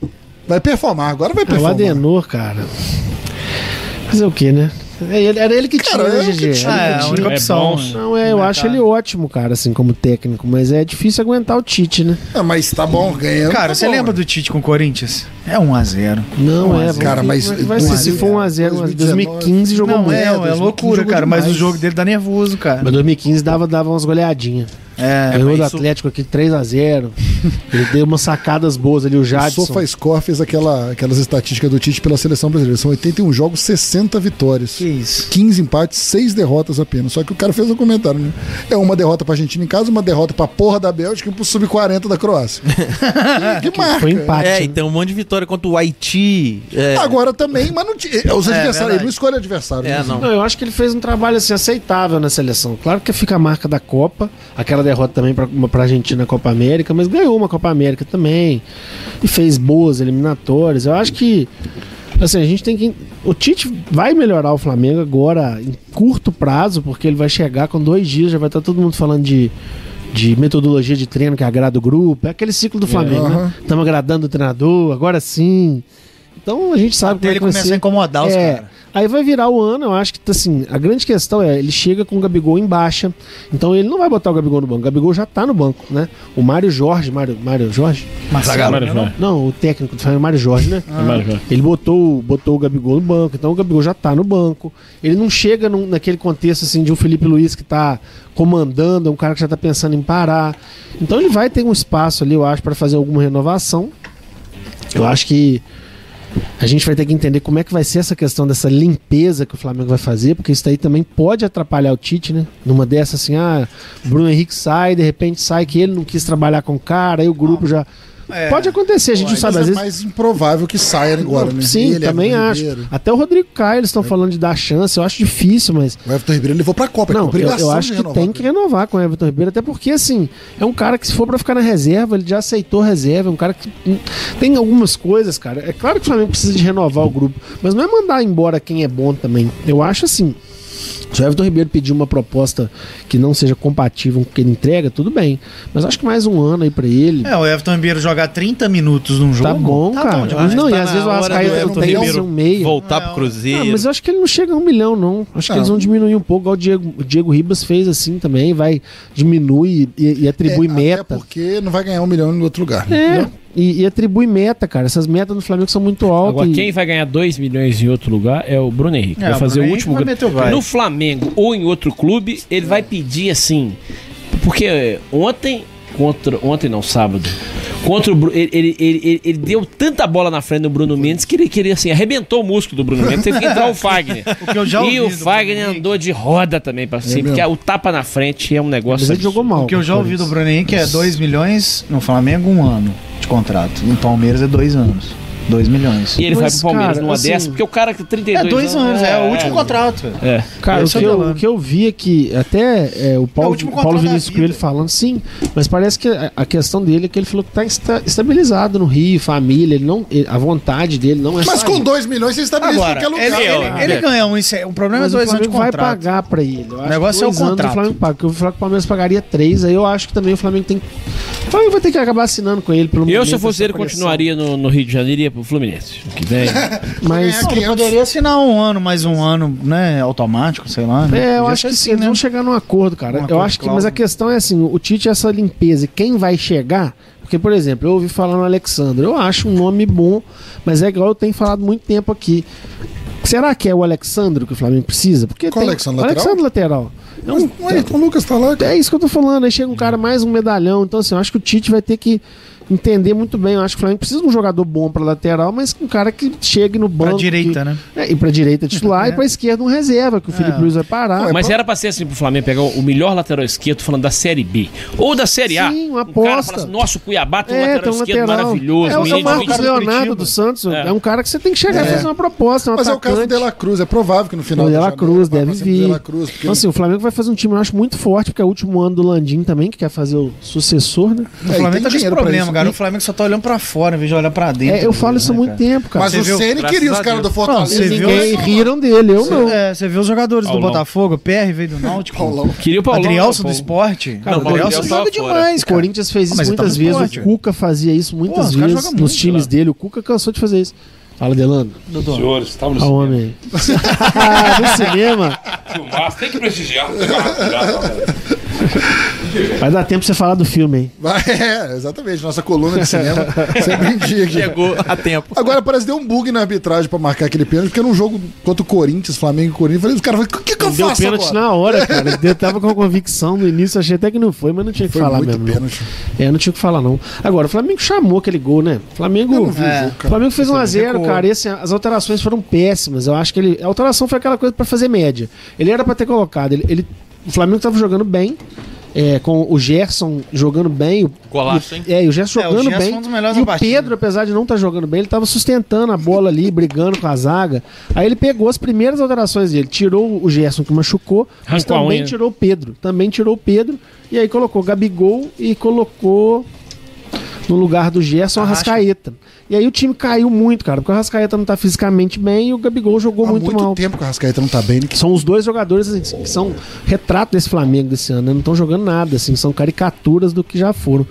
Vai performar, agora vai
É o
performar.
Adenor, cara. Fazer o quê, né? É ele- Era ele que tinha,
Cara,
né,
é ele que
GG?
tinha.
Era ele que
É, a
tinha.
única opção, né?
Não, é, eu acho ele ótimo, cara, assim, como técnico, mas é difícil aguentar o Tite, né?
Ah, mas tá bom,
É,
ganhando.
Cara, você lembra do Tite com o Corinthians? É 1x0.
Não,
Um a zero.
é, vamos ver como é que vai ser. se for 1x0, 2015 jogou
Não,
muito.
é, é loucura, cara, mas o jogo dele dá nervoso, cara.
Mas 2015 dava, dava umas goleadinhas.
É,
Ganhou
mas
do
isso-
Atlético aqui 3x0. Ele deu umas sacadas boas ali, o
O
Jadson.
SofaScore fez aquela, aquelas estatísticas do Tite pela seleção brasileira. São 81 jogos, 60 vitórias. Que
isso?
15 empates, 6 derrotas apenas. Só que o cara fez um comentário, né? É uma derrota pra Argentina em casa, uma derrota pra porra da Bélgica e pro sub-40 da Croácia. que, que marca.
É, e tem um monte de vitória contra o Haiti. é.
Agora também, mas não ti- os
É,
adversários, ele
verdade.
não escolhe adversário. né?
É, Não, eu acho que ele fez um trabalho assim, aceitável na seleção. Claro que fica a marca da Copa, aquela derrota também pra, pra Argentina na Copa América, mas ganhou uma Copa América também. E fez boas eliminatórias. Eu acho que. Assim, a gente tem que. O Tite vai melhorar o Flamengo agora em curto prazo, porque ele vai chegar com dois dias, já vai estar todo mundo falando de. De metodologia de treino que agrada o grupo. É aquele ciclo do Flamengo,
aham.
né? Estamos agradando o treinador, agora sim. Então a gente sabe
Até ele começa a incomodar os
é,
caras.
Aí vai virar o ano, eu acho que assim, a grande questão é, ele chega com o Gabigol em baixa. Então ele não vai botar o Gabigol no banco. O Gabigol já tá no banco, né? O Mário Jorge, Mário, Mário Jorge?
Marcelo, Zagallo. Mário Jorge.
Não, o técnico do Flamengo, Mário Jorge, né?
Ah. É Mário Jorge.
Ele botou, botou o Gabigol no banco, então o Gabigol já tá no banco. Ele não chega num- naquele contexto assim de um Felipe Luiz que tá comandando, é um cara que já tá pensando em parar. Então ele vai ter um espaço ali, eu acho, para fazer alguma renovação. Eu acho que a gente vai ter que entender como é que vai ser essa questão dessa limpeza que o Flamengo vai fazer, porque isso daí também pode atrapalhar o Tite, né? Numa dessa assim, ah, Bruno Henrique sai, de repente sai que ele não quis trabalhar com o cara, aí o grupo já.
É.
Pode acontecer, a gente não
Mas
sabe,
é
às vezes.
mais improvável que saia agora, né?
Sim,
Ele,
também
Everton
acho.
Ribeiro.
Até o Rodrigo Caio, eles estão falando de dar chance, eu acho difícil, mas.
O Everton Ribeiro levou pra Copa, é
não, eu,
obrigação
eu acho
de
que
renovar né?
tem que renovar com o Everton Ribeiro, até porque, assim, é um cara que se for pra ficar na reserva, ele já aceitou reserva, é um cara que. hum, Tem algumas coisas, cara. É claro que o Flamengo precisa de renovar o grupo, mas não é mandar embora quem é bom também. Eu acho assim. Se o Everton Ribeiro pedir uma proposta que não seja compatível com o que ele entrega, tudo bem. Mas acho que mais um ano aí pra ele.
É, o Everton Ribeiro jogar 30 minutos num jogo.
Tá bom, cara.
demais.
não, e
Tá
às
na
vezes o
hora do
Arrascaeta
Everton
tem que
Ribeiro
ser um meio.
Voltar pro Cruzeiro.
Ah, mas eu acho que ele não chega a um milhão, não. Acho que eles vão diminuir um pouco, igual o Diego, o Diego Ribas fez assim também, vai, diminui e, e atribui
É, até
meta.
Porque não vai ganhar um milhão em outro lugar.
É,
né?
E, e atribui meta, cara. Essas metas no Flamengo são muito altas.
Agora,
e-
quem vai ganhar 2 milhões em outro lugar é o Bruno Henrique.
É,
vai
o
fazer
Bruno
o
Henrique
último.
vai
gra-
meter o vai.
No Flamengo ou em outro clube, ele vai pedir assim. Porque é, ontem. Contra, ontem não, sábado. Contra o Bru- ele, ele, ele, ele- ele deu tanta bola na frente do Bruno Mendes que ele queria assim, arrebentou o músculo do Bruno Mendes, teve que entrar o Fagner.
O que eu já ouvi
e o
do Bruno
Fagner andou de roda também pra cima,
É mesmo.
porque o tapa na frente é um negócio.
Mas ele
absurdo.
jogou O que eu já ouvi do Bruno Henrique é 2 milhões no Flamengo, um ano de contrato. No Palmeiras é dois anos. 2 milhões.
E ele vai pro Palmeiras numa
assim,
dessa, porque o cara que 32
É dois anos, é, o último contrato.
É.
Cara, o
Esse
que,
é o
eu,
plano.
o que eu vi é que até é, o Paulo,
último contrato
Paulo
da
Vinícius Coelho falando sim, mas parece que a, a questão dele é que ele falou que tá esta- estabilizado no Rio, família, ele não, ele- a vontade dele não é
Mas
sair.
com 2 milhões você estabiliza
Agora,
qualquer lugar.
ele-
né?
Ele ganha um, isso é- o problema é
Mas o
dois anos de
Flamengo vai
contrato.
pagar pra ele. Eu acho
O negócio
que
é o
dois anos
contrato.
O Flamengo paga, porque eu falo que o Palmeiras pagaria três, aí eu acho que também o Flamengo tem. O Flamengo vai ter que acabar assinando com ele pelo
Eu,
momento,
se eu fosse
essa
ele,
pressão.
continuaria no, no Rio de Janeiro e ia pro Fluminense. Que vem.
Mas
Não, ele poderia assinar um ano, mais um ano, né? Automático, sei lá. né?
É, eu
Podia
acho
ser
que sim, eles vão chegar num acordo, cara.
Um
eu
acordo,
acho que,
claro.
mas a questão é assim, o Tite é essa limpeza, e quem vai chegar? Porque, por exemplo, eu ouvi falar no Alexandre, eu acho um nome bom, mas é igual eu tenho falado muito tempo aqui. Será que é o Alexandre que o Flamengo precisa? Porque
Qual
tem-
Alexandre, lateral?
Alexandre lateral. É um-
o Lucas tá lá.
É isso que eu tô falando. Aí chega um cara mais um medalhão. Então, assim, eu acho que o Tite vai ter que entender muito bem. Eu acho que o Flamengo precisa de um jogador bom pra lateral, mas um cara que chegue no banco.
direita,
que-
né?
É, e pra direita titular e pra esquerda um reserva, que o Felipe Luiz vai parar.
Mas era pra ser assim pro Flamengo pegar o melhor lateral esquerdo falando da Série B. Ou da Série A.
Sim, uma
Um cara
aposta.
fala assim, nossa, o Cuiabá tem um
É,
lateral
tem um
esquerdo
lateral. É,
maravilhoso.
o- é o
menino de
Marcos
20
Leonardo dos Santos. É. um cara que você tem que chegar e
É.
fazer uma proposta. Um
Mas é o
atacante.
caso do De La Cruz, é provável que no final.
O De La
de
Cruz
janeiro
deve
vai pra cima do
vir.
De La Cruz, porque-
Então, assim, o Flamengo vai fazer um time, eu acho, muito forte, porque é o último ano do Landim também, que quer fazer o sucessor, né?
É,
O Flamengo tá com esse problema, cara. O Flamengo só tá olhando pra fora, em vez de olhar pra dentro.
É, eu falo isso há muito tempo, cara. Você viu? Graças a Deus. Não, você viu? Ninguém riram dele, eu não.
É, você viu os jogadores do
Paulão.
Botafogo, o PR veio do Náutico.
Queria o Paulão.
Adrielson do
Paulo.
esporte.
Cara,
Cara,
o Paulo
Adrielson
Adrielson
joga
tá fora.
demais, Ah,
O Corinthians fez isso
tá
muitas vezes, o Cuca fazia isso muitas
os caras
vezes
jogam
nos
muito, né?
times
lá.
dele. O Cuca cansou de fazer isso. Fala, Delano.
Doutor. Senhores, estamos
Ah,
no
homem. Ah, no cinema.
Mas tem que prestigiar.
Vai dar tempo pra você falar do filme, hein?
Vai, É, exatamente. Nossa coluna de cinema sempre indica.
Chegou
a tempo.
Agora parece que deu um bug na arbitragem pra marcar aquele pênalti, porque num jogo contra o Corinthians, Flamengo e Corinthians, eu falei, os caras falam, o que, que eu
Ele deu
faço
pênalti
agora?
na hora, cara. Eu tava com a convicção no início, achei até que não foi, mas não tinha que
Foi
falar
muito
mesmo. não. É, não tinha o que falar, não. Agora, o Flamengo chamou aquele gol, né? O
Eu
Flamengo.
não vi o
É.
jogo, cara.
O Flamengo fez
Você
1 a
me
0
recuou.
cara. E assim, as alterações foram péssimas. Eu acho que ele. A alteração foi aquela coisa pra fazer média. Ele era pra ter colocado. Ele, ele- o Flamengo tava jogando bem. é, com o Gerson jogando bem. O,
Golaço, hein?
É, e o Gerson
É, o
jogando
Gerson
bem.
é um dos melhores
e
da
o
partida.
Pedro, apesar de não estar jogando bem, ele tava sustentando a bola ali, brigando com a zaga. Aí ele pegou as primeiras alterações dele. Tirou o Gerson, que machucou. Mas
Arrancou a
também
unha.
tirou o Pedro. Também tirou o Pedro. E aí colocou o Gabigol e colocou no lugar do Gerson a Rascaeta. E aí o time caiu muito, cara, porque o Rascaeta não tá fisicamente bem e o Gabigol jogou
Tá
muito, mal.
tempo que o Rascaeta não tá bem, né?
São os dois jogadores assim, que são retrato desse Flamengo desse ano, né? não estão jogando nada, assim, são caricaturas do que já foram.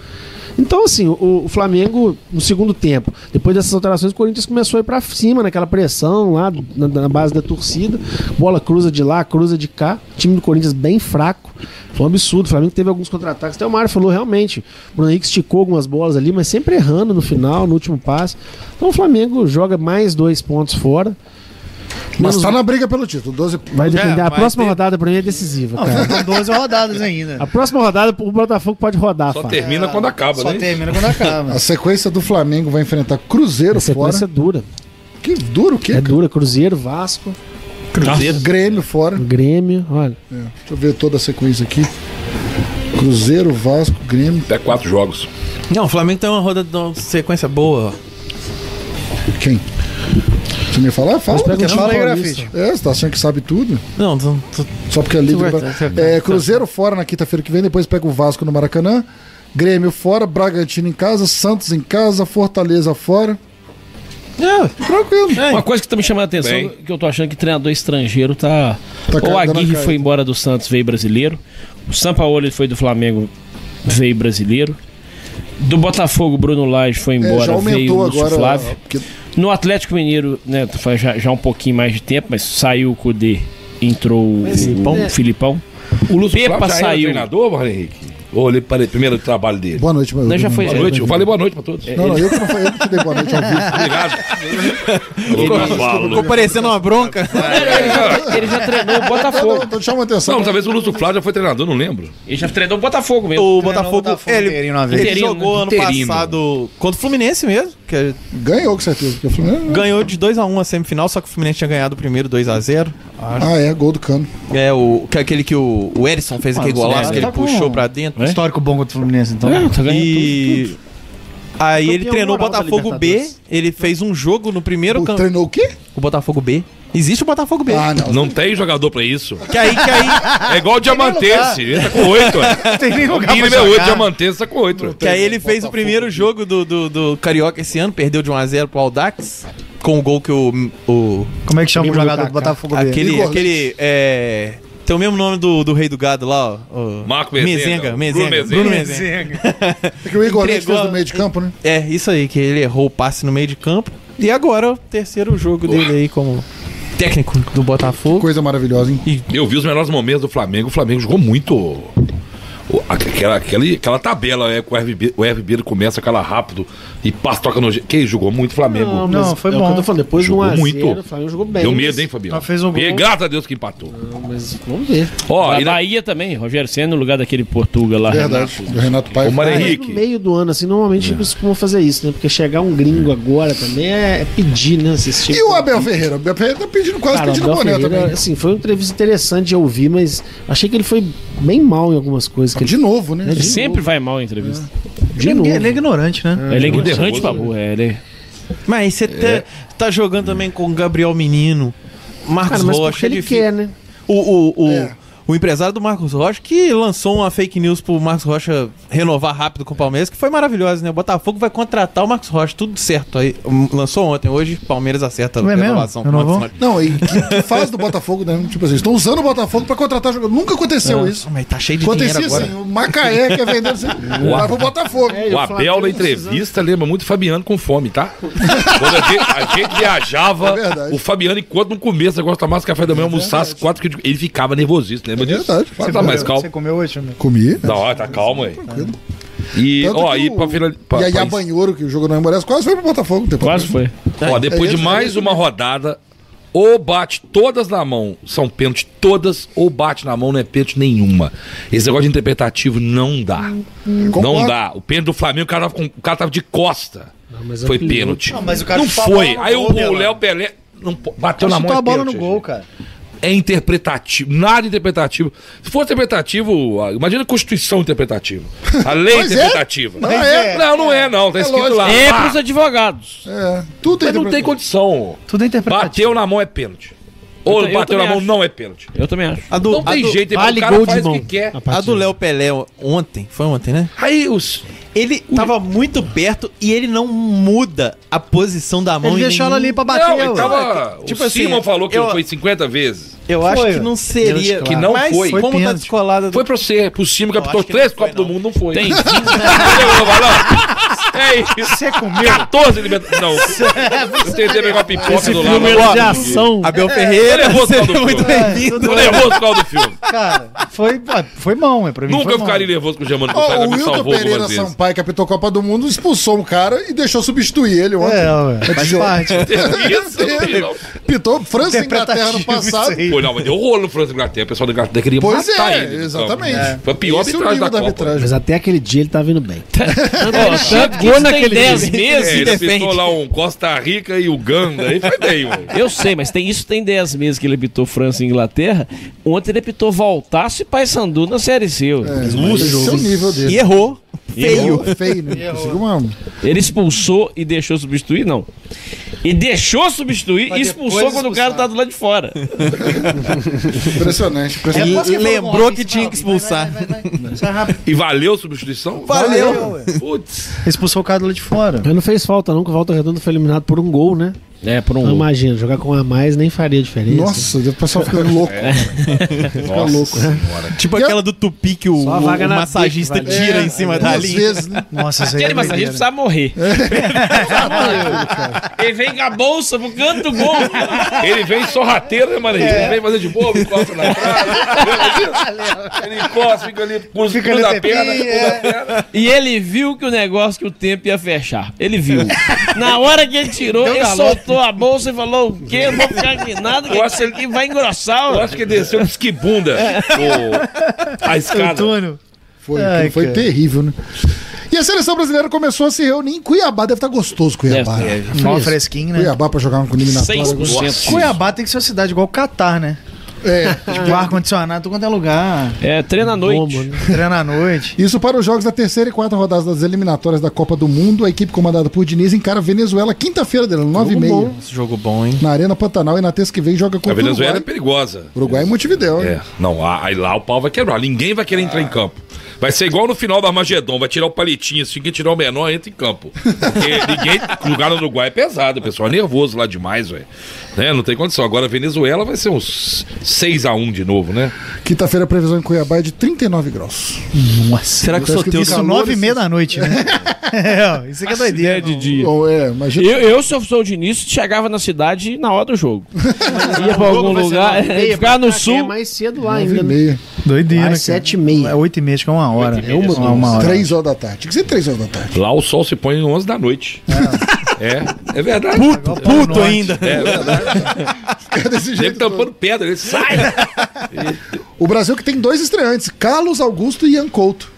Então, assim, o, o Flamengo, no segundo tempo, depois dessas alterações, o Corinthians começou a ir pra cima, naquela pressão lá na, na base da torcida. Bola cruza de lá, cruza de cá. O time do Corinthians bem fraco. Foi um absurdo. O Flamengo teve alguns contra-ataques. Até o Mário falou, realmente, o Bruno Henrique esticou algumas bolas ali, mas sempre errando no final, no último passo. Então o Flamengo joga mais dois pontos fora.
Mas
Menos- um.
tá na briga pelo título, 12
Vai depender. a próxima rodada pra mim é decisiva, cara.
Faltam 12 rodadas ainda.
A próxima rodada o Botafogo pode rodar, Fábio.
termina quando acaba,
Só
né?
termina quando acaba.
A sequência do Flamengo vai enfrentar Cruzeiro
A sequência é
fora.
dura.
Que duro o quê?
É dura. Cruzeiro, Vasco.
Cruzeiro. Grêmio fora. É,
Grêmio, olha.
Deixa eu ver toda a sequência aqui. Cruzeiro, Vasco, Grêmio.
Até quatro jogos.
Não, o Flamengo tem uma roda de uma sequência boa.
Quem? Você me falar? Fala.
Mas pega o time
fala aí,
paulista.
grafite. É, você tá achando que sabe tudo?
Não, tô,
Só porque a
Tu
Liga.
vai- tu vai-
É, Cruzeiro fora na quinta-feira que vem, depois pega o Vasco no Maracanã. Grêmio fora, Bragantino em casa, Santos em casa, Fortaleza fora.
É,
tranquilo.
Uma coisa que tá me chamando a atenção,
Bem.
que eu tô achando que treinador estrangeiro tá.
Tá
ou
caindo
o
na
Aguirre
cara.
foi embora do Santos, veio brasileiro. O Sampaoli foi do Flamengo, veio brasileiro. Do Botafogo, Bruno Lage foi
É, já
embora,
aumentou
veio o
agora,
Flávio. No Atlético Mineiro, né, faz já, já um pouquinho mais de tempo, mas saiu o Cudê, entrou o,
Filipão.
o Filipão. O
é.
Lúcio
Pepa
Flávio já era
saiu.
treinador, Mário Henrique? Olhei para ele, primeiro trabalho dele.
Boa noite, meu.
Não, já foi- Boa noite, eu falei boa noite pra todos.
Não, não, eu que, não, falei- eu que te dei boa noite ao vivo.
Ficou parecendo uma bronca.
Ele já treinou o Botafogo.
Então, deixa eu manter
É, Não, talvez o Lúcio Flávio já foi treinador, não lembro.
Ele já treinou o Botafogo mesmo.
O Botafogo, ele, ele
Interino,
jogou
né?
ano
Interino.
passado contra o Fluminense mesmo. Que é-
Ganhou, com certeza. Porque o Fluminense...
ganhou de 2x1 a, semifinal, só que o Fluminense tinha ganhado o primeiro 2x0.
Ah, é, gol do cano.
É, o, que é aquele que o, o Edson fez aquele
Ah,
golaço
é,
que ele
tá com
puxou pra dentro. É,
um
tá
Histórico bom contra o Fluminense, então.
e aí ele
Campeão
treinou o
moral da
Botafogo B,
Libertadores.
ele fez um jogo no primeiro campo.
Treinou o quê?
O Botafogo B. Existe o Botafogo B.
Ah, não.
Não tem jogador pra isso.
Que aí, que aí.
É igual o Diamantense, entra com oito. ué.
Tem nem lugar
o mínimo
pra
é oito,
jogar.
Diamantense tá com oito.
Que aí ele fez o primeiro jogo do, do, do Carioca esse ano, perdeu de 1x0 pro Aldax, com o gol que o. o
Como é que chama o jogador do
Kaká.
Botafogo B?
Aquele.
Igor
aquele é, tem o mesmo nome do, do rei do gado lá, ó. o-
Marco Mezenga.
Mezenga. Mezenga. Bruno
Bruno
Mezenga.
É que o Igor Leite
Entregou-
fez no meio de campo, né?
É, isso aí, que ele errou o passe no meio de campo. E agora o terceiro jogo dele aí como técnico do Botafogo.
Coisa maravilhosa, hein?
Eu vi os melhores momentos do Flamengo. O Flamengo jogou muito. O- Aquela, aquela, aquela tabela é, com o RB, o RB ele começa aquela rápido e passa, toca no. Quem jogou muito? Flamengo.
Não, mas é o que eu tô falando, depois de um a zero, o Flamengo jogou bem,
Deu
mas-
medo, hein, Fabiano?
Ah, fez um gol.
E graças a Deus que empatou.
Mas vamos ver.
Ó,
a
e na-
Bahia também, Rogério Senna, no lugar daquele Portuga lá.
Verdade, do Renato Paiva.
O Mário Henrique.
No meio do ano, assim, normalmente eles costumam fazer isso, né? Porque chegar um gringo agora também é, é pedir, né? Esses tipos
E o
de-
Abel Ferreira? O Abel Ferreira tá pedindo, quase
Cara, o
pedindo
Abel
boné
Ferreira,
também.
Assim, foi uma entrevista interessante de ouvir, mas achei que ele foi bem mal em algumas coisas. que
de
ele-
novo, né?
De
Sempre vai mal a entrevista.
novo. De novo.
Ele é ignorante, né?
ele é
Ignorante.
ignorante pra
né?
burra, é, ele
Mas você
É.
tá, tá jogando também com o Gabriel Menino, Marcos
Cara, mas
Rocha. é
porque ele
difícil.
quer, né?
O, o, o,
É.
o empresário do Marcos Rocha que lançou uma fake news pro Marcos Rocha renovar rápido com o Palmeiras, que foi maravilhosa, né? O Botafogo vai contratar o Marcos Rocha, tudo certo. Aí, hum, lançou ontem, hoje o Palmeiras acerta a
Não é mesmo?
renovação com o
Renovou?
Marcos Rocha.
Não, e que, que faz do Botafogo, né? Tipo assim, estão usando o Botafogo pra contratar jogador. Nunca aconteceu
Ah,
isso.
Mas tá cheio de
Acontecia
dinheiro agora.
assim, o Macaé quer vender assim, vai pro Botafogo.
É,
o Abel na entrevista lembra muito o Fabiano com fome, tá? Quando a gente, a gente
É
viajava, o Fabiano, enquanto no começo, agora tomava café da manhã, almoçasse quatro quilos de- Ele ficava nervosíssimo,
É
lembra disso?
verdade.
Mas tá mais calmo.
Você comeu hoje, amigo?
Comi. né?
Da hora, tá calmo aí. E,
Tanto
ó,
que
e
o-
pra finalizar.
e aí a Banheiro, que jogou no Amores, quase foi pro Botafogo.
Quase foi.
Ó, depois de mais uma rodada, ou bate todas na mão, são pênalti todas, ou bate na mão, não é pênalti nenhuma. Esse negócio de interpretativo não dá. Não
Concordo.
dá. O pênalti do Flamengo, o cara tava, com- o cara tava de costa.
mas
foi
ampliou.
pênalti.
Não, mas o cara chutou a
foi.
bola no
Aí
gol,
o,
né,
o
Léo?
Léo Pelé não, po- bateu na mão.
Chutou
é
a bola no
pênalti,
gol, cara.
é interpretativo, nada interpretativo. Se for interpretativo, ah, imagina a Constituição interpretativa. A lei
Pois é.
interpretativa.
Não é.
não, não é, não. Tá
É
escrito
lógico.
lá.
É
Ah,
pros
advogados.
É, tudo é
Mas não tem
interpretativo.
condição.
Tudo é interpretativo.
Bateu na mão é pênalti. Ou
Eu ta- eu
bateu na
também
mão
acho.
não é pênalti.
Eu também acho.
A do,
Não
a
tem
do-
jeito, irmão,
vale
o cara
gol
faz
de
o que
mão.
quer.
A do Léo Pelé ontem, foi ontem, né?
Aí os.
Ele tava muito perto e ele não muda a posição da mão.
Ele
em
deixou ela
nenhum-
ali pra
Não,
bater.
ele
ué.
tava,
tipo
o
assim,
Simon falou que
eu-
foi 50 vezes.
Eu acho que não seria.
Que não
mas
foi.
Como tá descolada do
Foi pra você. Pro Simon captou
acho que
três Copas do Mundo, não foi.
Tem.
É isso. Você comeu? 14 libertadores. Não. Eu tentei pegar uma pipoca
Esse
do
filme
lado.
é de ação. Abel Ferreira,
Tô nervoso por causa
seja
do
muito
filme.
bem-vindo. né?
Tô nervoso por causa do filme.
Cara, foi, ah, foi mão, é pra mim.
Nunca
foi
eu
mão.
ficaria nervoso com o Germano
Ó,
Gonzaga,
o
me
Wilton
salvou
Pereira
algumas vezes.
Sampaio, capitão Copa do Mundo, expulsou um cara e deixou substituir ele ontem.
É, ué,
Antes
faz
do jogo.
parte.
Isso, não tem não.
Pitou França e Inglaterra no
Interpretativo
passado.
isso aí.
Pô, não, mas deu rolo no França e Inglaterra. O pessoal da Inglaterra queria
Pois
matar
é,
ele. então.
exatamente. É.
Foi a pior
Esse é o
arbitragem
nível
da,
da
Copa.
arbitragem.
Mas até aquele dia ele tava indo bem.
Tanto que
Gol
isso tem 10
É,
meses.
ele apitou lá um Costa Rica e Uganda. Aí foi bem, mano.
Eu sei, mas tem isso tem 10 meses que ele apitou França e Inglaterra. Ontem ele apitou Voltaço e Paysandu na Série C.
Esse é o nível dele.
E errou.
Feio.
Errou, Feio, né? Conseguiu uma...
Ele expulsou e deixou substituir? Não. E deixou substituir e expulsou quando o cara tá do lado de fora.
Impressionante. impressionante.
E- e lembrou que tinha que
né?
expulsar.
E valeu a substituição?
Valeu.
Putz.
Expulsou o cara do lado de fora.
Mas não fez falta, não, que o Volta Redondo foi eliminado por um gol, né?
É, por um
Não imagino, jogar com um a mais nem faria diferença.
Nossa, o pessoal fica louco.
É. né?
Fica louco.
Tipo aquela do tupi que o,
Só a
o
vaga na
massagista
bica, vale.
tira
É,
em cima
duas
da linha.
vezes, né? Nossa, isso aí
Aquele
é
massagista
doideira.
precisava morrer.
É.
Ele vem com a bolsa pro canto do gol.
Ele vem sorrateiro, né, mano?
É.
Ele vem fazer de bobo, encosta na cara. Ele encosta, fica ali com os
Fica
fica é. da
ali
perna.
tepinha.
cu da perna.
E ele viu que o negócio, que o tempo ia fechar. Ele viu. Na hora que ele tirou,
Deu
ele
galope.
soltou a bolsa e falou: o quê? Eu não vou ficar aqui nada, que isso aqui vai engrossar. É.
Eu acho que desceu no esquibunda. o- a escada.
Antônio. Foi,
Ai,
aquilo foi
cara.
terrível, né? E a seleção brasileira começou a se reunir em Cuiabá. Deve estar gostoso Cuiabá.
Deve, deve. Mó fresquinho, né?
Cuiabá pra jogar um eliminatório.
6%. Cuiabá tem que ser uma cidade igual o Catar, né?
É.
Tipo, ar-condicionado, tudo quanto é lugar.
É, treina à noite.
Treina à noite.
Isso para os jogos da terceira e quarta rodadas das eliminatórias da Copa do Mundo. A equipe comandada por Diniz encara a Venezuela quinta-feira, dela, 9h30.
Esse jogo bom, hein?
Na Arena Pantanal e na terça que vem joga
A
contra o
Venezuela
Uruguai.
é perigosa.
Uruguai e Montevideo.
É, não, a- aí lá o pau vai quebrar. Ninguém vai querer entrar em campo. Vai ser igual no final do Armagedon, vai tirar o palitinho assim, quem tirar o menor entra em campo. Porque ninguém. O lugar no Uruguai é pesado, o pessoal é nervoso lá demais, velho. Né? Não tem condição. Agora a Venezuela vai ser uns 6x1 de novo, né?
Quinta-feira a previsão em Cuiabá é de 39 graus.
Nossa,
será
Tá escrito Isso nove e meia da noite, né? é, ó, isso aqui é doideira.
de dia.
é,
Né, Eu, eu, se eu sou o Diniz, chegava na cidade na hora do jogo. Ia pra algum lugar, ficar no
É
sul.
mais cedo lá
Nove e
ainda. né?
meia.
Doideira.
Às sete e meia.
É oito e meia, acho que é uma hora.
É uma,
uma, uma hora.
Três horas da tarde. Tinha que ser três horas da tarde.
Lá o sol se põe às 11 da noite. É, é verdade.
Puto,
puto
ainda.
É verdade. Sempre tampando pedra, ele sai.
O Brasil que tem dois estreantes, Carlos Augusto e Ian Couto.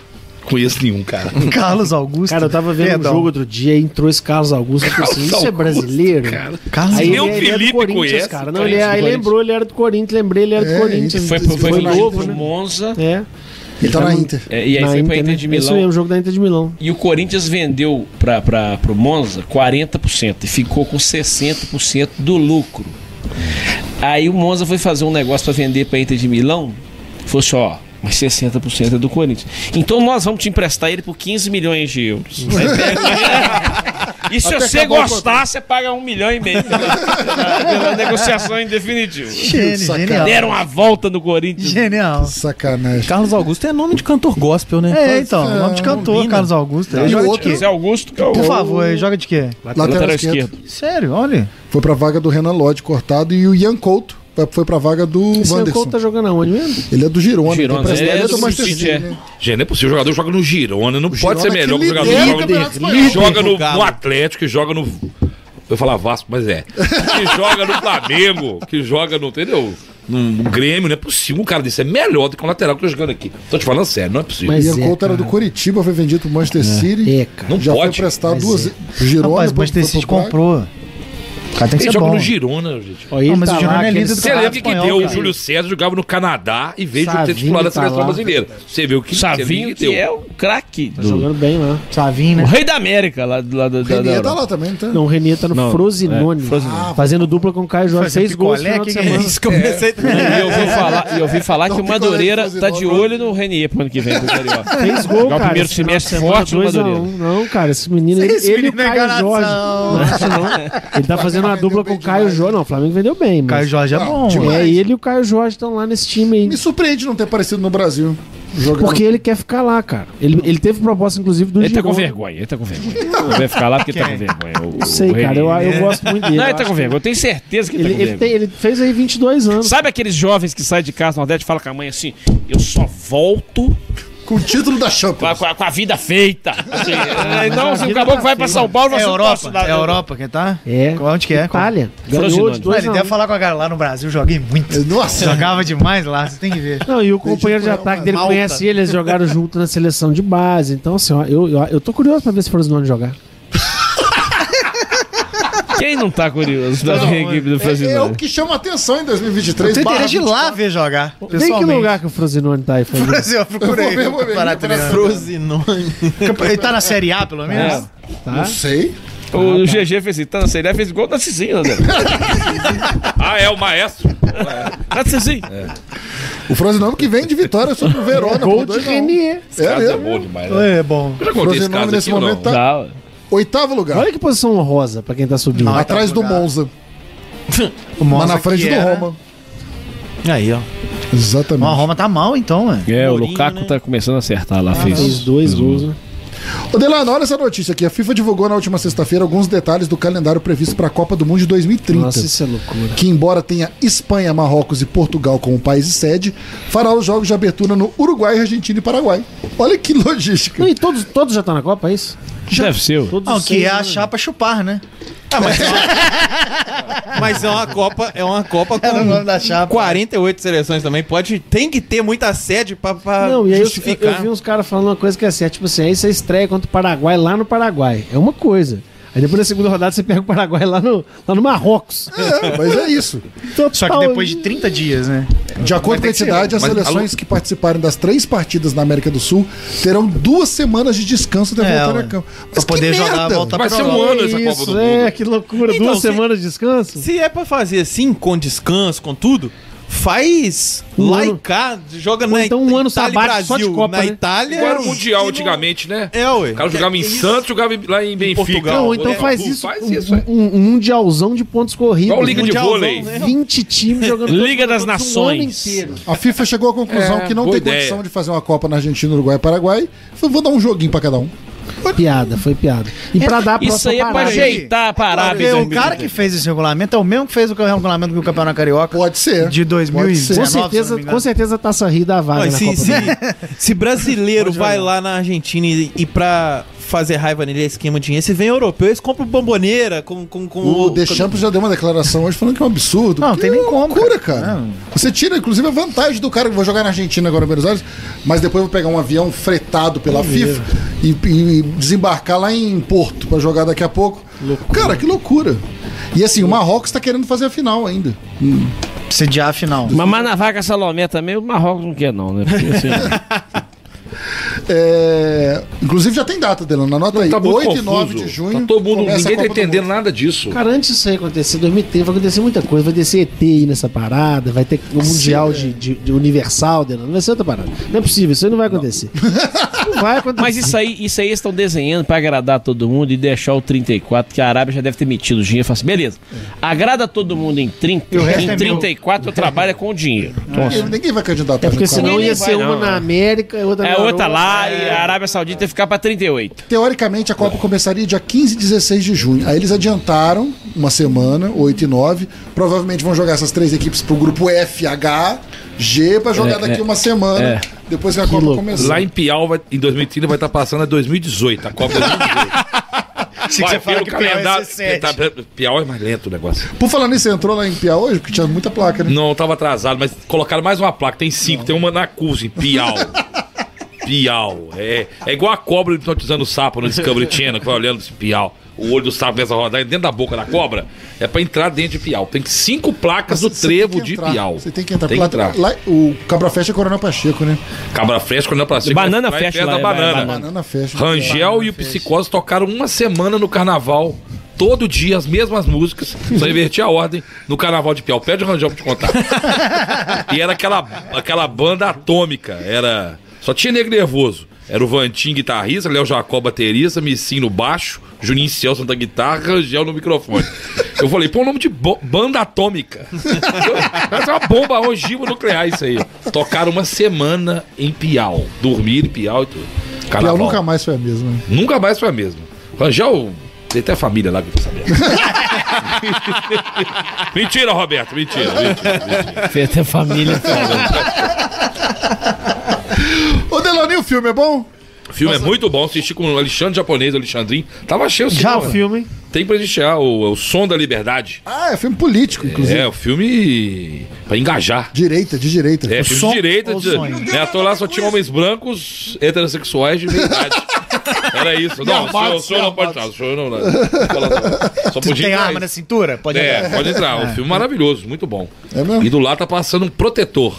Conheço nenhum, cara.
Carlos Augusto.
Cara, eu tava vendo
Perdão.
um jogo outro dia e entrou esse Carlos Augusto.
um
eu falei assim,
Carlos
isso é
Augusto,
brasileiro?
Carlos
Aí
Nem o
ele, ele é do
Felipe
Corinthians,
conhece,
cara. Não,
cara,
ele,
esse do
aí
Corinthians.
lembrou, ele era do Corinthians, lembrei, ele era do
É,
Corinthians.
foi pro- foi pro
novo,
Inter,
né?
Monza.
É.
Ele tá na Inter.
É, e aí
Na
foi pra Inter
né?
de
Isso
Milão.
mesmo, o jogo da Inter de Milão.
E o Corinthians vendeu para pro Monza 40% e ficou com 60% do lucro. Aí o Monza foi fazer um negócio para vender para Inter de Milão, falou assim, ó, mas 60% é do Corinthians. Então nós vamos te emprestar ele por 15 milhões de euros. Aí pega- E se
Até
você
acabar o
gostar, você paga um milhão e meio pela, pela negociação em definitivo.
Gênio, genial.
Deram a volta no Corinthians.
Genial.
Sacanagem.
Carlos Augusto é nome de cantor gospel, né?
É, então, nome de cantor, Carlos Augusto. é Ele joga de quê?
Zé Augusto, que é o-
Por favor, ele joga de quê?
Lateral, esquerdo.
Sério, olha.
Foi pra vaga do Renan Lodge cortado e o Ian Couto vai- foi pra vaga do
Esse Ian
Wanderson.
Couto tá jogando aonde mesmo?
Ele é do Girona.
Girona,
ele, é
ele é
do
do
Manchester
City,
City,
é.
né?
Gente, não é possível. O jogador joga no Girona. Não
Girona
pode ser
que
melhor que o jogador.
lidera o
joga no-
Campeonato Espanhol.
joga no,
Galo.
no Atlético e joga no. Eu ia falar Vasco, mas é. Que joga no Flamengo, que joga no. Entendeu? No Grêmio, não é possível. Um cara desse é melhor do que um lateral que eu tô jogando aqui. Tô te falando sério, não é possível.
Ian Couto era do Curitiba, foi vendido pro Manchester City. É, cara.
Não
Já
pode.
foi prestado
Mas
duas
é.
vezes. Girona.
Rapaz,
depois
Manchester
foi
City
pro Braga.
comprou. O cara tem que
Ele
ser
joga
bom.
no Girona, gente.
Ó, ele Não, mas tá o Girona lá, é aquele líder do
Você lembra o que, que
campeonato
deu? O
espanhol,
Júlio César jogava no Canadá e veio
Savinho
ser titular da
tá
seleção
lá.
brasileira. Você viu o que
Savinho, que é o craque.
Tá jogando bem lá. Savinho,
O rei da América, lá, do- lá da, da, da
Renier tá
Europa.
lá também, tá?
Não, o Renier tá no
Não,
Frosinone.
é, Frosinone.
Ah, fazendo dupla com o Caio Jorge.
Fazer
Seis gols no
picolé,
final de
que que é
semana.
isso? Comecei também. E eu ouvi falar, e eu ouvi falar que o Madureira tá de olho no Renier pro ano que vem do Carioca.
Fez gol,
Jogar
cara.
o primeiro
esse final de
semestre
semana,
forte no
dois a
Madureira.
um. Não, cara, esse menino, ele,
Esse
ele e o
menino é
Caio Jorge.
enganação.
Não acho não. Ele tá fazendo uma dupla com o Caio Jorge. Não, o Flamengo vendeu bem. Mas...
Caio Jorge é Não, bom,
É,
demais.
ele e o Caio Jorge estão lá nesse time aí.
Me surpreende não ter aparecido no Brasil. Jogando.
Porque ele quer ficar lá, cara. Ele, ele teve proposta, inclusive, do
Ele tá
Girona.
com vergonha, ele tá com vergonha. Ele vai ficar lá porque tá com vergonha. O,
Sei,
o
cara,
Renier.
eu- eu gosto muito dele,
Não,
eu
ele tá
acho
com vergonha, eu tenho certeza que
Ele,
ele, tá com
ele,
vergonha.
tem- ele fez aí 22 anos.
Sabe aqueles jovens que saem de casa no Nordeste e falam com a mãe assim: eu só volto.
Com o título da Champions.
Com a, com a- com a vida feita. Assim, é, não, se
Vida
o
tá
caboclo vai
feita.
pra São Paulo,
é
vai
Europa. É Europa, quem tá?
É.
Onde que é?
Itália.
Qual-
Ganhou de dois
Ué, Ele
a um.
deve falar com a galera lá no Brasil, joguei muito.
Nossa.
Jogava demais lá, você tem que ver.
Não, e o companheiro de ataque dele
Malta.
conhece ele, eles jogaram junto na seleção de base. Então, assim, ó, eu, eu, eu tô curioso pra ver se Frosinone jogar.
Quem não tá curioso da
Não,
minha equipe do né?
É, é o
Frosinone?
que chama atenção em 2023.
tá.
Eu tenho
barra
interesse de ir lá ver jogar.
Vem que
pessoalmente.
lugar que o Frosinone tá aí, Fabinho?
Brasil, procura aí.
Eu vou ver,
Parar
vou ver.
treinando.
Frosinone.
Ele tá na Série A, pelo menos?
Tá. Não
sei.
É. O, o GG fez assim, tá na série, A, fez gol né? na Cicinha, Zé.
Ah, é o maestro.
Na Cicinha.
O Frosinone que vem de vitória sobre o Verona.
É Gol
por dois
de
a um.
Renier.
É mesmo.
bom demais.
É bom.
Eu já contei esse
Frosinone
caso
nesse
aqui ou não?
momento tá- Oitavo lugar.
Olha que posição honrosa pra quem tá subindo.
Não, Atrás do Monza.
O
Mas
Monza
na frente
que é.
do
era-
Roma.
Aí, ó.
Exatamente.
A Roma tá mal, então, é.
É, o Lukaku tá começando a acertar lá. Hum. fez,
fez
dois gols, né?
Ô Delano, olha essa notícia aqui. A FIFA divulgou na última sexta-feira alguns detalhes do calendário previsto para a Copa do Mundo de 2030.
Nossa, isso é loucura.
Que, embora tenha Espanha, Marrocos e Portugal como países sede, fará os jogos de abertura no Uruguai, Argentina e Paraguai. Olha que logística.
e todos, todos já estão na Copa, é isso?
Deve ser. ué.
Não, que é a
Ah,
chapa chupar, né?
Ah, é Mas é uma Copa, é uma Copa com
Era o nome da chapa.
48 seleções também. Pode, tem que ter muita sede pra, pra
Não, e aí eu, eu
justificar.
vi um uns caras falando uma coisa que é certa. Tipo assim, aí você estreia contra o Paraguai lá no Paraguai. É uma coisa. Aí depois da segunda rodada você pega o Paraguai lá no, lá no Marrocos.
É, mas é isso.
Só que depois de 30 dias, né?
De acordo com a entidade, as seleções que participarem das três partidas na América do Sul terão duas semanas de descanso até
É,
voltar
ué.
a campo.
Pra poder jogar, voltar Vai pra ser um Europa. ano essa Copa do Mundo.
É, que loucura.
Então,
Duas
se-
semanas de descanso?
Se é pra fazer assim, com descanso, com tudo, faz
Um
lá
ano.
e cá, joga
Ou
na
então um ano
Itália e
sabático só de
Brasil,
Copa,
na
né?
Itália.
Igual
é
era o Mundial antigamente, né?
É, ué.
O cara jogava em Santos, jogava em- lá em Benfica.
Não, então
É,
faz
pô,
isso.
Faz
um,
isso, é.
um, um mundialzão de pontos corridos.
Igual liga de
Mundialzão,
vôlei.
né? 20 times jogando.
Liga
todo-
das
todo- um
Nações.
ano inteiro.
A FIFA chegou à conclusão
É,
que não
boa
tem
ideia.
condição de fazer uma Copa na Argentina, Uruguai e Paraguai. Eu vou dar um joguinho pra cada um.
Piada, foi piada. E pra dar a
Isso
próxima
aí é pra
parada.
ajeitar a parada.
Porque o cara que fez esse regulamento é o mesmo que fez o regulamento do Campeonato Carioca.
Pode ser.
De 2019,
Com
se eu não me
certeza,
engano.
com certeza é a Taça Rio dá vaga
Mas
na
se,
Copa do
se-
Mundo. é
se brasileiro vai lá na Argentina e, e pra fazer raiva nele é esquema de dinheiro, se vem europeu, eles compram bomboneira com, com, com
O Deschamps já deu uma declaração hoje falando que é um absurdo. Não, tem nem como. Loucura, cara. Você tira, inclusive, a vantagem do cara que vou jogar na Argentina agora em Buenos Aires, mas depois vou pegar um avião fretado pela FIFA e, e desembarcar lá em Porto pra jogar daqui a pouco. Cara, que loucura. E assim, o Marrocos tá querendo fazer a final ainda. Hum.
Sediar a final.
Mas, mas na vaca Salomé também, o Marrocos não quer, não, né? Porque, assim,
É, Inclusive já tem data, Delano. Anota aí.
Tá muito
8 e
confuso.
9 de junho.
Tá todo mundo-
começa a
ninguém tá
Copa do
entendendo nada disso.
Cara, antes disso aí acontecer, 2030 vai acontecer muita coisa. Vai descer ET aí nessa parada, vai ter o Mundial de,
é.
de- de Universal, Denan, vai ser outra parada. Não é possível, isso aí não vai acontecer. Não vai acontecer.
Mas isso aí, isso aí eles estão desenhando pra agradar todo mundo e deixar o 34, que a Arábia já deve ter metido o dinheiro. Fala assim, beleza, agrada todo mundo em 30,
E o resto é
em
meu.
34 eu trabalho é com o dinheiro. assim,
Ninguém, ninguém vai candidatar.
É porque
no
senão
quadro.
ia ser uma na América e outra na
É outra
Europa.
lá e a Arábia Saudita ia ficar pra 38.
Teoricamente, a Copa começaria dia 15 e 16 de junho. Aí eles adiantaram uma semana, 8 e 9. Provavelmente vão jogar essas três equipes pro grupo F, H, G, pra jogar
É,
daqui
é.
uma semana,
É.
depois que a Copa começar.
Lá em Piau, vai- em 2030, vai estar passando a 2018, a Copa 2018.
Achei que você
Vai,
ia falar
pelo
que Piau ia
calendário.
ser sete.
tá- Piau é mais lento o negócio.
Por falar nisso, você entrou lá em Piau hoje? Porque tinha muita placa, né?
Não, eu tava atrasado, mas colocaram mais uma placa. Tem cinco, tem uma na Cusa, em Piau. Piau. É, é igual a cobra hipnotizando o sapo no Discovery Channel, que vai olhando esse Piau. O olho do sapo começa a rodar dentro da boca da cobra. É pra entrar dentro de Piau. Tem cinco placas do trevo de
Entrar.
Piau.
Você tem que entrar.
Tem que
lá,
entrar.
lá- o Cabra Festa é Coronel Pacheco, né?
Cabra fresca, não é pra cima.
Banana
vai- vai
fecha
perto
lá,
da
é, vai,
banana.
banana.
Banana fecha.
Rangel e o Psicose tocaram uma semana no carnaval. Todo dia as mesmas músicas, só invertia a ordem no carnaval de Piau. Pede o Rangel pra te contar. e era aquela, aquela banda atômica. Era. Só tinha negro nervoso. Era o Vantin guitarrista, Léo Jacó baterista, Missim no baixo, Juninho Celso na guitarra, Rangel no microfone. Eu falei, pô, o nome de bo- banda atômica. Parece uma bomba ogiva nuclear isso aí. Tocaram uma semana em Piau. Dormir em Piau e tudo.
Piau
Carnaval.
nunca mais foi a mesma. né?
Nunca mais foi a mesma. Rangel, tem até a família lá que eu tô sabendo. mentira, Roberto, mentira. mentira, mentira.
Tem até família.
Ô, Delano, e o filme é bom?
O filme é muito bom, assisti com o Alexandre Japonês, Alexandrinho. Tava cheio o
Já
cinema.
o filme, hein?
Tem pra gente o, o Som da Liberdade.
Ah, é filme político, inclusive.
É, o filme pra engajar.
Direita, de direita.
É, filme de direita. De, né, ator lá só tinha homens brancos, heterossexuais de meia idade. Era isso. Não, o senhor, o senhor não pode entrar. O senhor não. né? não. Só
Tu
podia
tem
entrar
arma
isso.
na cintura? Pode
é, pode entrar. Um
É.
filme maravilhoso, muito bom.
É mesmo?
E do lado tá passando um protetor.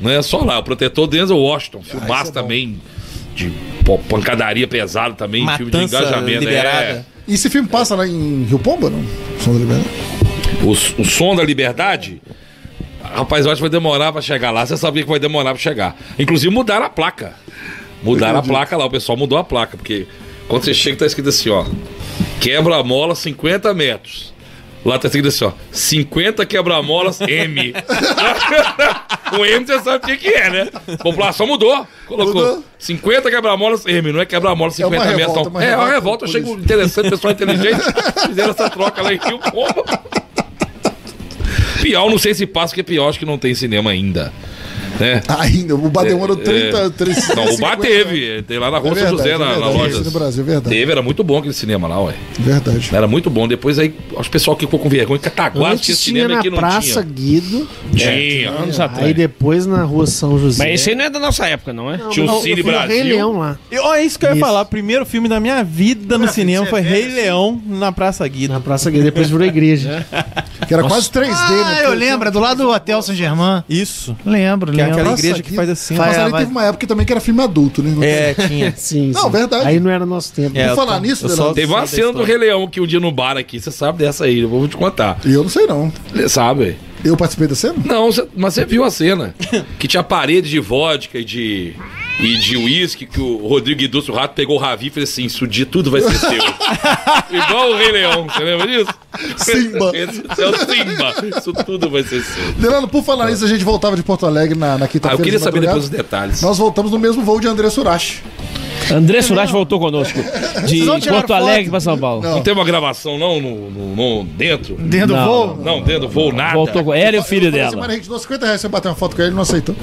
Não é só lá, o protetor Denzel
Ah,
Washington.
é
Filmaço também de pô, pancadaria pesado também, filme de
Matança
engajamento.
liberada.
É.
E esse filme passa lá em Rio Pomba, não? São da Liberdade.
O, o som da liberdade. Rapaz, eu acho que vai demorar pra chegar lá. Você sabia que vai demorar pra chegar. Inclusive mudaram a placa. Mudaram a placa lá, o pessoal mudou a placa, porque quando você chega tá escrito assim, ó. Quebra a mola 50 metros. Lá tá escrito assim, ó. 50 quebra-molas M. o M você sabe o que que é, né? A população mudou. Colocou 50 quebra-molas M. Não é quebra-molas
É uma
50 metros,
revolta,
não.
uma
é uma
revolta
revolta. Eu chego interessante, pessoal inteligente. Fizeram essa troca lá em Rio Pomba. Piau, não sei se passa, porque Piau acho que não tem cinema ainda. Né?
Ainda, o Bar demorou 30, 30,
Não, o
50
Bar teve. Tem lá na Rua
É
São José,
verdade,
na,
é
na
verdade,
loja.
isso no Brasil, é verdade.
Teve, era muito bom aquele cinema lá, ué.
Verdade.
Era muito bom. Depois aí, acho que o pessoal que ficou com vergonha. Cataguá, tinha
Antes tinha
cinema
na
que não
Praça
tinha.
Guido.
Tinha, anos
Aí
atrás.
depois na rua São José.
Mas esse aí não é da nossa época, não é?
Tinha o Cine Brasil. Rei Leão lá.
E, ó, é isso que eu ia
Isso.
falar. Primeiro filme da minha vida no
Ah,
cinema
você
foi
é
Rei
velho,
Leão na Praça Guido. Na
Praça Guido, depois virou igreja.
Que era quase 3D,
ah, eu lembro, é do lado do Hotel São Germain.
Isso.
Lembro,
Que é
lembro.
aquela igreja que faz assim,
Faz,
Mas ali
vai-
teve uma época também que era filme adulto, né? Não
É,
tem-
tinha.
sim,
Não,
sim.
verdade. É,
Aí não era nosso tempo.
Por falar nisso, Delano,
Teve uma cena do Rei Leão que um dia no bar aqui, você sabe dessa aí, eu vou te contar.
E eu não sei não.
Sabe?
Eu participei da cena?
Não, cê- mas você viu a cena. que tinha parede de vodka e de. E de uísque, que o Rodrigo Guiduço, o rato, pegou o Ravi e fez assim: isso de tudo vai ser seu. Igual o Rei Leão, você lembra disso?
Simba.
Esse é o Simba. Isso tudo vai ser seu.
Delano, por falar nisso, a gente voltava de Porto Alegre na, na
Ah,
quinta-feira.
eu queria
de
saber
madrugada.
depois os detalhes.
Nós voltamos no mesmo voo de André Surachi.
André Surat voltou conosco. De
Vocês não tiraram
Porto Alegre
foto?
pra São Paulo.
Não, tem uma gravação, não? No, no- no- dentro?
Dentro do
não,
voo?
Não, não, dentro do voo, nada.
Voltou com ela e o filho
Essa
dela.
semana a gente deu 50 reais pra bater uma foto com ele, não aceitou.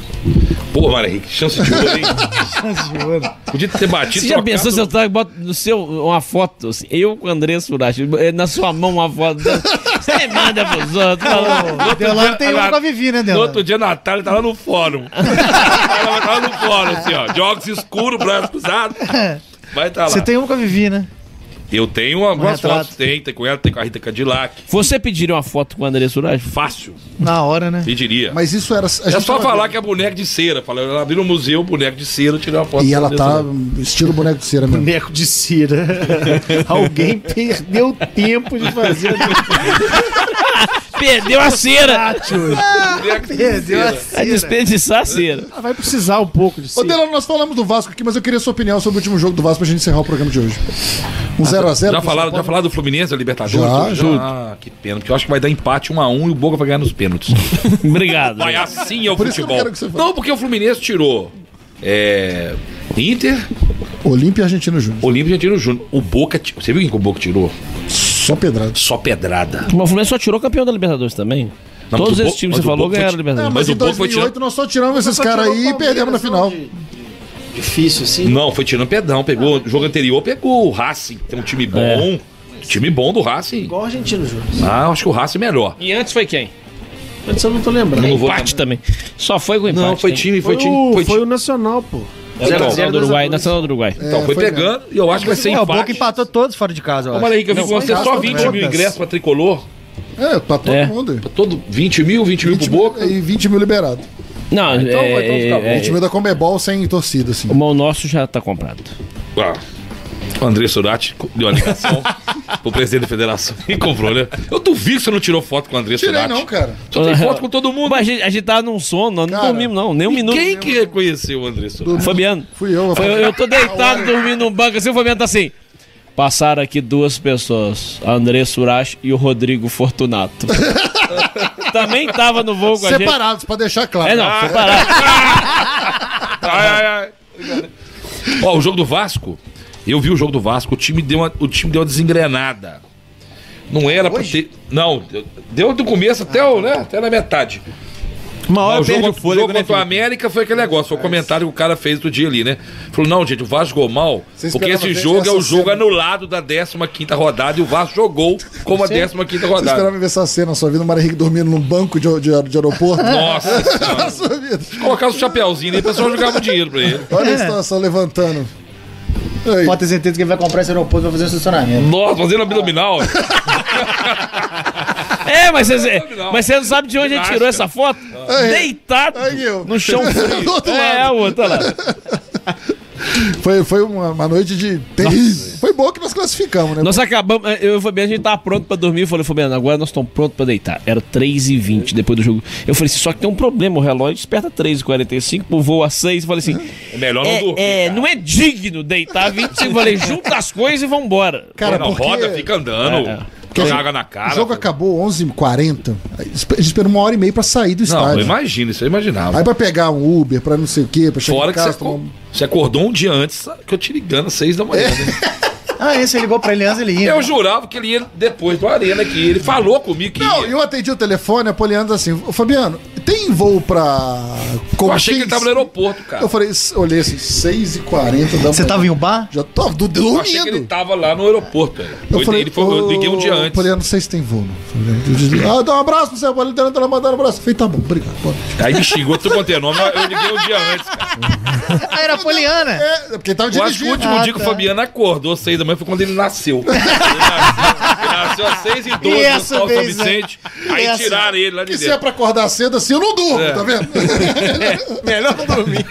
Pô, Mário Henrique, chance de ouro, hein?
Tá
Podia ter batido.
Você já
trocado.
pensou se eu trago, boto no seu uma foto, assim, eu com o André Surat, na sua mão uma foto. Você manda pros outros.
No outro
Delano
dia-
tem uma
agora-
com a Vivi, né,
No
Delano?
outro dia, a Natália tava no fórum. Ela tava no fórum, assim, ó. De óculos escuros, braço cruzado. Vai tá lá.
Você tem uma com a Vivi, né?
Eu tenho
Um
algumas
retrato.
fotos. Tem, tem com ela, tem com a Rita Cadillac.
Você pediria uma foto com o André Surat?
Fácil.
Na hora, né?
Pediria.
Mas isso era. a
é
gente
só
tava-
falar que é boneco de cera. Fala, Ela abriu um museu, boneco de cera, tirou uma foto.
E ela
Meu
tá
Deus,
estilo boneco de cera mesmo.
Boneco de cera. Alguém perdeu tempo de fazer.
Perdeu a cera.
Perdeu a
Vai desperdiçar a cera.
Vai precisar um pouco de Ô, Delano, nós falamos do Vasco aqui, mas eu queria sua opinião sobre o último jogo do Vasco pra gente encerrar o programa de hoje. Um 0x0.
Já falaram, já falaram do Fluminense, da Libertadores?
Já,
tudo?
já.
Ah, que pena, porque eu acho que vai dar empate 1x1 e o Boca vai ganhar nos pênaltis.
Obrigado.
Vai assim é o
Por isso que eu
futebol.
quero que você fale.
não, porque o Fluminense tirou é, Inter,
Olímpia e Argentino Júnior.
Olímpia e Argentino Júnior. O Boca. ti- Você viu quem que o Boca tirou?
Só pedrada.
Só pedrada.
Mas o Fluminense só tirou campeão da Libertadores também.
Não,
Todos
mas o
esses
Bo-
times
mas
que você
o
falou
Boca foi
ganharam
ti-
a
Não,
Libertadores.
mas,
Mas o
em
Boca foi
2008 nós só tiramos esses caras aí e perdemos na final.
Difícil, assim. Não, foi tirando pedão. Pegou o jogo anterior, pegou o Racing, que é um time bom. Time bom do Racing.
Igual o Argentino Júnior.
Ah, eu acho que o Racing é melhor.
E antes foi quem?
Antes eu não tô lembrando.
Não vou empate também. Só foi com empate.
Não, foi
né?
time, foi time,
o,
foi
foi o Nacional, pô.
É, Nacional do Uruguai, Nacional do Uruguai.
Então, foi pegando e eu acho que vai ser
É, O Boca
empate.
empatou todos fora de casa, eu
Ô, Olha aí, que eu vi
Não,
que você
foi
só
empate,
20 mil
todas.
ingressos pra tricolor.
É, pra todo
É.
mundo.
Pra todo, 20 mil, 20 mil pro Boca.
E 20 mil liberado.
Não,
então
é,
vai, então tá
é,
20 mil da Comebol sem torcida, assim.
O mal nosso já tá comprado.
Ah, o André Surati deu uma ligação pro presidente da federação e comprou, né? Eu duvido que você não tirou foto com o André Surati.
cara.
Só tem foto com todo mundo.
Uhum. Mas a gente, a gente tava num sono, nós não
Cara,
dormimos, não. Nem um minuto.
Quem que reconheceu o André Surati?
Fabiano.
Fui eu.
Foi- eu, eu tô deitado dormindo num banco assim, o Fabiano tá assim. Passaram aqui duas pessoas, André Surach e o Rodrigo Fortunato.
Tá
né?
Também tava no voo com a gente.
Separados, pra deixar claro.
É, não, separado.
Ai, ai, ai. Ó, o jogo do Vasco. Eu vi o jogo do Vasco. O time deu uma, o time deu uma desengrenada. Não era pra ter. Não, deu- deu do começo até, o, né, até na metade.
Uma hora
o jogo,
perde o
contra-
fôlego,
jogo
né,
contra o América foi aquele negócio.
É
Foi o comentário que o cara fez do dia ali, né? Falou, não, gente, o Vasco jogou mal,
Você
porque
esperava
esse
ver
jogo é o
essa
jogo
cena.
anulado da 15 rodada e o Vasco jogou como a 15
Você
rodada.
esperava ver essa cena, só vindo o Mário Henrique dormindo num banco de, de, de aeroporto?
Nossa senhora. Se Colocasse o chapéuzinho ali, o pessoal jogava dinheiro pra ele.
Olha a situação levantando.
Pode ter certeza que ele vai comprar esse aeroporto pra fazer um estacionamento.
Nossa, fazendo abdominal.
É, mas você mas você não sabe de onde ele tirou essa foto?
Ah. Aí.
Deitado
Aí eu.
no chão frio.
Do outro
É,
lado.
a outra lá.
Foi, foi uma, uma noite de terrível. Foi bom que nós classificamos, né?
Nós acabamos, é, eu e o Fabiano, a gente tava pronto pra dormir. Eu falei, Fabiano, agora nós estamos prontos pra deitar. Era 3h20 depois do jogo. Eu falei assim, só que tem um problema, o relógio desperta 3h45, pô, voa 6. Eu falei assim, é melhor
não
dormir. É, não é digno deitar 25. Eu falei, junta as coisas e vambora.
Cara, Não, porque- roda, fica
É,
andando.
Porque
Joga
a gente-
água na cara,
O jogo acabou 11h40. A gente esperou uma hora e meia pra sair do
Não,
estádio.
imagina, isso eu imaginava.
Aí pra pegar um Uber, pra não sei o quê, pra chegar
Fora
em
que
casa,
você, acor- você acordou um dia antes que eu te ligando às seis da manhã. né?
Ah, esse ligou pra ele antes, ele
É.
ia.
Eu jurava que ele ia depois do Arena aqui. Ele falou comigo que
Não,
ia.
eu atendi o telefone, a Poliana assim, "Ô, Fabiano, tem voo pra.
Eu achei que ele tava no aeroporto, cara.
Eu falei, s- olhei assim, 6h40 da manhã.
Você
tava em um bar?
Já tava do,
Eu achei que
dormindo.
ele tava lá no aeroporto, velho. Eu,
falei,
ele foi, eu liguei um dia
"Ô,
antes.
Poliana, não sei se tem voo. não." Falei, eu desliguei. Ah, dá um abraço pra você, Poliana, tá mandando um abraço. Eu Falei, tá bom, obrigado. boa noite."
Aí me xingou, tu contei nome, mas eu liguei um dia antes. cara.
Ah, era Poliana. É,
porque tava Ah, tá.
Eu acho que o último dia que o Fabiano acordou às seis da manhã foi quando ele nasceu. Ele nasceu, ele nasceu às seis e
E
doze no
essa
Sol São
vez, né?
Vicente. Aí
Essa.
tiraram ele lá de
E se é
dentro.
pra acordar cedo assim, eu não durmo,
É.
tá vendo?
Melhor não dormir.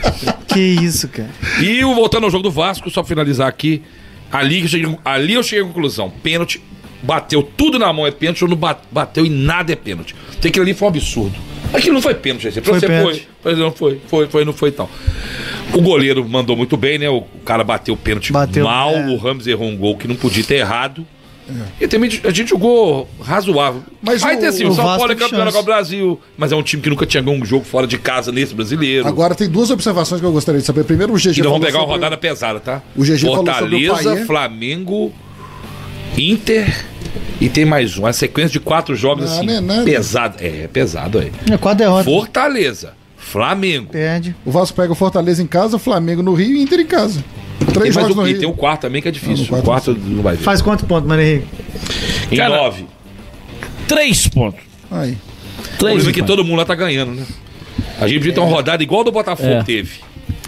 Que isso, cara.
E o- voltando ao jogo do Vasco, só finalizar aqui. Ali, que eu cheguei- ali eu cheguei à conclusão. Pênalti, bateu tudo na mão é pênalti, ou não ba- bateu e nada é pênalti. Então aquilo ali foi um absurdo. Aquilo não foi pênalti, gente. Pra
Foi
você
pênalti.
foi. Pra você não foi, foi, foi, não foi e tal. O goleiro mandou muito bem, né? O cara bateu o pênalti mal,
é.
o Ramos errou um gol que não podia ter errado. E também a gente jogou razoável.
Mas
Vai
o-
ter sim,
o
o São
Vasco
Paulo é
teve
campeão da
chance.
Copa do Brasil, mas é um time que nunca tinha ganho um jogo fora de casa nesse brasileiro.
Agora tem duas observações que eu gostaria de saber. Primeiro, o GG.
E nós
falou
Então vamos pegar uma
sobre-
rodada pesada, tá?
O GG falou sobre o
Fortaleza,
Paier.
Flamengo, Inter e tem mais um. Uma sequência de quatro jogos
Ah,
assim.
não é nada.
pesado. É, é pesado aí.
É, Quatro derrotas.
Fortaleza, Flamengo.
Perde.
O Vasco pega o Fortaleza em casa, o Flamengo no Rio e Inter em casa.
Tem
Três
mais
jogos
um,
no
e tem
Rio.
o quarto também que é difícil. o quarto não vai ver.
Faz quanto ponto, Mano Henrique?
Em nove.
Três pontos.
Aí.
Por
Três,
isso que
rapaz.
todo mundo lá tá ganhando, né? A gente podia ter uma rodada igual a do Botafogo
É.
teve.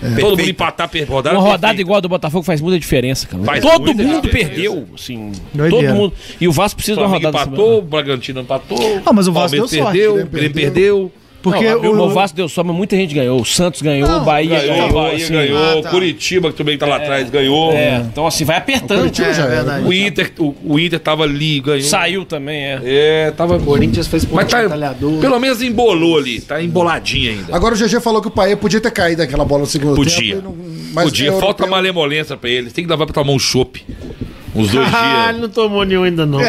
É.
Todo mundo
Perfeito.
empatar per rodada. é
Uma rodada igual a do Botafogo faz muita diferença, cara.
Faz
todo
muita
mundo
diferença.
perdeu, assim.
Doideira.
Todo mundo. E o Vasco precisa de uma
Flamengo
rodada.
empatou, o Bragantino empatou.
Ah, mas o Vasco
Palmeiras
deu sorte,
perdeu,
né?
o Grêmio perdeu.
Porque
Não, abriu
o,
mão.
Vasco deu só, mas muita gente ganhou. O Santos ganhou, o Bahia
ganhou, Ah,
ganhou.
o Bahia
assim.
ganhou, Curitiba, que também tá lá atrás, ganhou. Hum.
É, então assim, vai apertando. O Curitiba já era, né?
O Inter, o, o Inter tava ali, ganhou.
Saiu também, é.
É, tava. O
Corinthians fez
Mas tá, pelo menos embolou ali, tá emboladinho ainda.
Agora o GG falou que o Paê podia ter caído aquela bola no segundo
Podia.
tempo. Podia.
Podia, falta uma malemolência pra ele. Tem que dar pra tomar um chopp. Uns dois
Ah,
dias.
ele não tomou nenhum ainda, não.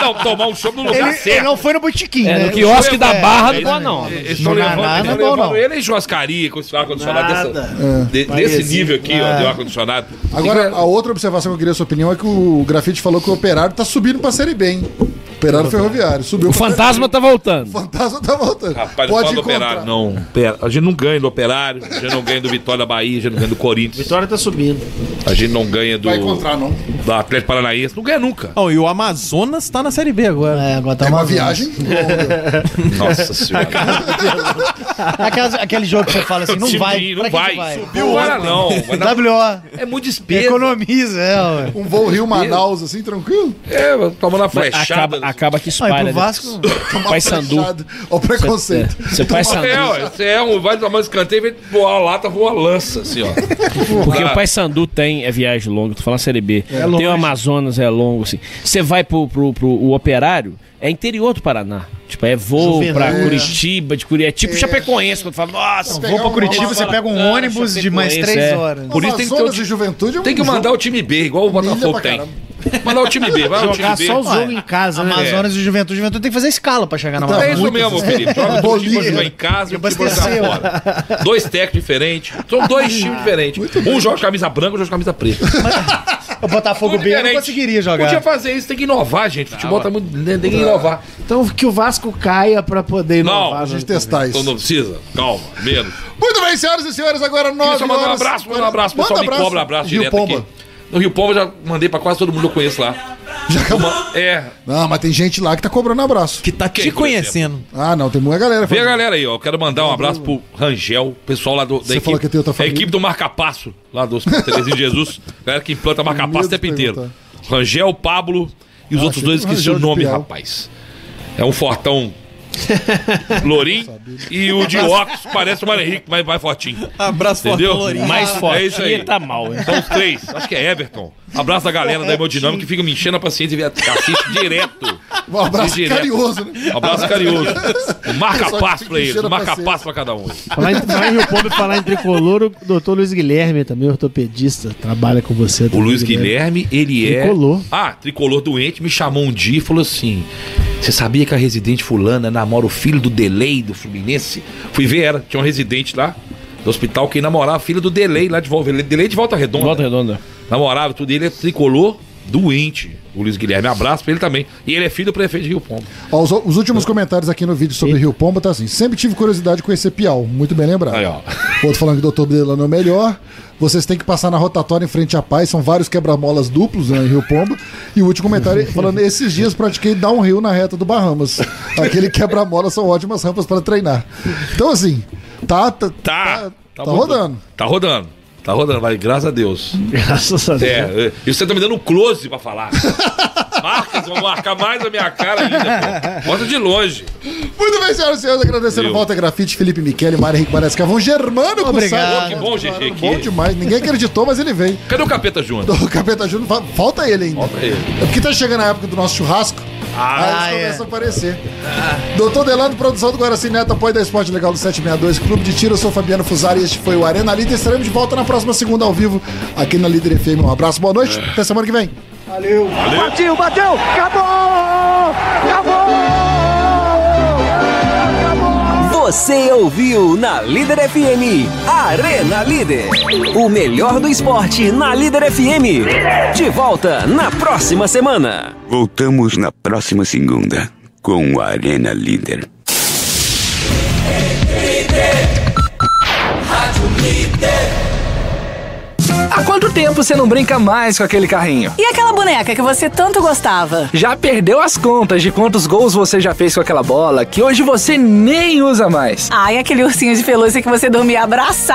Não, tomar um chopp no lugar
Ele,
certo.
ele não foi no botiquim,
É,
né?
no quiosque da Barra do
ele-
Guaná, não.
ele-
Eles
No
estão levando,
Guaná
eles
não é
tão
bom,
levando
não.
ele em churrascaria com esse ar-condicionado
Nada.
dessa- de-
Parece.
desse nível aqui, ó,
É.
de ar-condicionado.
Agora, a outra observação que eu queria a sua opinião é que o Grafite falou que o Operário tá subindo pra Série B, hein? Operário Ferroviário. Subiu
O
pra-
fantasma tá
O
voltando.
fantasma tá voltando.
Rapaz, não fala do operário, não. Pera, a gente não ganha do operário, a gente não ganha do Vitória da Bahia, a gente não ganha do Corinthians.
Vitória tá subindo.
A gente não ganha do.
Vai encontrar, não.
Do Atlético Paranaense. Não ganha nunca.
Ó, e o Amazonas tá na Série B agora. É, agora
tá É uma Amazonas. viagem
Nossa senhora.
Aquelas- aquele jogo que você fala assim, não
Sim,
vai.
não
pra que
vai.
que
Subiu o ano, não. Vai dar-
WO.
É muito despesa.
Economiza, é, ué.
Um voo Rio-Manaus, assim, tranquilo?
É, tomando a
Acaba, acaba que espalha.
Aí pro
né?
Vasco, tomar
Pai Sandu.
flechada. Ó o preconceito.
Você- é, Seu pai Sandu.
É, ó, você é um, vai tomar um escanteio, vai voar a lata, voa a lança, assim, ó.
Porque
Tá.
o Pai Sandu tem, é viagem longa, tô falando Série B.
É longe.
tem o Amazonas, é longo, assim. Você vai pro, pro, pro- o Operário, é interior do Paraná. Tipo, é voo
Juvenal.
pra
É.
Curitiba, de Curitiba. É tipo
É.
Chapecoense, quando fala, nossa,
Vou pra Curitiba, você pega
"Ah,
um ônibus de mais três
é."
horas.
Por isso tem que ter o
Amazonas e Juventude é um
Tem que
jogo.
mandar o time B, igual o Botafogo
pra
tem. Mandar o time B, vai o time B.
em casa, né? Amazonas e Juventude. Juventude tem que fazer escala pra chegar na
Então, é isso
Muitas.
mesmo, Felipe. Joga todo time pra jogar em casa e o time pra jogar fora. Dois técnicos diferentes. São dois times diferentes. Um joga de camisa branca, outro joga de camisa preta.
O Botafogo B não conseguiria jogar.
Podia fazer isso, tem que inovar, gente. Futebol tá muito. Tem que inovar.
Então que o Vasco caia pra poder inovar.
Não,
né?
Então não precisa. Calma, menos.
Muito bem, senhoras e senhores, agora
Queria
nós.
só mandar um abraço, mandar um abraço. O pessoal me cobra abraço
Rio
direto
Pomba.
aqui. No Rio Pomba eu já mandei pra quase todo mundo que eu conheço lá. Já acabou? É.
Não, mas tem gente lá que tá cobrando abraço. Que
tá
te conhecendo.
Ah, não, tem muita galera.
Vê a
falando.
galera aí, ó. Eu quero mandar um abraço pro Rangel, pessoal lá do, da
Você falou que tem outra
a
família?
equipe do Marcapasso, lá do Hospital Terezinha de Jesus. Galera que implanta Marcapasso o tempo inteiro. Rangel, Pablo e os
Ah, achei
outros dois
que o
esqueci o
Rangel de
nome,
Piau.
rapaz. É um fortão Lourinho. E o de óculos parece o Mário Henrique, mas vai fortinho.
Abraço
fortão,
Entendeu?
Lourinho. Mais forte,
É isso aí.
tá mal, hein?
São os três. Acho que é Everton. Abraço a galera da Hemodinâmica que fica me enchendo a paciência e assiste direto.
Um abraço
Assiste direto.
carinhoso, né?
Um abraço carinhoso. Marca
Só que
passo
fica
pra eles.
enchendo a
Marca
paciência.
passo pra cada um.
Falar em, falar em Rio Pombo e falar em tricolor, o doutor Luiz Guilherme também, ortopedista, trabalha com você.
O Luiz Guilherme, ele é.
Tricolor.
Ah, tricolor doente, me chamou um dia e falou assim: Você sabia que a residente Fulana namora o filho do Delay do Fluminense? Fui ver ela, tinha um residente lá do hospital que namorava a filha do Delay lá de volta. é Delay de volta redonda. Volta
redonda.
Namorava tudo, ele é tricolor doente. O Luiz Guilherme, Um abraço pra ele também. E ele é filho do prefeito de Rio Pombo.
Ó, os, os últimos comentários aqui no vídeo sobre Rio Pomba tá assim. Sempre tive curiosidade de conhecer Piau. Muito bem lembrado.
Aí, ó.
Outro falando que o Dr. Delano é o melhor. Vocês têm que passar na rotatória em frente à paz. São vários quebra-molas duplos né, em Rio Pomba. E o último comentário é falando: esses dias pratiquei downhill na reta do Bahamas. Aquele quebra-mola são ótimas rampas para treinar. Então, assim, tá. Tá.
Tá,
tá rodando.
Tá rodando. Tá rodando, vai, graças a Deus.
Graças a
É, e você tá me dando um close pra falar. Marcas vão marcar mais a minha cara ainda, pô. Bota de longe.
Muito bem, senhoras e senhores. Agradecendo
Viu?
Walter Grafite, Felipe Michele, Mário Henrique Maresca, Cavão, Germano
Obrigado.
Cursado.
Que bom, GG, aqui.
Bom demais. Ninguém acreditou, mas ele veio.
Cadê o Capeta Júnior?
O Capeta Júnior, fa- falta ele ainda.
Volta aí.
É porque tá chegando a época do nosso churrasco.
Ah,
aí eles
é.
começam a aparecer. Doutor Delano, produção do Guaraci Neto, apoio da Esporte Legal do 762, Clube de Tiro. Eu sou Fabiano Fusari e este foi o Arena Líder. Estaremos de volta na próxima segunda ao vivo aqui na Líder FM. Um abraço, boa noite. Até semana que vem.
Valeu. Partiu, bateu, acabou!
Você ouviu na Líder FM, Arena Líder. O melhor do esporte na Líder FM. De volta na próxima semana.
Voltamos na próxima segunda com o Arena Líder.
Há quanto tempo você não brinca mais com aquele carrinho?
E aquela boneca que você tanto gostava?
Já perdeu as contas de quantos gols você já fez com aquela bola que hoje você nem usa mais.
Ai, aquele ursinho de pelúcia que você dormia abraçado.